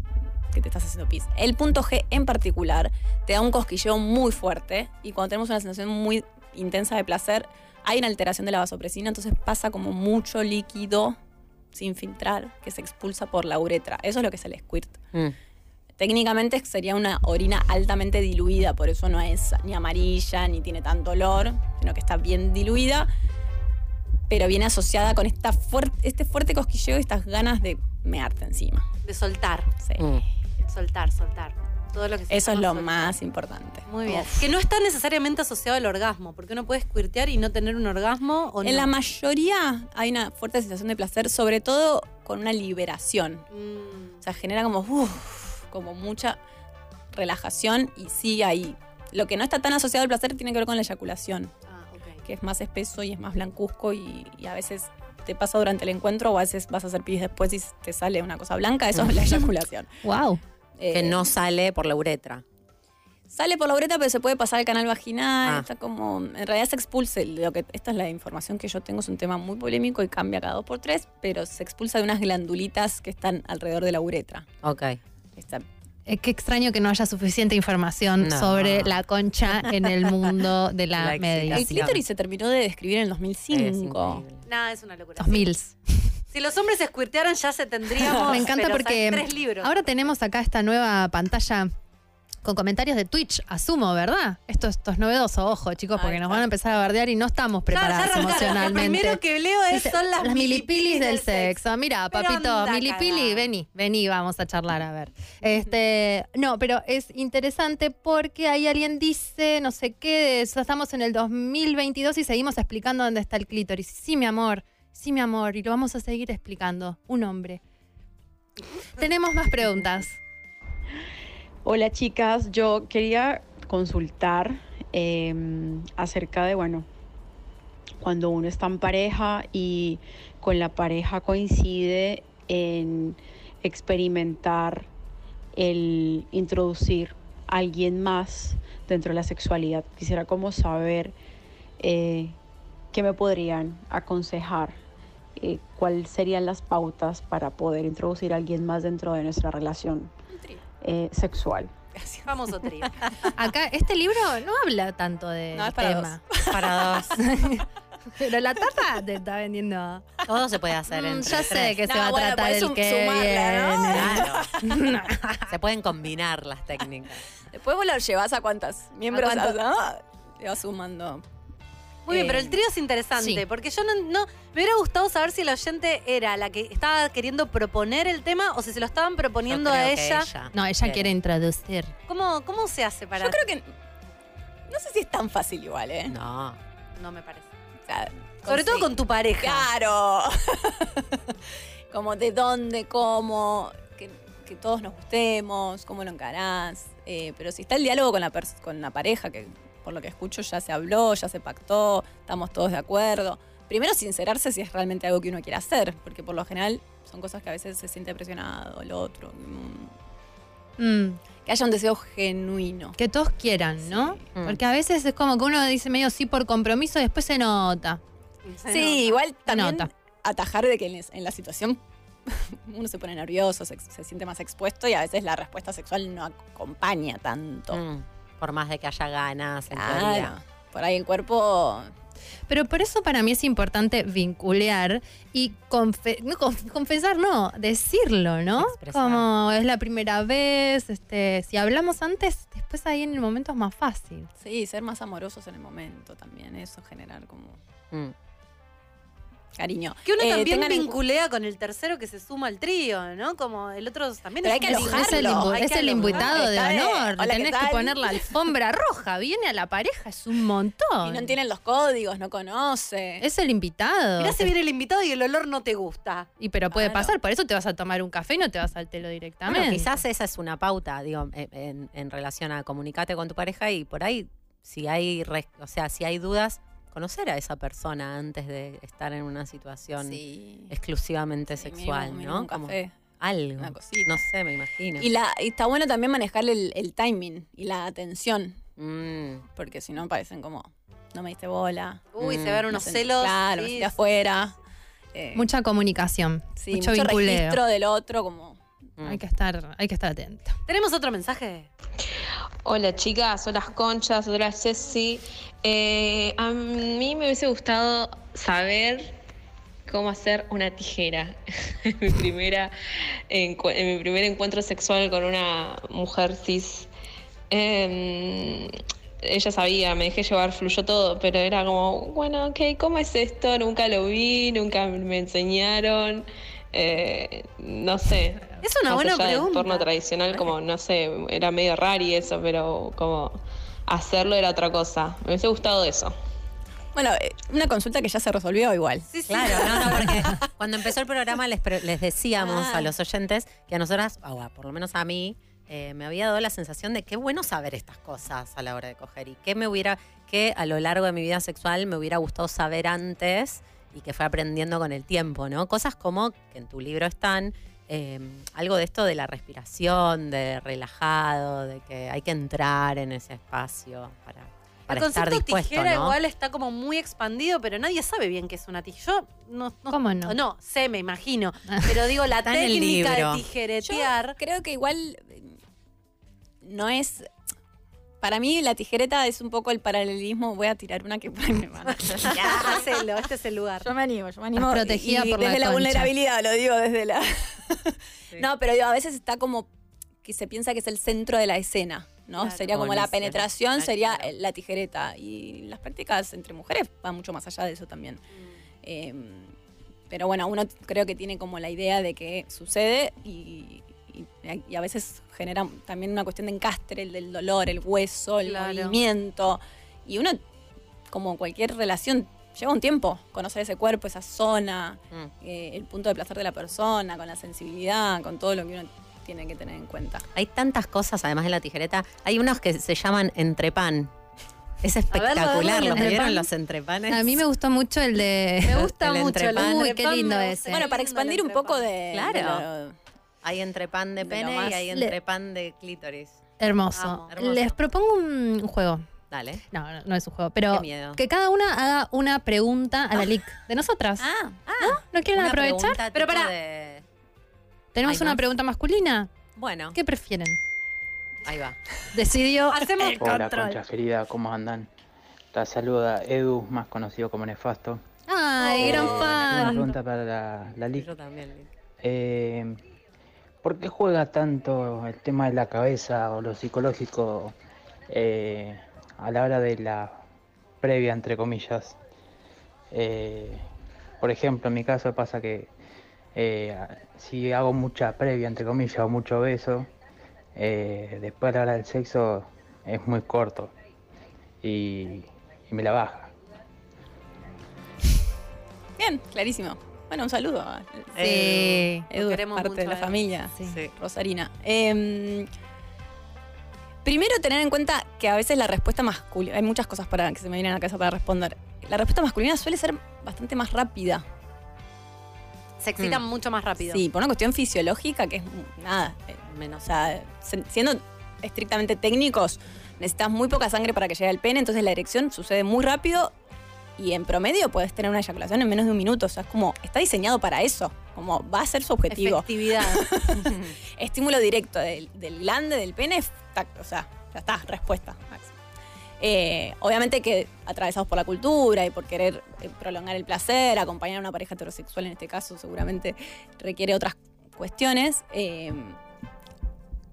S7: que te estás haciendo pis. El punto G en particular te da un cosquilleo muy fuerte y cuando tenemos una sensación muy intensa de placer, hay una alteración de la vasopresina, entonces pasa como mucho líquido sin filtrar que se expulsa por la uretra. Eso es lo que es el squirt.
S2: Mm.
S7: Técnicamente sería una orina altamente diluida, por eso no es ni amarilla, ni tiene tanto olor, sino que está bien diluida, pero viene asociada con esta fuer- este fuerte cosquilleo y estas ganas de mearte encima.
S3: De soltar.
S7: Sí.
S2: Mm.
S3: Soltar, soltar. Todo lo que se
S7: Eso es
S3: llama
S7: lo
S3: soltar.
S7: más importante.
S3: Muy bien. Que no está necesariamente asociado al orgasmo, porque uno puede squirtear y no tener un orgasmo o
S7: En
S3: no.
S7: la mayoría hay una fuerte sensación de placer, sobre todo con una liberación.
S3: Mm.
S7: O sea, genera como, uf, como mucha relajación y sí ahí. Lo que no está tan asociado al placer tiene que ver con la eyaculación,
S3: Ah, ok.
S7: que es más espeso y es más blancuzco y, y a veces te pasa durante el encuentro o a veces vas a hacer pis después y te sale una cosa blanca, eso es la eyaculación.
S4: Wow.
S2: Que
S7: Eh,
S2: no sale por la uretra.
S7: Sale por la uretra, pero se puede pasar al canal vaginal.
S2: Ah.
S7: Está como. En realidad se expulsa. Lo que, esta es la información que yo tengo, es un tema muy polémico y cambia cada dos por tres, pero se expulsa de unas glandulitas que están alrededor de la uretra.
S2: Ok.
S7: Está-
S4: Es que extraño que no haya suficiente información
S2: No.
S4: sobre la concha en el mundo de la,
S2: La
S4: media.
S7: el
S2: excitación.
S7: clítoris se terminó de describir en el
S4: Eh,
S2: Es
S7: 2005.
S2: increíble.
S3: Nah, es una locura.
S4: 2000.
S3: Si los hombres se squirtearan ya se tendríamos.
S4: Me encanta
S3: pero, o sea,
S4: porque
S3: tres libros.
S4: ahora tenemos acá esta nueva pantalla con comentarios de Twitch, asumo, ¿verdad? Esto, esto es novedoso, ojo, chicos, porque nos van a empezar a bardear y no estamos preparados
S3: arrancaron.
S4: emocionalmente.
S3: Lo primero que leo es-
S4: Dice,
S3: son las
S4: milipilis del sexo. Mira,
S3: Pero
S4: papito,
S3: anda,
S4: milipili,
S3: cagada.
S4: vení, vení, vamos a charlar, a ver. Este, no, pero es interesante porque ahí alguien dice, no sé qué, de- ya estamos en el 2022 y seguimos explicando dónde está el clítoris. Sí, mi amor, sí, mi amor, y lo vamos a seguir explicando. Un hombre. Tenemos más preguntas.
S12: Hola chicas, yo quería consultar eh, acerca de, bueno, cuando uno está en pareja y con la pareja coincide en experimentar el introducir a alguien más dentro de la sexualidad. Quisiera como saber eh, qué me podrían aconsejar, eh, cuáles serían las pautas para poder introducir a alguien más dentro de nuestra relación eh, sexual.
S3: Famoso trío.
S4: Acá, este libro no habla tanto de
S3: No, es para
S4: tema.
S2: Para dos.
S4: Pero la tapa te está vendiendo.
S2: Todo se puede hacer.
S4: Mm,
S2: entre
S4: ya sé
S2: tres.
S4: que se va a tratar el que viene.
S2: Claro. se pueden combinar las técnicas.
S7: Después vos lo llevas a cuántas miembros
S3: ¿A cuánto?
S7: ah, Le vas sumando.
S3: Muy bien,
S7: Eh,
S3: pero el trío es interesante,
S7: sí.
S3: porque yo no, no- Me hubiera gustado saber si la oyente era la que estaba queriendo proponer el tema o si se lo estaban proponiendo a ella.
S4: No, ella quiere introducir.
S3: ¿Cómo, ¿Cómo se hace para.?
S7: Yo creo que. No sé si es tan fácil igual, ¿eh?
S2: No.
S3: No me parece.
S7: Sobre todo con
S3: tu pareja.
S7: Claro. Como de dónde, cómo, que, que todos nos gustemos, cómo lo encarás. Eh, pero si está el diálogo con la, pers- con la pareja, que por lo que escucho ya se habló, ya se pactó, estamos todos de acuerdo. Primero sincerarse si es realmente algo que uno quiere hacer, porque por lo general son cosas que a veces se siente presionado el otro. mm. Que haya un deseo genuino.
S4: Que todos quieran, ¿no? Porque a veces es como que uno dice medio sí por compromiso y después se nota.
S7: Sí, igual también
S4: nota.
S7: atajar de que en, es- en la situación uno se pone nervioso, se, se siente más expuesto y a veces la respuesta sexual no acompaña tanto.
S2: Mm, por más de que haya ganas. en
S7: Claro.
S2: teoría.
S7: Por ahí el cuerpo.
S4: Pero por eso para mí es importante vincular y confe- no, conf- confesar, no, decirlo, ¿no?
S2: Expresar.
S4: Como es la primera vez, este, si hablamos antes, después ahí en el momento es más fácil.
S7: Sí, ser más amorosos en el momento también, eso generar como Mm. cariño.
S3: Que uno
S7: Eh,
S3: también
S7: tengan en cu-
S3: vinculea con el tercero que se suma al trío, ¿no? Como el otro también
S7: Pero
S3: es
S7: hay que
S3: un
S7: alojarlo,
S4: es el, invu-
S3: hay
S4: es
S3: que
S4: el
S3: alojarlo.
S4: invitado de
S7: Está de,
S4: honor,
S7: "Hola, ¿qué
S4: tenés que
S7: tal?"
S4: poner la alfombra roja, viene a la pareja, es un montón.
S7: Y no entienden los códigos, no conoce.
S4: Es el invitado.
S3: Mirá, se viene el invitado y el olor no te gusta. Ah,
S4: Y pero puede
S2: Claro.
S4: pasar, por eso te vas a tomar un café y no te vas al telo
S2: Bueno,
S4: directamente.
S2: quizás esa es una pauta, digo, en, en- en relación a comunicarte con tu pareja y por ahí, si hay, res- o sea, si hay dudas, conocer a esa persona antes de estar en una situación exclusivamente sexual,
S7: mínimo,
S2: ¿no?
S7: mínimo un café.
S2: algo.
S7: Una cosita.
S2: No sé, me imagino.
S7: Y, la, y está bueno también manejar el, el timing y la atención. Porque si no, parecen como, no me diste bola.
S3: Uy, se van
S7: no
S3: unos
S7: sé,
S3: celos,
S7: Claro,
S3: sí,
S7: me senté afuera. Eh,
S4: Mucha comunicación,
S7: sí,
S4: mucho,
S7: mucho
S4: vinculeo.
S7: registro del otro, como.
S4: Hay que
S13: Mm.
S4: estar, hay que estar atento.
S3: ¿Tenemos otro mensaje?
S13: Hola chicas, hola conchas, hola Ceci. Eh, a mí me hubiese gustado saber cómo hacer una tijera. en, mi primera, encu- en mi primer encuentro sexual con una mujer cis. Em, ella sabía, me dejé llevar, fluyó todo, pero era como, bueno, ok, ¿cómo es esto? Nunca lo vi, nunca me enseñaron. Eh, no sé.
S3: Es una
S13: Más
S3: buena
S13: allá del
S3: pregunta.
S13: porno tradicional, como, no sé, era medio raro y eso, pero como hacerlo era otra cosa. Me hubiese gustado eso.
S7: Bueno, eh, una consulta que ya se resolvió igual.
S2: Claro, no, no, porque cuando empezó el programa les, pre- les decíamos
S7: Ah.
S2: a los oyentes que a nosotras, o a- por lo menos a mí, eh, me había dado la sensación de qué bueno saber estas cosas a la hora de coger y que me hubiera, que a lo largo de mi vida sexual me hubiera gustado saber antes y que fue aprendiendo con el tiempo, ¿no? Cosas como que en tu libro están, eh, algo de esto de la respiración, de relajado, de que hay que entrar en ese espacio para, para
S3: el
S2: estar
S3: concepto
S2: dispuesto,
S3: tijera
S2: ¿no?
S3: igual está como muy expandido, pero nadie sabe bien qué es una tijera. Yo no, no,
S4: ¿Cómo no?
S3: No, sé, me imagino. Pero digo, la
S2: Está en el
S3: técnica
S2: libro.
S3: de tijeretear.
S7: creo que igual eh, no es. Para mí, la tijereta es un poco el paralelismo. Voy a tirar una que por ahí me van a-
S3: Hacelo, este es el lugar.
S7: Yo me animo, yo me
S4: animo. protegida
S7: Y
S4: por la
S7: desde la,
S4: concha.
S7: vulnerabilidad, lo digo desde la. No, pero digo, a veces está como que se piensa que es el centro de la escena. ¿no? Sería como
S2: Con
S7: la
S2: ese-
S7: penetración,
S2: ah,
S7: sería eh, la tijereta. Y las prácticas entre mujeres van mucho más allá de eso también. Eh, pero bueno, uno creo que tiene como la idea de que sucede y, y- y a veces genera también una cuestión de encastre, el del dolor, el hueso, el
S3: Claro.
S7: movimiento. Y uno, como cualquier relación, lleva un tiempo conocer ese cuerpo, esa zona,
S2: Mm.
S7: eh, el punto de placer de la persona, con la sensibilidad, con todo lo que uno tiene que tener en cuenta.
S2: Hay tantas cosas, además de la tijereta. Hay unos que se llaman entrepan. Es
S7: verlo,
S2: espectacular.
S7: el
S2: ¿Los
S7: entrepan.
S2: vieron los entrepanes?
S4: A mí me gustó mucho el de.
S2: Me gusta
S4: el
S2: mucho el
S4: entrepan. Uy, qué
S2: entrepan,
S4: lindo eh.
S2: me
S4: ese.
S7: Bueno, para expandir un poco de.
S2: Claro. Hay entrepan de
S7: lo
S2: pene
S7: más-
S2: y hay
S7: Le-
S2: entrepan de clítoris.
S4: Hermoso.
S2: Vamos, hermoso.
S4: Les propongo un juego.
S2: Dale.
S4: No, no, no es un juego, pero
S2: Qué miedo. Ah.
S4: que cada una haga una pregunta a la LIC de nosotras. Ah, ¿No? ¿No quieren
S2: Una
S4: aprovechar?
S2: pregunta
S4: Pero
S2: tipo
S4: para,
S2: de-
S4: tenemos
S2: Ay,
S4: una
S2: no.
S4: pregunta masculina.
S2: Bueno,
S4: ¿Qué prefieren?
S2: ahí va.
S4: Decidió
S3: Hacemos
S4: el
S14: Hola,
S4: control.
S14: conchas queridas, ¿cómo andan? La saluda Edu, más conocido como Nefasto.
S4: Ay,
S14: Eh,
S4: gran
S14: Una
S4: fan.
S14: pregunta para la, la Lic.
S2: también.
S14: Eh, ¿Por qué juega tanto el tema de la cabeza o lo psicológico eh, a la hora de la previa, entre comillas? Eh, por ejemplo, en mi caso pasa que eh, si hago mucha previa, entre comillas, o mucho beso, eh, después a la hora del sexo es muy corto y, y me la baja.
S7: Bien, clarísimo. Bueno, un saludo. a- eh,
S4: Sí.
S7: Edu,
S3: Lo
S7: es
S3: queremos
S7: parte
S3: mucho eh.
S7: de
S3: a
S7: la
S3: él.
S7: familia,
S4: Sí.
S7: Rosarina. Eh, primero tener en cuenta que a veces la respuesta masculina, hay muchas cosas para, que se me vienen a la cabeza para responder. La respuesta masculina suele ser bastante más rápida. Mm.
S3: Se excitan mucho más rápido.
S7: Sí, por una cuestión fisiológica que es mm, nada, eh, menos. O sea, se- siendo estrictamente técnicos, necesitas muy poca sangre para que llegue al pene, entonces la erección sucede muy rápido y en promedio puedes tener una eyaculación en menos de un minuto. O sea, es como, está diseñado para eso. Como va a ser su objetivo.
S3: Efectividad.
S7: Estímulo directo del, del glande, del pene, tacto, o sea, ya está, respuesta. Eh, obviamente que atravesados por la cultura y por querer eh, prolongar el placer, acompañar a una pareja heterosexual en este caso seguramente requiere otras cuestiones. eh,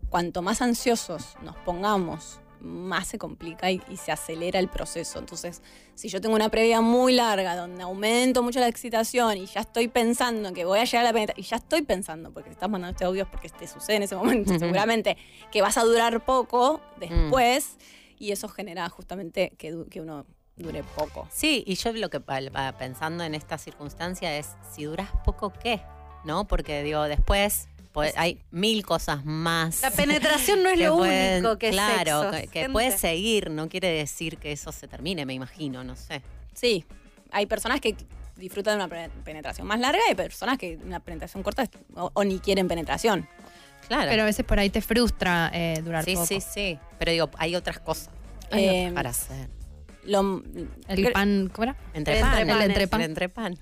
S7: cuanto más ansiosos nos pongamos, más se complica y, y se acelera el proceso. Entonces, si yo tengo una previa muy larga donde aumento mucho la excitación y ya estoy pensando que voy a llegar a la penetración, y ya estoy pensando, porque estás mandando este audio es porque te sucede en ese momento,
S2: Ujú.
S7: seguramente, que vas a durar poco después y eso genera justamente que, du- que uno dure poco.
S2: Sí, y yo lo que pa- pa- pensando en esta circunstancia es, si duras poco, ¿qué? ¿No? Porque digo, después po- hay mil cosas más.
S3: La penetración no es
S2: que
S3: lo
S2: pueden-
S3: único que es
S2: Claro,
S3: sexo,
S2: que, que
S3: gente.
S2: puede seguir, no quiere decir que eso se termine, me imagino, no sé.
S7: Sí, hay personas que disfrutan de una pre- penetración más larga y personas que una penetración corta es- o, o ni quieren penetración.
S2: Claro.
S4: Pero a veces por ahí te frustra eh, durar
S2: sí,
S4: poco.
S2: sí, sí. Pero digo, hay otras cosas Em,
S4: Hay
S7: Eh,
S2: para hacer.
S7: Lo-
S4: El pan, ¿cómo era?
S2: Entre
S4: El
S2: panes.
S4: entrepan.
S2: El entrepan.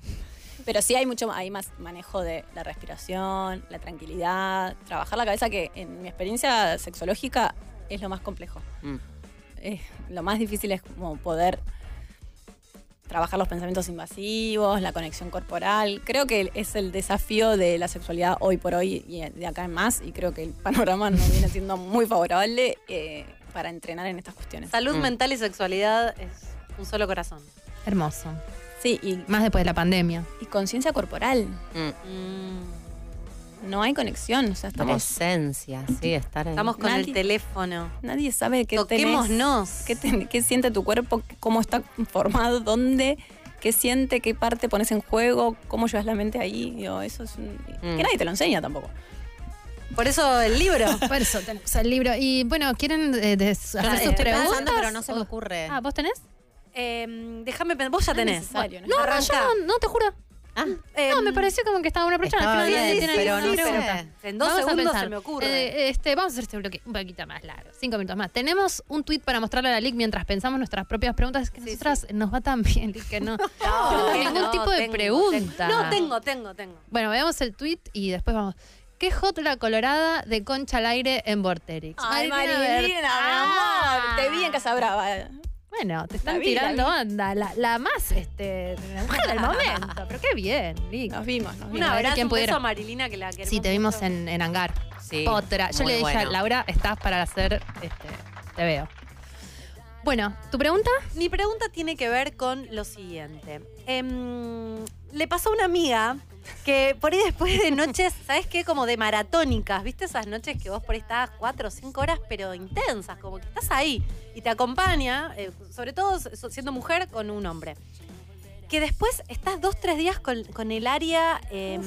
S7: Pero sí hay mucho hay más manejo de la respiración, la tranquilidad, trabajar la cabeza, que en mi experiencia sexológica es lo más complejo.
S2: Mm.
S7: Eh, lo más difícil es como poder trabajar los pensamientos invasivos, la conexión corporal. Creo que es el desafío de la sexualidad hoy por hoy y de acá en más. Y creo que el panorama no viene siendo muy favorable eh, para entrenar en estas cuestiones.
S3: Salud mental y sexualidad es un solo corazón.
S4: Hermoso.
S7: Sí, y,
S4: Más después de la pandemia.
S7: y conciencia corporal.
S3: Mm.
S7: No hay conexión. O sea,
S2: La
S7: estamos
S2: presencia, sí, estar en...
S3: Estamos con el
S7: Nadie-
S3: teléfono.
S7: Nadie sabe qué
S3: Toquémonos.
S7: tenés, qué, ten- qué siente tu cuerpo, cómo está formado, dónde, qué siente, qué parte pones en juego, cómo llevas la mente ahí. Digo, eso es un-
S2: Mm.
S7: que nadie te lo enseña tampoco.
S3: Por eso el libro.
S4: Por eso tenemos el libro. Y bueno, ¿quieren eh, des-
S2: Claro,
S4: hacer sus
S2: estoy
S4: preguntas?
S2: pensando, pero no se me
S4: O-
S2: ocurre.
S4: Ah, ¿vos tenés?
S3: Eh, déjame pensar. Vos ya tenés.
S7: necesario,
S3: Bueno,
S4: No, no,
S3: arranca.
S4: yo no, no, te juro.
S2: Ah,
S3: Em,
S4: No, me pareció como que estaba una pregunta.
S2: Estaba
S4: al final
S2: bien,
S4: tiene-
S2: pero
S4: tiene
S2: no
S4: una
S2: sé.
S4: pregunta.
S3: En dos
S4: Vamos a
S3: segundos
S4: pensar.
S3: se me ocurre.
S4: Eh, este, vamos a hacer este bloque un poquito más largo, cinco minutos más. Tenemos un tweet para mostrarle a la LIC mientras pensamos nuestras propias preguntas. Es que nosotras nos va tan bien, Lic, que no. No, tenemos
S3: que
S4: ningún
S3: no,
S4: tipo de
S3: tengo,
S4: pregunta.
S3: tengo. No, tengo, tengo, tengo.
S4: Bueno, veamos el tweet y después vamos. ¿Qué hot la colorada de concha al aire en Vorterix?
S7: Ay,
S4: Marina Bert-
S7: Marilina, mi
S4: Ah.
S7: amor, te vi en Casa Brava.
S4: Bueno, te están
S7: La vi,
S4: tirando
S7: la
S4: onda. La, la más este, la mujer del momento. Pero qué bien, Lic.
S7: Nos vimos, nos vimos.
S3: Un
S4: Mira, a ver
S3: abrazo,
S4: quién
S3: un
S4: pudiera.
S3: beso a Marilina que la queremos.
S4: Sí, te vimos en, en hangar.
S2: sí.
S4: Potra. Yo
S2: muy
S4: le dije a
S2: bueno.
S4: Laura, estás para hacer este, Te veo. Bueno, ¿tu pregunta?
S3: Mi pregunta tiene que ver con lo siguiente. Em, le pasó a una amiga que por ahí después de noches, ¿sabes qué? Como de maratónicas, ¿viste? Esas noches que vos por ahí estabas cuatro o cinco horas, pero intensas, como que estás ahí y te acompaña, eh, sobre todo so- siendo mujer, con un hombre. Que después estás dos, tres días con, con el área. em,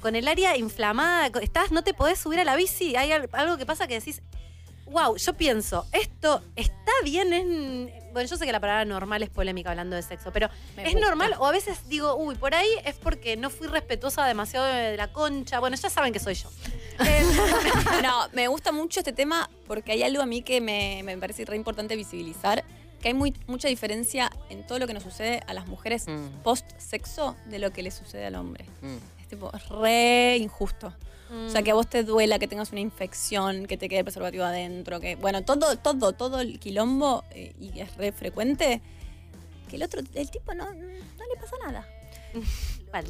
S3: con el área inflamada, co- estás, no te podés subir a la bici, hay al- algo que pasa que decís, wow, yo pienso, esto está bien, es- Bueno, yo sé que la palabra normal es polémica hablando de sexo, pero
S7: Me
S3: es
S7: gusta.
S3: normal o a veces digo, uy, por ahí es porque no fui respetuosa demasiado de la concha. Bueno, ya saben que soy yo.
S7: no, me gusta mucho este tema porque hay algo a mí que me, me parece re importante visibilizar, que hay muy, mucha diferencia en todo lo que nos sucede a las mujeres
S2: Mm.
S7: post-sexo de lo que le sucede al hombre. Es tipo, es re injusto. O sea, que a vos te duela, que tengas una infección, que te quede el preservativo adentro, que, bueno, todo, todo, todo el quilombo, eh, y es re frecuente, que el otro, el tipo no, no le pasa nada.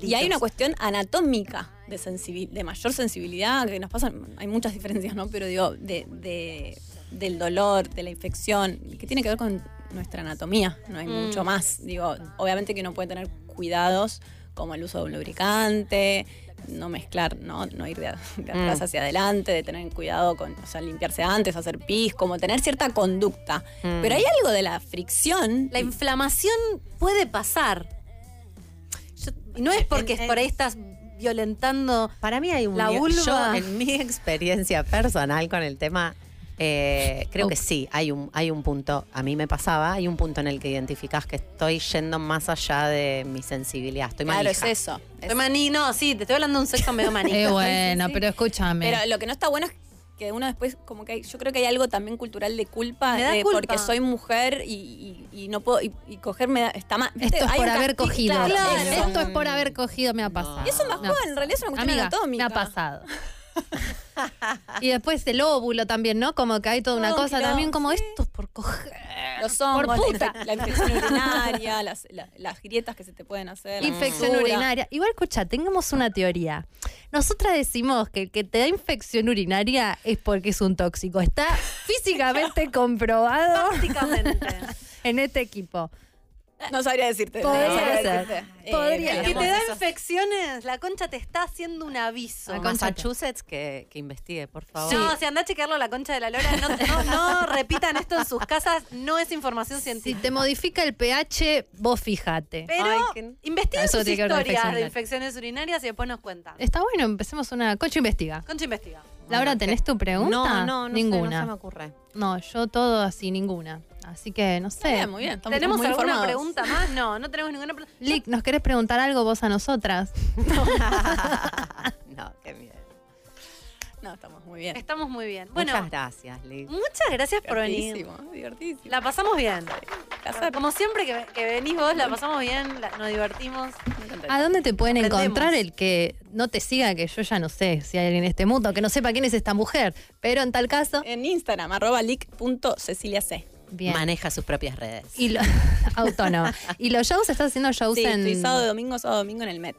S7: Y hay una cuestión anatómica de, sensibil- de mayor sensibilidad que nos pasan, hay muchas diferencias, ¿no? Pero digo, de, de- del dolor, de la infección, que tiene que ver con nuestra anatomía, no hay
S3: Mm.
S7: mucho más. Digo, obviamente que uno puede tener cuidados como el uso de un lubricante, no mezclar, no, no ir de, a- de atrás
S2: Mm.
S7: hacia adelante, de tener cuidado con, o sea, limpiarse antes, hacer pis, como tener cierta conducta.
S2: Mm.
S7: Pero hay algo de la fricción.
S3: La inflamación puede pasar. Y no es porque por ahí estás violentando
S2: Para mí hay
S3: la
S2: Yo-
S3: vulva.
S2: Yo, en mi experiencia personal con el tema, eh, creo que sí, hay un, hay un punto, a mí me pasaba, hay un punto en el que identificás que estoy yendo más allá de mi sensibilidad. Estoy
S7: Claro,
S2: manija.
S7: es eso.
S3: Soy maní, no, sí, te estoy hablando de un sexo medio maní.
S2: Eh, bueno,
S4: pero escúchame.
S7: Pero lo que no está bueno es que uno después, como que hay- yo creo que hay algo también cultural de culpa,
S3: Me da
S7: de
S3: culpa.
S7: porque soy mujer y, y- y no puedo, y, y coger me da- está mal. ¿Viste?
S4: Esto es
S7: Hay
S4: por
S7: un
S4: haber
S7: castigo,
S4: cogido.
S7: claro, eso.
S4: Esto es por haber cogido, me ha pasado.
S7: Y es un bajón,
S4: Me ha
S7: en realidad es una cuestión
S4: Amiga,
S7: anatómica.
S4: Me ha pasado. y después el óvulo también, ¿no? Como que hay toda una
S7: Todo un
S4: cosa
S7: quilombo,
S4: también como esto es por coger.
S7: Los hongos,
S4: Por
S7: la
S4: puta.
S7: infec- la infección urinaria, las, la- las grietas que se te pueden hacer. la
S4: Infección
S7: fisura.
S4: urinaria. Igual, escucha, tengamos una teoría. Nosotras decimos que el que te da infección urinaria es porque es un tóxico. Está físicamente comprobado. En este equipo.
S7: No sabría decirte.
S4: Podría
S7: no sabría
S4: ser.
S7: decirte. Eh,
S4: Podría
S3: El
S7: pero
S3: que te da
S7: tenemos esas-
S3: infecciones, la concha te está haciendo un aviso.
S2: A Massachusetts que, que investigue, por favor.
S3: No, si anda a chequearlo a la concha de la lora, no, no- no repitan esto en sus casas, no es información
S4: Si
S3: científica.
S4: te modifica el pH, vos fijate.
S3: Pero investiguen
S4: Eso
S3: sus
S4: tiene que ver con
S3: historias
S4: infección
S3: de
S4: urinaria.
S3: infecciones urinarias y después nos cuentan.
S4: Está bueno, empecemos una. Concho investiga.
S3: Concha investiga.
S4: Laura, ¿tenés tu pregunta?
S2: No, no, no sé,
S4: Ninguna.
S2: no se me ocurre.
S4: No, yo todo así, ninguna. Así que no sé.
S7: muy bien, estamos
S3: ¿Tenemos
S7: muy
S3: alguna
S7: informados.
S3: pregunta más? No, no tenemos ninguna pregunta.
S4: Lick, ¿nos querés preguntar algo vos a nosotras?
S2: No, qué miedo.
S7: No, estamos muy bien.
S3: Estamos muy bien. Bueno,
S2: Muchas gracias, Liz.
S3: muchas gracias por venir.
S7: Divertidísimo, divertidísimo.
S3: La pasamos bien. Como siempre que, que venís vos, la pasamos bien, la- nos divertimos.
S4: ¿A dónde te pueden
S3: Aprendemos.
S4: encontrar el que no te siga? Que yo ya no sé si hay alguien en este mundo que no sepa quién es esta mujer. Pero en tal caso,
S7: En Instagram, arroba leak.ceciliac.
S4: bien.
S2: Maneja sus propias redes.
S4: Y lo, autónoma. ¿Y los shows? ¿Estás haciendo shows
S7: Sí,
S4: en
S7: estoy sábado, domingo, sábado, domingo en el Met.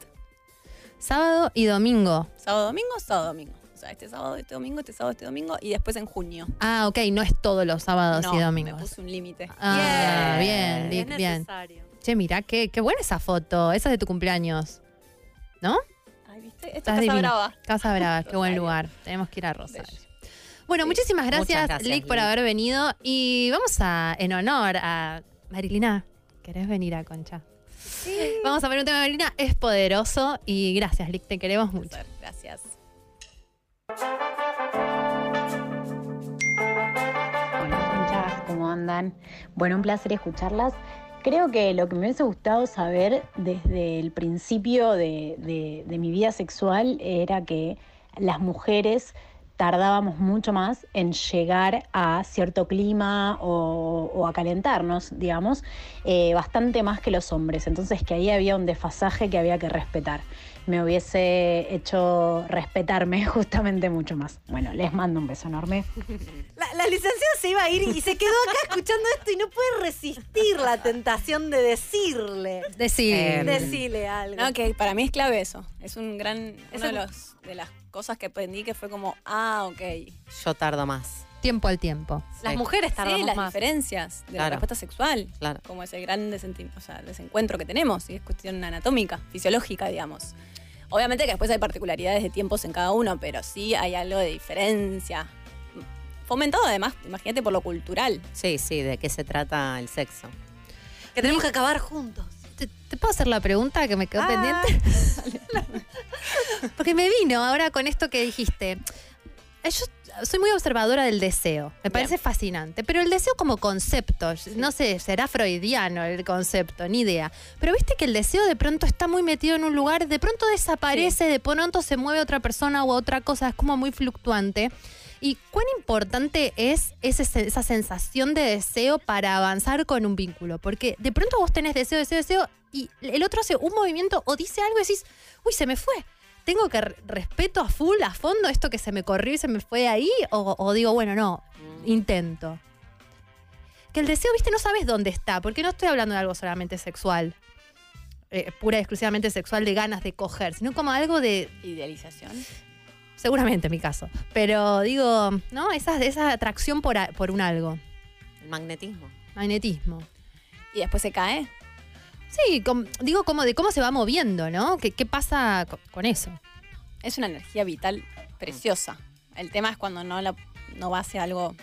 S4: sábado y domingo?
S7: Sábado, domingo, sábado, domingo. O sea, este sábado, este domingo, este sábado, este domingo y después en junio.
S4: Ah, ok, no es todos los sábados
S7: No,
S4: y
S7: me
S4: domingos.
S7: puse un límite.
S4: Ah, bien,
S3: Es
S4: Lick, bien.
S3: necesario.
S4: Che, mirá, qué, qué buena esa foto. Esa es de tu cumpleaños. ¿No?
S7: Ay, ¿viste? Esta
S4: Estás
S7: casa
S4: divina.
S7: brava.
S4: Casa Brava, qué buen lugar. Tenemos que ir a Rosario. Bueno, muchísimas
S2: Muchas
S4: gracias,
S2: gracias,
S4: Lick, por
S2: Lick.
S4: haber venido. Y vamos a, eh, en honor a Marilina, ¿querés venir a Concha? Vamos a ver un tema de Marilina, es poderoso. Y gracias, Lick, te queremos mucho.
S7: Gracias.
S15: Conchas, ¿cómo andan? Bueno, un placer escucharlas. Creo que lo que me hubiese gustado saber desde el principio de, de- de mi vida sexual era que las mujeres tardábamos mucho más en llegar a cierto clima o, o a calentarnos, digamos, eh, bastante más que los hombres. Entonces que ahí había un desfasaje que había que respetar. Me hubiese hecho respetarme justamente mucho más. Bueno, les mando un beso enorme.
S3: La, la licenciada se iba a ir y se quedó acá escuchando esto y no puede resistir la tentación de decirle.
S4: Decile.
S3: Eh, Decile algo.
S7: No, que Em, para mí es clave eso. Es un gran.
S3: Es
S7: una de,
S3: un-
S7: los, de las cosas que aprendí que fue como, ah, ok.
S2: Yo tardo más.
S4: tiempo al tiempo.
S3: Las mujeres tardamos
S7: sí, las
S3: más.
S7: diferencias de la
S3: Claro.
S7: respuesta sexual.
S2: Claro.
S7: Como es el gran desenti- o sea, desencuentro que tenemos. Y es cuestión anatómica, fisiológica, digamos. Obviamente que después hay particularidades de tiempos en cada uno, pero sí hay algo de diferencia. Fomentado además, imagínate, por lo cultural.
S2: Sí, sí, de qué se trata el sexo.
S3: Que tenemos que acabar juntos. Ah.
S4: ¿Te, te puedo hacer la pregunta que me quedó pendiente? Porque me vino ahora con esto que dijiste. Eh, Yo soy muy observadora del deseo. Me parece fascinante. Pero el deseo como concepto, no sé, será freudiano el concepto, ni idea. Pero viste que el deseo de pronto está muy metido en un lugar, de pronto desaparece, de pronto se mueve a otra persona u a otra cosa, es como muy fluctuante. ¿Y cuán importante es ese se- esa sensación de deseo para avanzar con un vínculo? Porque de pronto vos tenés deseo, deseo, deseo, y el otro hace un movimiento o dice algo y decís, uy, se me fue. ¿Tengo que re- respeto a full, a fondo, esto que se me corrió y se me fue ahí? O, o digo, bueno, no, intento. Que el deseo, viste, no sabes dónde está, porque no estoy hablando de algo solamente sexual, eh, pura y exclusivamente sexual de ganas de coger, sino como algo de,
S7: Idealización.
S4: seguramente en mi caso, pero digo, ¿no? Esa, esa atracción por, a- por un algo,
S2: El magnetismo.
S4: magnetismo.
S7: Y después se cae.
S4: Sí, com- digo como de cómo se va moviendo, ¿no? ¿Qué, qué pasa co- con eso?
S7: Es una energía vital preciosa. El tema es cuando no, la, no va hacia algo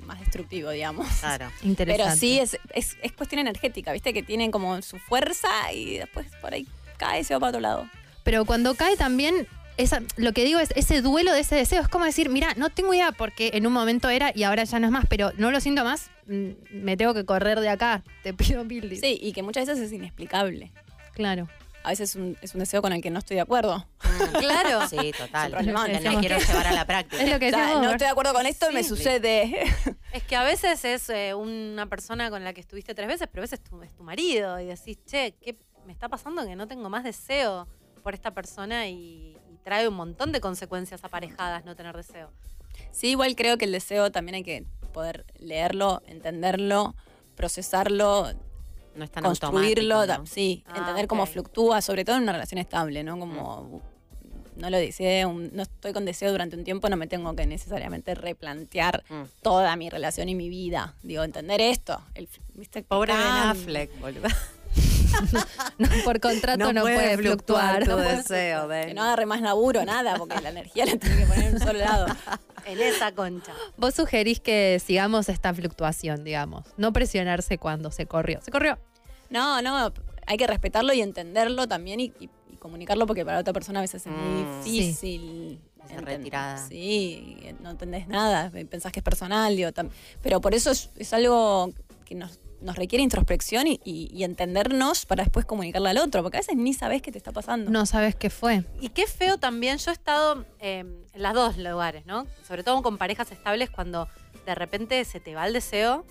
S7: más destructivo, digamos.
S2: Claro.
S7: Pero
S4: Interesante.
S7: sí, es, es, es cuestión energética, ¿viste? Que tienen como su fuerza y después por ahí cae y se va para otro lado.
S4: Pero cuando cae también, esa, lo que digo es ese duelo de ese deseo. Es como decir, mira, no tengo idea porque en un momento era y ahora ya no es más, pero no lo siento más, mm, me tengo que correr de acá. Te pido mil dis-
S7: Sí, y que muchas veces es inexplicable.
S4: Claro.
S7: A veces es un, es un deseo con el que no estoy de acuerdo.
S4: Ah,
S3: Claro.
S2: Sí, total.
S7: Es un problemón.
S2: Que
S7: Es
S2: no
S7: lo
S2: quiero
S7: que-
S2: llevar a la práctica.
S7: Es lo que
S2: O sea,
S7: decías vos.
S2: no estoy
S7: de acuerdo con esto y me sucede.
S3: Es que a veces es eh, una persona con la que estuviste tres veces, pero a veces tu- es tu marido y decís, che, ¿qué me está pasando que no tengo más deseo por esta persona y, y trae un montón de consecuencias aparejadas no tener deseo?
S7: Sí, igual creo que el deseo también hay que poder leerlo, entenderlo, procesarlo,
S2: No es tan
S7: construirlo,
S2: automático,
S7: da-
S2: ¿no?
S7: sí,
S2: Ah,
S7: entender cómo
S2: ok.
S7: fluctúa, sobre todo en una relación estable, ¿no? Como uh,
S2: Mm.
S7: no lo deseo, un- no estoy con deseo durante un tiempo, no me tengo que necesariamente replantear
S2: Mm.
S7: toda mi relación y mi vida. Digo, entender esto. El, fl- ¿viste?
S2: Pobre Ben
S7: Tan-
S2: Affleck, boludo.
S4: Por contrato no,
S7: puede
S4: puede fluctuar.
S7: No
S4: No
S7: puede
S4: puede
S7: fluctuar. Que no agarre más laburo, nada, porque la energía la tiene que poner en un solo lado.
S3: En esa concha.
S4: Vos sugerís que sigamos esta fluctuación, digamos. No presionarse cuando se corrió. Se corrió.
S7: No, no, hay que respetarlo y entenderlo también y, y- y comunicarlo porque para otra persona a veces es muy
S2: Mm,
S7: difícil.
S2: Esa
S7: entender.
S2: retirada.
S7: Sí, no entendés nada, pensás que es personal, digo, tam- pero por eso es, es algo que nos, nos requiere introspección y, y- y entendernos para después comunicarle al otro, porque a veces ni sabés qué te está pasando.
S4: No sabes qué fue.
S3: Y qué feo también, yo he estado eh, en las dos lugares, ¿no? Sobre todo con parejas estables cuando de repente se te va el deseo.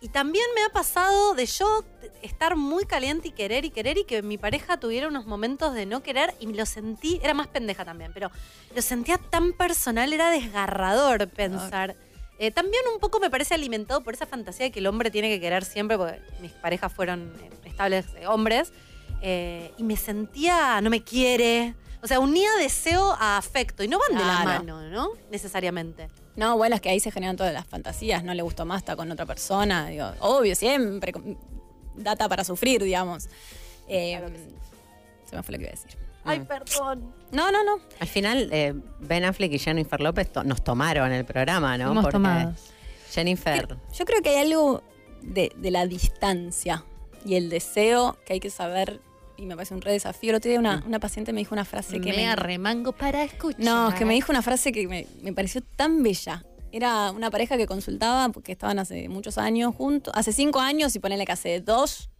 S3: Y también me ha pasado de yo estar muy caliente y querer y querer y que mi pareja tuviera unos momentos de no querer y lo sentí, era más pendeja también, pero lo sentía tan personal, era desgarrador pensar. Eh, también un poco me parece alimentado por esa fantasía de que el hombre tiene que querer siempre, porque mis parejas fueron eh, estables eh, hombres, eh, y me sentía, no me quiere. O sea, unía deseo a afecto y no van de la
S7: Claro.
S3: mano, ¿no? Necesariamente.
S7: No, bueno, es que ahí se generan todas las fantasías, no le gustó más, está con otra persona, digo, obvio, siempre, con- data para sufrir, digamos. Eh, Se me fue lo que iba a decir.
S3: Ay, perdón.
S7: No, no, no.
S2: Al final, eh, Ben Affleck y Jennifer López to- nos tomaron el programa, ¿no?
S4: Fuimos tomados.
S2: Jennifer.
S7: Yo creo que hay algo de, de la distancia y el deseo que hay que saber, y me parece un re desafío. El otro día una, una paciente me dijo una frase que
S4: Mm. me, arremango para escuchar.
S7: No, es que me dijo una frase que me, me pareció tan bella. Era una pareja que consultaba porque estaban hace muchos años juntos, hace cinco años y ponele que hace dos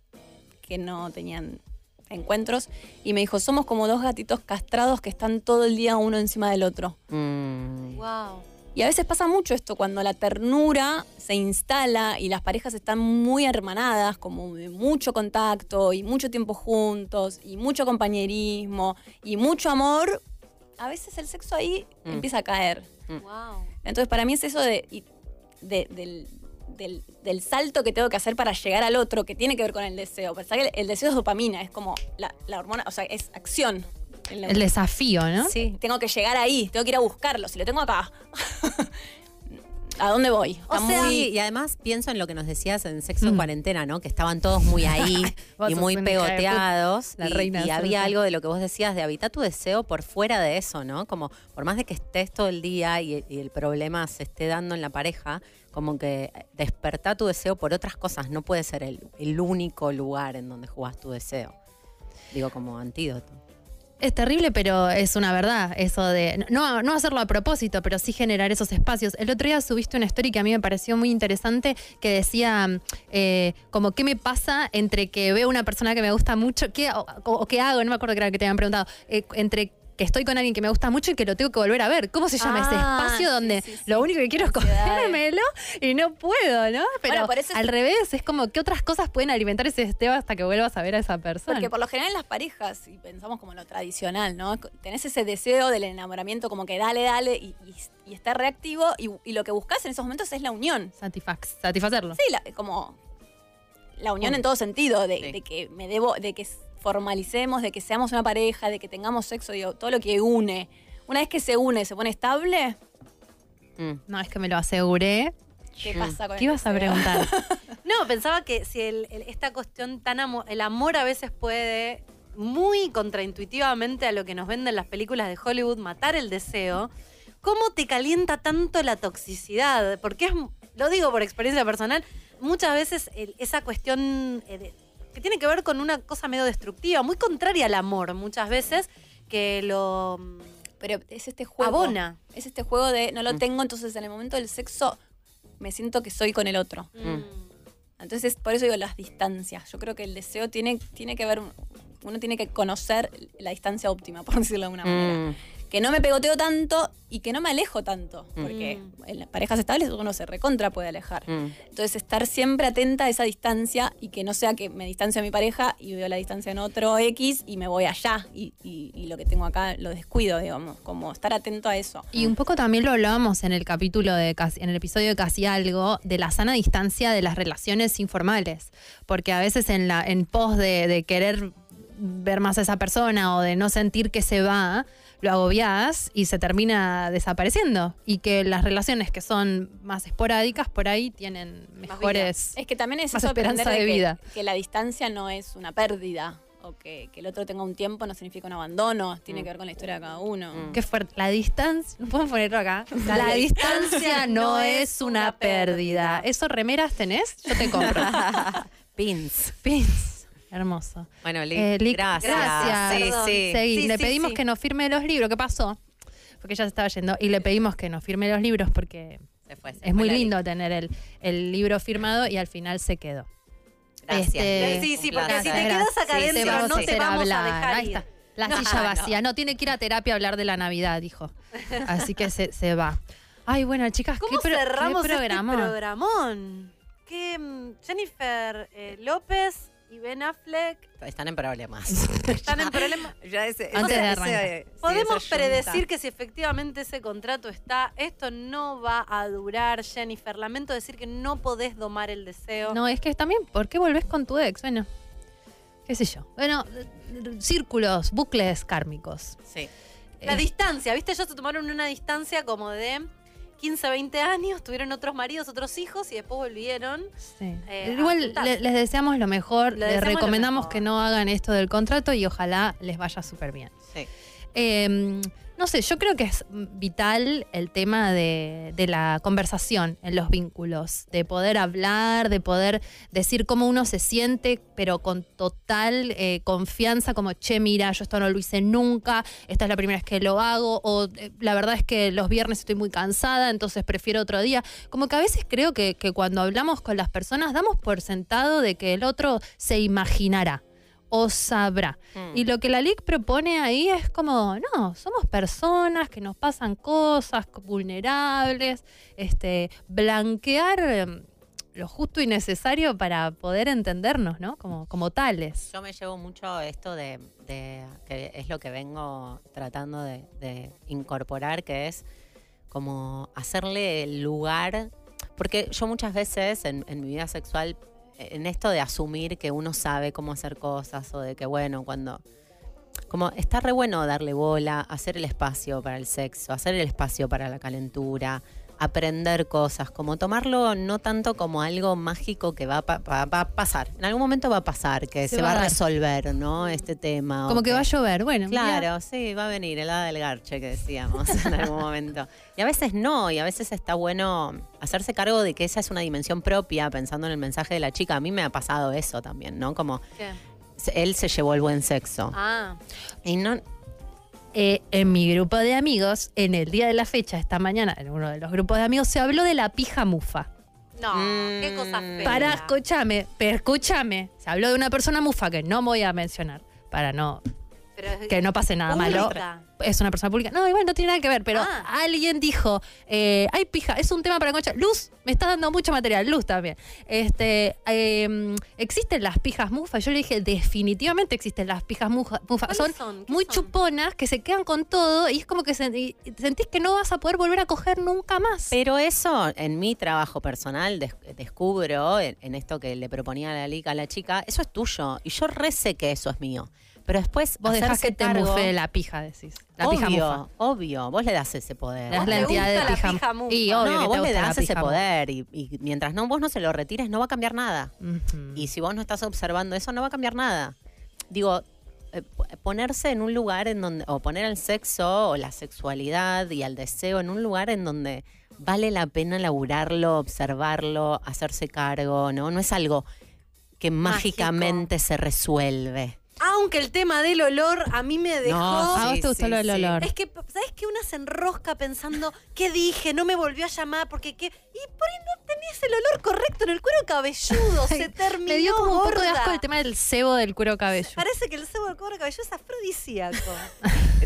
S7: que no tenían encuentros. Y me dijo, somos como dos gatitos castrados que están todo el día uno encima del otro.
S4: Mm.
S3: Wow.
S7: Y a veces pasa mucho esto cuando la ternura se instala y las parejas están muy hermanadas, como de mucho contacto y mucho tiempo juntos y mucho compañerismo y mucho amor, a veces el sexo ahí
S3: Mm.
S7: empieza a caer.
S2: Mm,
S3: Wow.
S7: Entonces para mí es eso de, y- de- del, del- del salto que tengo que hacer para llegar al otro, que tiene que ver con el deseo. Pensá que el, el deseo es dopamina, es como la, la hormona, o sea, es acción.
S4: El desafío, ¿no?
S7: Sí, tengo que llegar ahí, tengo que ir a buscarlo, si lo tengo acá. ¿A dónde voy?
S2: O
S7: Está
S2: sea,
S7: muy- Mm.
S2: y además pienso en lo que nos decías en Sexo en Cuarentena, ¿no? Que estaban todos muy ahí
S7: Vos
S2: y
S7: sos
S2: muy
S7: una hija de
S2: pegoteados.
S7: puta. La
S2: y,
S7: reina
S2: y
S7: de
S2: había
S7: Sexo.
S2: algo de lo que vos decías de habitar tu deseo por fuera de eso, ¿no? Como por más de que estés todo el día y, y el problema se esté dando en la pareja, como que despertá tu deseo por otras cosas. No puede ser el, el único lugar en donde jugás tu deseo. Digo, como antídoto.
S4: Es terrible, pero es una verdad eso de no, no hacerlo a propósito, pero sí generar esos espacios. El otro día subiste una story que a mí me pareció muy interesante que decía eh, como qué me pasa entre que veo una persona que me gusta mucho, qué, o, o qué hago, no me acuerdo que era que te habían preguntado, eh, entre que estoy con alguien que me gusta mucho y que lo tengo que volver a ver. ¿Cómo se llama ese
S3: Ah,
S4: espacio donde lo único que quiero es comérmelo y no puedo, ¿no? Pero
S7: eh. Bueno, por eso es-
S4: al revés, es como qué otras cosas pueden alimentar ese esteo hasta que vuelvas a ver a esa persona.
S7: Porque por lo general en las parejas, y pensamos como en lo tradicional, ¿no? Tenés ese deseo del enamoramiento como que dale, dale, y, y- y está reactivo, y, y lo que buscas en esos momentos es la unión.
S4: Satisfax- satisfacerlo.
S7: Sí, la- como la unión en todo sentido, de, de que me debo, de que formalicemos, de que seamos una pareja, de que tengamos sexo, digo, todo lo que une. Una vez que se une, se pone estable,
S4: No, es que me lo aseguré.
S7: ¿qué pasa con este
S4: Ah, ¿Qué
S7: el
S4: ibas a
S7: deseo?
S4: preguntar?
S3: No, pensaba que si el- el- esta cuestión tan amo- el amor a veces puede muy contraintuitivamente a lo que nos venden las películas de Hollywood matar el deseo, ¿cómo te calienta tanto la toxicidad? Porque es lo digo por experiencia personal, muchas veces el- esa cuestión eh, de- que tiene que ver con una cosa medio destructiva, muy contraria al amor muchas veces que lo
S7: pero es este juego.
S3: abona.
S7: Es este juego de no lo tengo, entonces en el momento del sexo me siento que soy con el otro.
S1: Mm.
S2: mm,
S7: Entonces, por eso digo las distancias. Yo creo que el deseo tiene, tiene que ver, uno tiene que conocer la distancia óptima, por decirlo de alguna manera. Que no me pegoteo tanto y que no me alejo tanto,
S2: Mm.
S7: porque en las parejas estables uno se recontra puede alejar.
S2: Mm.
S7: Entonces, estar siempre atenta a esa distancia y que no sea que me distancio a mi pareja y veo la distancia en otro X y me voy allá y, y- y lo que tengo acá lo descuido, digamos, como estar atento a eso.
S4: Y un poco también lo hablábamos en el capítulo de casi, en el episodio de casi algo de la sana distancia de las relaciones informales, porque a veces en la en pos de, de querer ver más a esa persona o de no sentir que se va, lo agobiás y se termina desapareciendo y que las relaciones que son más esporádicas por ahí tienen
S7: Más
S4: mejores
S7: vida. Es que también es
S4: más
S7: eso aprender
S4: esperanza de,
S7: que-
S4: vida.
S7: Que, la distancia no es una pérdida o que, que el otro tenga un tiempo no significa un abandono, tiene que ver con la historia de cada uno.
S4: Qué fuerte. La distancia, no podemos ponerlo acá. La
S7: La
S4: distancia
S7: distancia
S4: no
S7: no
S4: es una pérdida. ¿Eso remeras tenés? Yo te compro.
S2: Pins.
S4: Pins. Hermoso.
S2: Bueno, Liz,
S4: Eh, Lic,
S2: gracias. Sí,
S4: Perdón.
S2: sí.
S4: Seguí.
S2: Sí,
S4: le
S2: sí,
S4: pedimos
S2: sí.
S4: que nos firme los libros. ¿Qué pasó? Porque ella se estaba yendo. Y le pedimos que nos firme los libros porque
S2: Se fue, se
S4: es
S2: fue
S4: muy
S2: la Lic.
S4: lindo tener el, el libro firmado y al final se quedó.
S2: Gracias, Lic.
S3: Sí, sí,
S4: un
S3: porque si
S4: placer.
S3: te quedas acá
S4: Sí,
S3: adentro,
S4: vamos
S3: no
S4: a
S3: te
S4: hacer
S3: vamos a dejar
S4: Ahí
S3: ir.
S4: está. La
S3: No,
S4: silla
S3: no.
S4: vacía. No. tiene que ir a terapia a hablar de la Navidad, dijo. Así que se, se va. Ay, bueno, chicas,
S3: ¿Cómo
S4: qué, pro- qué
S3: cerramos este
S4: programón.
S3: programón? Que mm, Jennifer eh, López y Ben Affleck
S2: Están en problemas.
S3: están en problemas.
S2: Ya ese-
S3: Antes
S2: ese-
S3: de
S2: ese-
S3: arrancar.
S2: eh, sí,
S3: Podemos
S2: esa yunta.
S3: predecir que si efectivamente ese contrato está, esto no va a durar, Jennifer. Lamento decir que no podés domar el deseo.
S4: No, es que también, ¿por qué volvés con tu ex? Bueno, qué sé yo. Bueno, círculos, bucles kármicos. Eh,
S2: Sí.
S3: La distancia, ¿viste? Ellos se tomaron una distancia como de 15, 20 años, tuvieron otros maridos, otros hijos y después volvieron. eh, a
S4: Igual
S3: juntarse.
S4: le- les deseamos lo mejor,
S3: Le
S4: les
S3: deseamos lo
S4: recomendamos
S3: mejor.
S4: que no hagan esto del contrato y ojalá les vaya súper bien.
S2: Sí.
S4: Eh, no sé, yo creo que es vital el tema de, de la conversación en los vínculos, de poder hablar, de poder decir cómo uno se siente, pero con total eh, confianza, como, che, mira, yo esto no lo hice nunca, esta es la primera vez que lo hago, o eh, la verdad es que los viernes estoy muy cansada, entonces prefiero otro día. Como que a veces creo que, que cuando hablamos con las personas damos por sentado de que el otro se imaginará o sabrá.
S2: Mm.
S4: Y lo que la LIC propone ahí es como, no, somos personas que nos pasan cosas co- vulnerables, este, blanquear
S3: em,
S4: eh, lo justo y necesario para poder entendernos, ¿no? Como, como tales.
S2: Yo me llevo mucho esto de, de- que es lo que vengo tratando de, de incorporar, que es como hacerle el lugar, porque yo muchas veces en, en mi vida sexual, en esto de asumir que uno sabe cómo hacer cosas o de que bueno, cuando... Como está re bueno darle bola, hacer el espacio para el sexo, hacer el espacio para la calentura, aprender cosas, como tomarlo no tanto como algo mágico que va, a pa- va- va a pasar. En algún momento va a pasar, que se,
S4: Se
S2: va,
S4: va a
S2: a
S4: dar.
S2: resolver, ¿no? Este tema. o
S4: Como que va a llover, bueno.
S2: Claro, sí, va a venir el hada del garche que decíamos en algún momento. Y a veces no, y a veces está bueno hacerse cargo de que esa es una dimensión propia, pensando en el mensaje de la chica. A mí me ha pasado eso también, ¿no? Como se- él se llevó el buen sexo.
S3: Ah.
S2: Y no,
S3: Eh, en mi grupo de amigos, en el día de la fecha, esta mañana, en uno de los grupos de amigos, se habló de la pija mufa.
S7: No, qué cosa fea.
S3: Pará, escúchame, pero escúchame. Se habló de una persona mufa que no voy a mencionar para no que no pase nada malo.
S7: Pública.
S3: Es una persona pública. No, igual no tiene nada que ver, pero alguien dijo, eh, ay pija, es un tema para concha. Luz, me está dando mucho material, luz también. Este, eh, ¿Existen las pijas mufas? Yo le dije, definitivamente existen las pijas muja- mufas. Son, muy chuponas que se quedan con todo y es como que sen- y- y sentís que no vas a poder volver a coger nunca más.
S2: Pero eso, en mi trabajo personal, des- descubro, en, en esto que le proponía la lica a la chica, eso es tuyo. Y yo re sé que eso es mío. Pero después
S3: Vos dejás
S2: hacerse
S3: que te
S2: cargo-
S3: mufee la pija, decís. La
S2: obvio,
S3: pija mufa.
S2: obvio. Vos le das ese poder.
S3: Le das la ¿Vos te entidad gusta de la pija- pija mufa? Y obvio
S2: no,
S3: que te
S2: vos le
S3: gusta la
S2: das ese
S3: pija mufa.
S2: poder. Y, y mientras no vos no se lo retires, no va a cambiar nada. Y si vos no estás observando eso, no va a cambiar nada. Digo, eh, po- ponerse en un lugar en donde, o poner al sexo o la sexualidad y al deseo en un lugar en donde vale la pena laburarlo, observarlo, hacerse cargo, ¿no? No es algo que mágicamente se resuelve.
S3: Aunque el tema del olor a mí me dejó.
S2: No, sí, A vos te gustó sí, lo del sí. olor.
S3: Es que, ¿sabes que Una se enrosca pensando, ¿qué dije? No me volvió a llamar porque qué. Y por ahí no tenías el olor correcto en el cuero cabelludo. se terminó.
S4: Me dio como un poco de
S3: gorda.
S4: asco el tema del cebo del cuero cabello.
S3: Parece que el cebo del cuero cabelludo es afrodisíaco.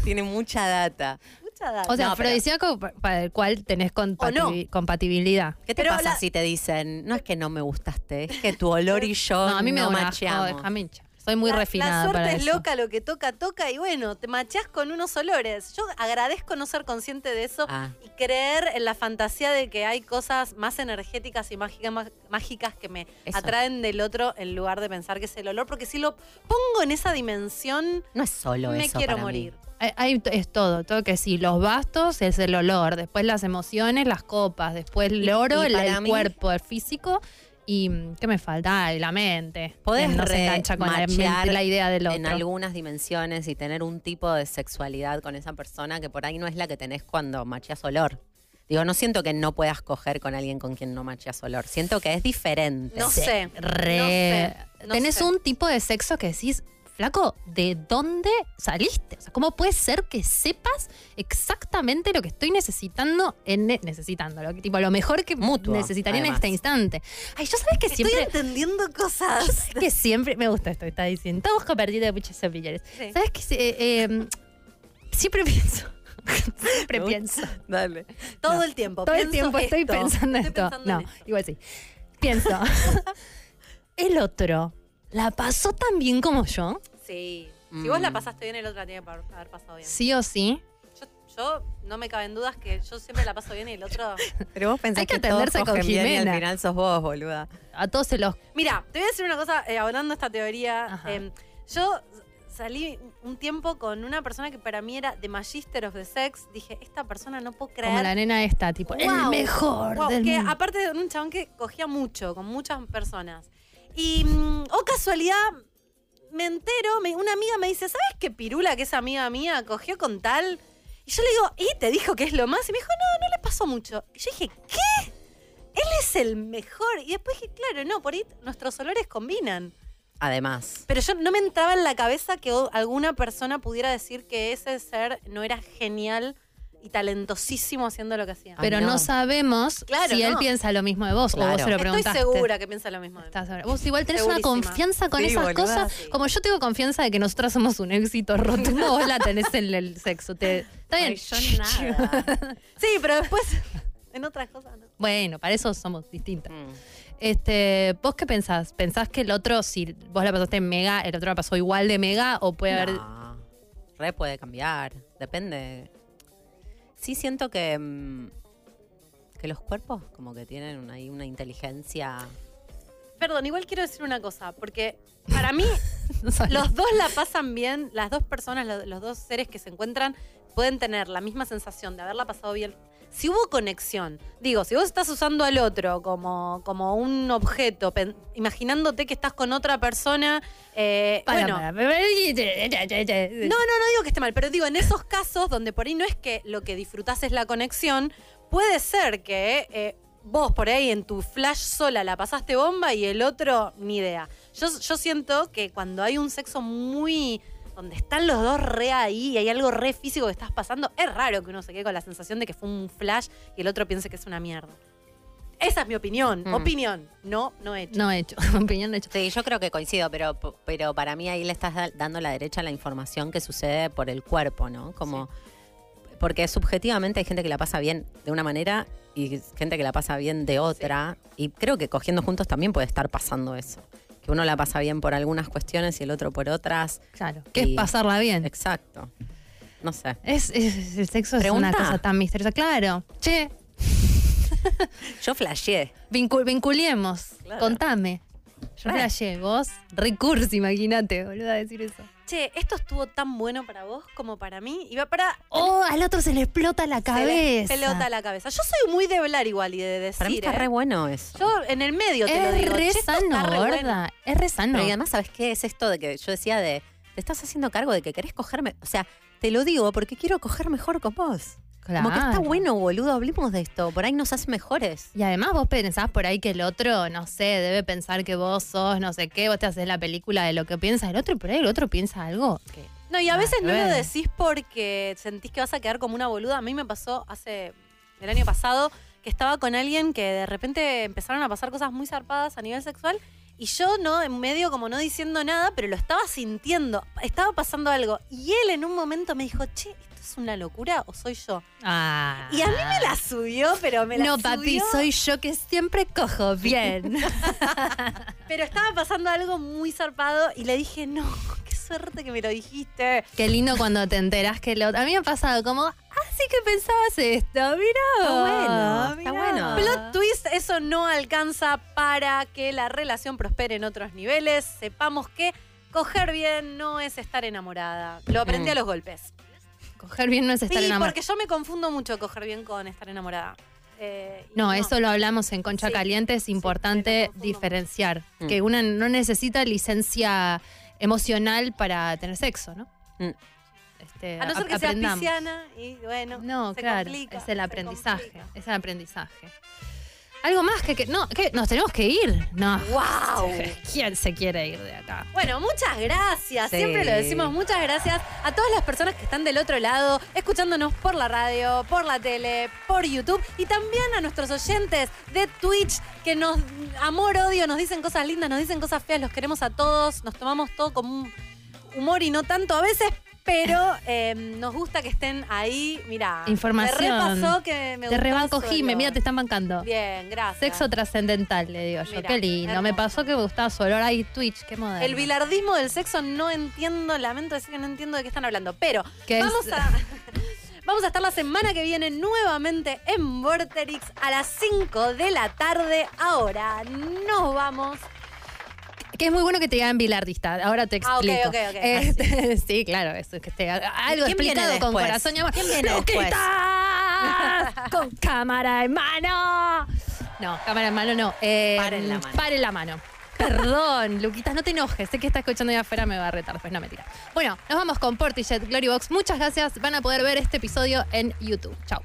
S2: Tiene mucha data.
S3: Mucha data.
S4: O sea,
S2: No, pero-
S4: afrodisíaco pa- para el cual tenés compatibi- compatibilidad.
S2: ¿Qué te pasa si te dicen, no es que no me gustaste, es que tu olor y yo no,
S4: No, a mí me da un asco,
S2: macheamos?
S4: déjame hinchar. Soy muy
S3: La-
S4: refinada
S3: La suerte
S4: para
S3: es
S4: eso.
S3: loca, lo que toca, toca. Y bueno, te macheás con unos olores. Yo agradezco no ser consciente de eso
S2: Ah.
S3: y creer en la fantasía de que hay cosas más energéticas y mágica- má- mágicas que me
S2: Eso.
S3: atraen del otro en lugar de pensar que es el olor. Porque si lo pongo en esa dimensión,
S2: No es solo
S3: me
S2: eso
S3: quiero
S2: para mí.
S3: morir.
S4: Hay- hay t- es todo, todo que sí. Los bastos es el olor, después las emociones, las copas, después el
S2: Y-
S4: oro,
S2: y
S4: el,
S2: para
S4: el
S2: mí-
S4: cuerpo, el físico. ¿Y mm, qué me falta? Ay, la mente.
S2: Podés
S4: Que no se
S2: re-
S4: engancha con la,
S2: machear
S4: mente, la idea del otro.
S2: En algunas dimensiones y tener un tipo de sexualidad con esa persona que por ahí no es la que tenés cuando macheas olor. Digo, no siento que no puedas coger con alguien con quien no macheas olor. Siento que es diferente.
S3: No
S2: Sí.
S3: sé. No
S4: Re-
S3: sé. no
S4: tenés
S3: sé.
S4: un tipo de sexo que decís, flaco, ¿de dónde saliste? O sea, ¿cómo puede ser que sepas exactamente lo que estoy necesitando en e- necesitando? Lo que, tipo, lo mejor que
S2: Mutuo,
S4: necesitaría
S2: además.
S4: en este instante. Ay, yo sabes que
S3: Estoy
S4: siempre.
S3: entendiendo cosas.
S4: Yo sabés que siempre. Me gusta esto que está diciendo. Estamos compartiendo muchos brillantes.
S3: Sí.
S4: Sabes que se- eh, eh, siempre pienso. siempre
S3: Me gusta.
S4: pienso.
S2: Dale.
S3: Todo el tiempo.
S4: Todo el
S3: pienso
S4: tiempo estoy
S3: esto.
S4: pensando
S3: Estoy
S4: esto.
S3: pensando en
S4: no, igual sí. Pienso. el otro la pasó tan bien como yo.
S3: Sí. Si vos la
S4: Mm.
S3: pasaste bien, el otro la tiene que par- haber pasado bien.
S4: Sí o sí.
S3: Yo, yo no me caben dudas que yo siempre la paso bien y el otro.
S2: Pero vos pensás
S4: Hay que
S2: que, todos
S4: atenderse con
S2: cogen bien y
S4: Jimena.
S2: al final sos vos, boluda.
S4: A todos se los.
S3: Mira, te voy a decir una cosa, eh, abonando esta teoría. eh, yo salí un tiempo con una persona que para mí era de Magister of the Sex. Dije, esta persona no puedo creer.
S4: Como la nena esta, tipo, el
S3: Wow.
S4: mejor
S3: Wow,
S4: del
S3: que
S4: mundo.
S3: aparte de un chabón que cogía mucho, con muchas personas. Y, mm, oh casualidad, me entero, me- una amiga me dice, ¿sabes qué pirula que esa amiga mía cogió con tal? Y yo le digo, ¿y te dijo que es lo más? Y me dijo, no, no le pasó mucho. Y yo dije, ¿qué? Él es el mejor. Y después dije, claro, no, por ahí nuestros olores combinan.
S2: Además.
S3: Pero yo no me entraba en la cabeza que o- alguna persona pudiera decir que ese ser no era genial y talentosísimo haciendo lo que hacía.
S4: Pero no. sabemos
S3: Claro,
S4: si él
S3: no.
S4: piensa lo mismo de vos o vos se lo preguntaste.
S3: Estoy segura que piensa lo mismo de mí.
S4: Estás segura. Vos igual tenés una
S3: Segurísima.
S4: confianza con
S3: Sí,
S4: esas
S3: boluda,
S4: cosas.
S3: sí.
S4: Como yo tengo confianza de que nosotras somos un éxito rotundo, vos la tenés en el sexo. Te, está bien.
S3: Sí, pero después en otras cosas no.
S4: Bueno, para eso somos distintas. Este, ¿Vos qué pensás? ¿Pensás que el otro, si vos la pasaste mega, el otro la pasó igual de mega o puede haber...
S2: No, Re puede cambiar. Depende. Sí siento que. mm, que los cuerpos como que tienen ahí una inteligencia.
S3: Perdón, igual quiero decir una cosa, porque para mí los dos la pasan bien, las dos personas, lo- los, dos seres que se encuentran pueden tener la misma sensación de haberla pasado bien, si hubo conexión, digo, si vos estás usando al otro como, como un objeto, pen- imaginándote que estás con otra persona, eh,
S4: Para,
S3: bueno,
S4: para,
S3: no, no, no digo que esté mal, pero digo, en esos casos donde por ahí no es que lo que disfrutás es la conexión, puede ser que eh, vos por ahí en tu flash sola la pasaste bomba y el otro ni idea. Yo, yo siento que cuando hay un sexo muy... donde están los dos re ahí y hay algo re físico que estás pasando, es raro que uno se quede con la sensación de que fue un flash y el otro piense que es una mierda. Esa es mi opinión,
S2: Mm.
S3: opinión, no, no hecho.
S2: he hecho. Opinión no hecho. Sí, yo creo que coincido, pero, pero para mí ahí le estás da- dando la derecha a la información que sucede por el cuerpo, ¿no? Como. Porque subjetivamente hay gente que la pasa bien de una manera y gente que la pasa bien de otra. Y creo que cogiendo juntos también puede estar pasando eso. Que uno la pasa bien por algunas cuestiones y el otro por otras.
S4: Claro. Que es pasarla bien.
S2: Exacto. No sé.
S4: Es, es- el sexo es
S2: Pregunta.
S4: una cosa tan misteriosa. Claro. Che,
S2: Yo flasheé.
S4: vincu- vinculiemos. Contame. Yo
S3: Re.
S4: flashé, vos. Recurso, imagínate, boluda, decir eso.
S3: Che, esto estuvo tan bueno para vos como para mí. Y va para.
S4: Oh, al otro se le explota la
S3: Se les
S4: cabeza.
S3: Pelota la cabeza. Yo soy muy de hablar igual y de decir.
S2: Para mí está
S3: ¿eh?
S2: re bueno eso.
S3: Yo en el medio te lo
S4: Es
S3: digo.
S4: re
S3: "Che, esto está
S4: sano,
S3: re bueno".
S4: gorda. Es re sano.
S2: Pero y además, ¿sabes qué? Es esto de que yo decía de. Te estás haciendo cargo de que querés cogerme. O sea, te lo digo porque quiero coger mejor con vos. Como que está
S4: Claro.
S2: bueno, boludo, hablemos de esto. Por ahí nos hace mejores.
S4: Y además vos pensás por ahí que el otro, no sé, debe pensar que vos sos no sé qué, vos te haces la película de lo que piensa el otro, pero el otro piensa algo que
S3: No, y a veces
S4: que
S3: no
S4: ver.
S3: lo decís porque sentís que vas a quedar como una boluda. A mí me pasó hace. el año pasado que estaba con alguien que de repente empezaron a pasar cosas muy zarpadas a nivel sexual. Y yo no, en medio como no diciendo nada, pero lo estaba sintiendo. Estaba pasando algo. Y él en un momento me dijo, che, ¿esto es una locura o soy yo?
S4: Ah.
S3: Y a mí me la subió, pero me la
S4: no,
S3: subió.
S4: papi, soy yo que siempre cojo bien.
S3: Pero estaba pasando algo muy zarpado y le dije, no, qué suerte que me lo dijiste.
S4: Qué lindo cuando te enterás que lo. A mí me ha pasado como, así que pensabas esto, mirá. vos,
S3: Está Ah, bueno,
S4: mirá".
S3: está bueno. Plot twist, eso no alcanza para que la relación prospere en otros niveles. Sepamos que coger bien no es estar enamorada. Lo aprendí
S4: Mm.
S3: a los golpes.
S4: Coger bien no es estar
S3: sí,
S4: enamorado.
S3: porque yo me confundo mucho coger bien con estar enamorada. Eh, y
S4: No, eso lo hablamos en Concha Caliente, es importante diferenciar,
S2: Mm.
S4: que una no necesita licencia emocional para tener sexo, ¿no? Este,
S3: a no ser
S4: ap-
S3: que seas
S4: aprendamos.
S3: pisciana y bueno,
S4: No,
S3: se
S4: claro,
S3: complica,
S4: es el
S3: se
S4: aprendizaje, es el aprendizaje. Algo más que, que- no, que nos tenemos que ir. No.
S3: ¡Guau!
S4: ¿Quién se quiere ir de acá?
S3: Bueno, muchas gracias.
S4: Sí.
S3: Siempre lo decimos, muchas gracias a todas las personas que están del otro lado, escuchándonos por la radio, por la tele, por YouTube y también a nuestros oyentes de Twitch que nos amor, odio, nos dicen cosas lindas, nos dicen cosas feas, los queremos a todos, nos tomamos todo con un humor y no tanto a veces. Pero eh, nos gusta que estén ahí. Mira,
S4: Información.
S3: Ah, Te repasó que me
S4: te
S3: gustó
S4: rebanco,
S3: solo.
S4: Jime, mira, te están bancando.
S3: Bien, gracias.
S4: Sexo trascendental, le digo yo.
S3: Mira,
S4: qué lindo. Me pasó que me gustaba su olor. Ay, Twitch, qué moderno.
S3: El bilardismo del sexo no entiendo, lamento decir que no entiendo de qué están hablando, pero
S4: ¿Qué es?
S3: vamos a vamos a estar la semana que viene nuevamente en Vorterix a las 5 de la tarde. Ahora nos vamos.
S4: Que es muy bueno que te digan bilardista. Ahora te explico.
S3: Ah, ok, ok, ok. Ah,
S4: Este, sí, claro, eso es que te algo
S3: ¿Quién viene
S4: explicado con
S3: después?
S4: corazón y amor.
S3: ¿Quién viene después?
S4: ¡Loquitas! con cámara en mano. No, cámara en mano no. Eh,
S2: Paren la mano.
S4: Paren la mano. Perdón, Luquitas, no te enojes. Sé que está escuchando ahí afuera, me va a retar después. No, mentira. Bueno, nos vamos con Portishead Glory Box. Muchas gracias. Van a poder ver este episodio en YouTube. Chao.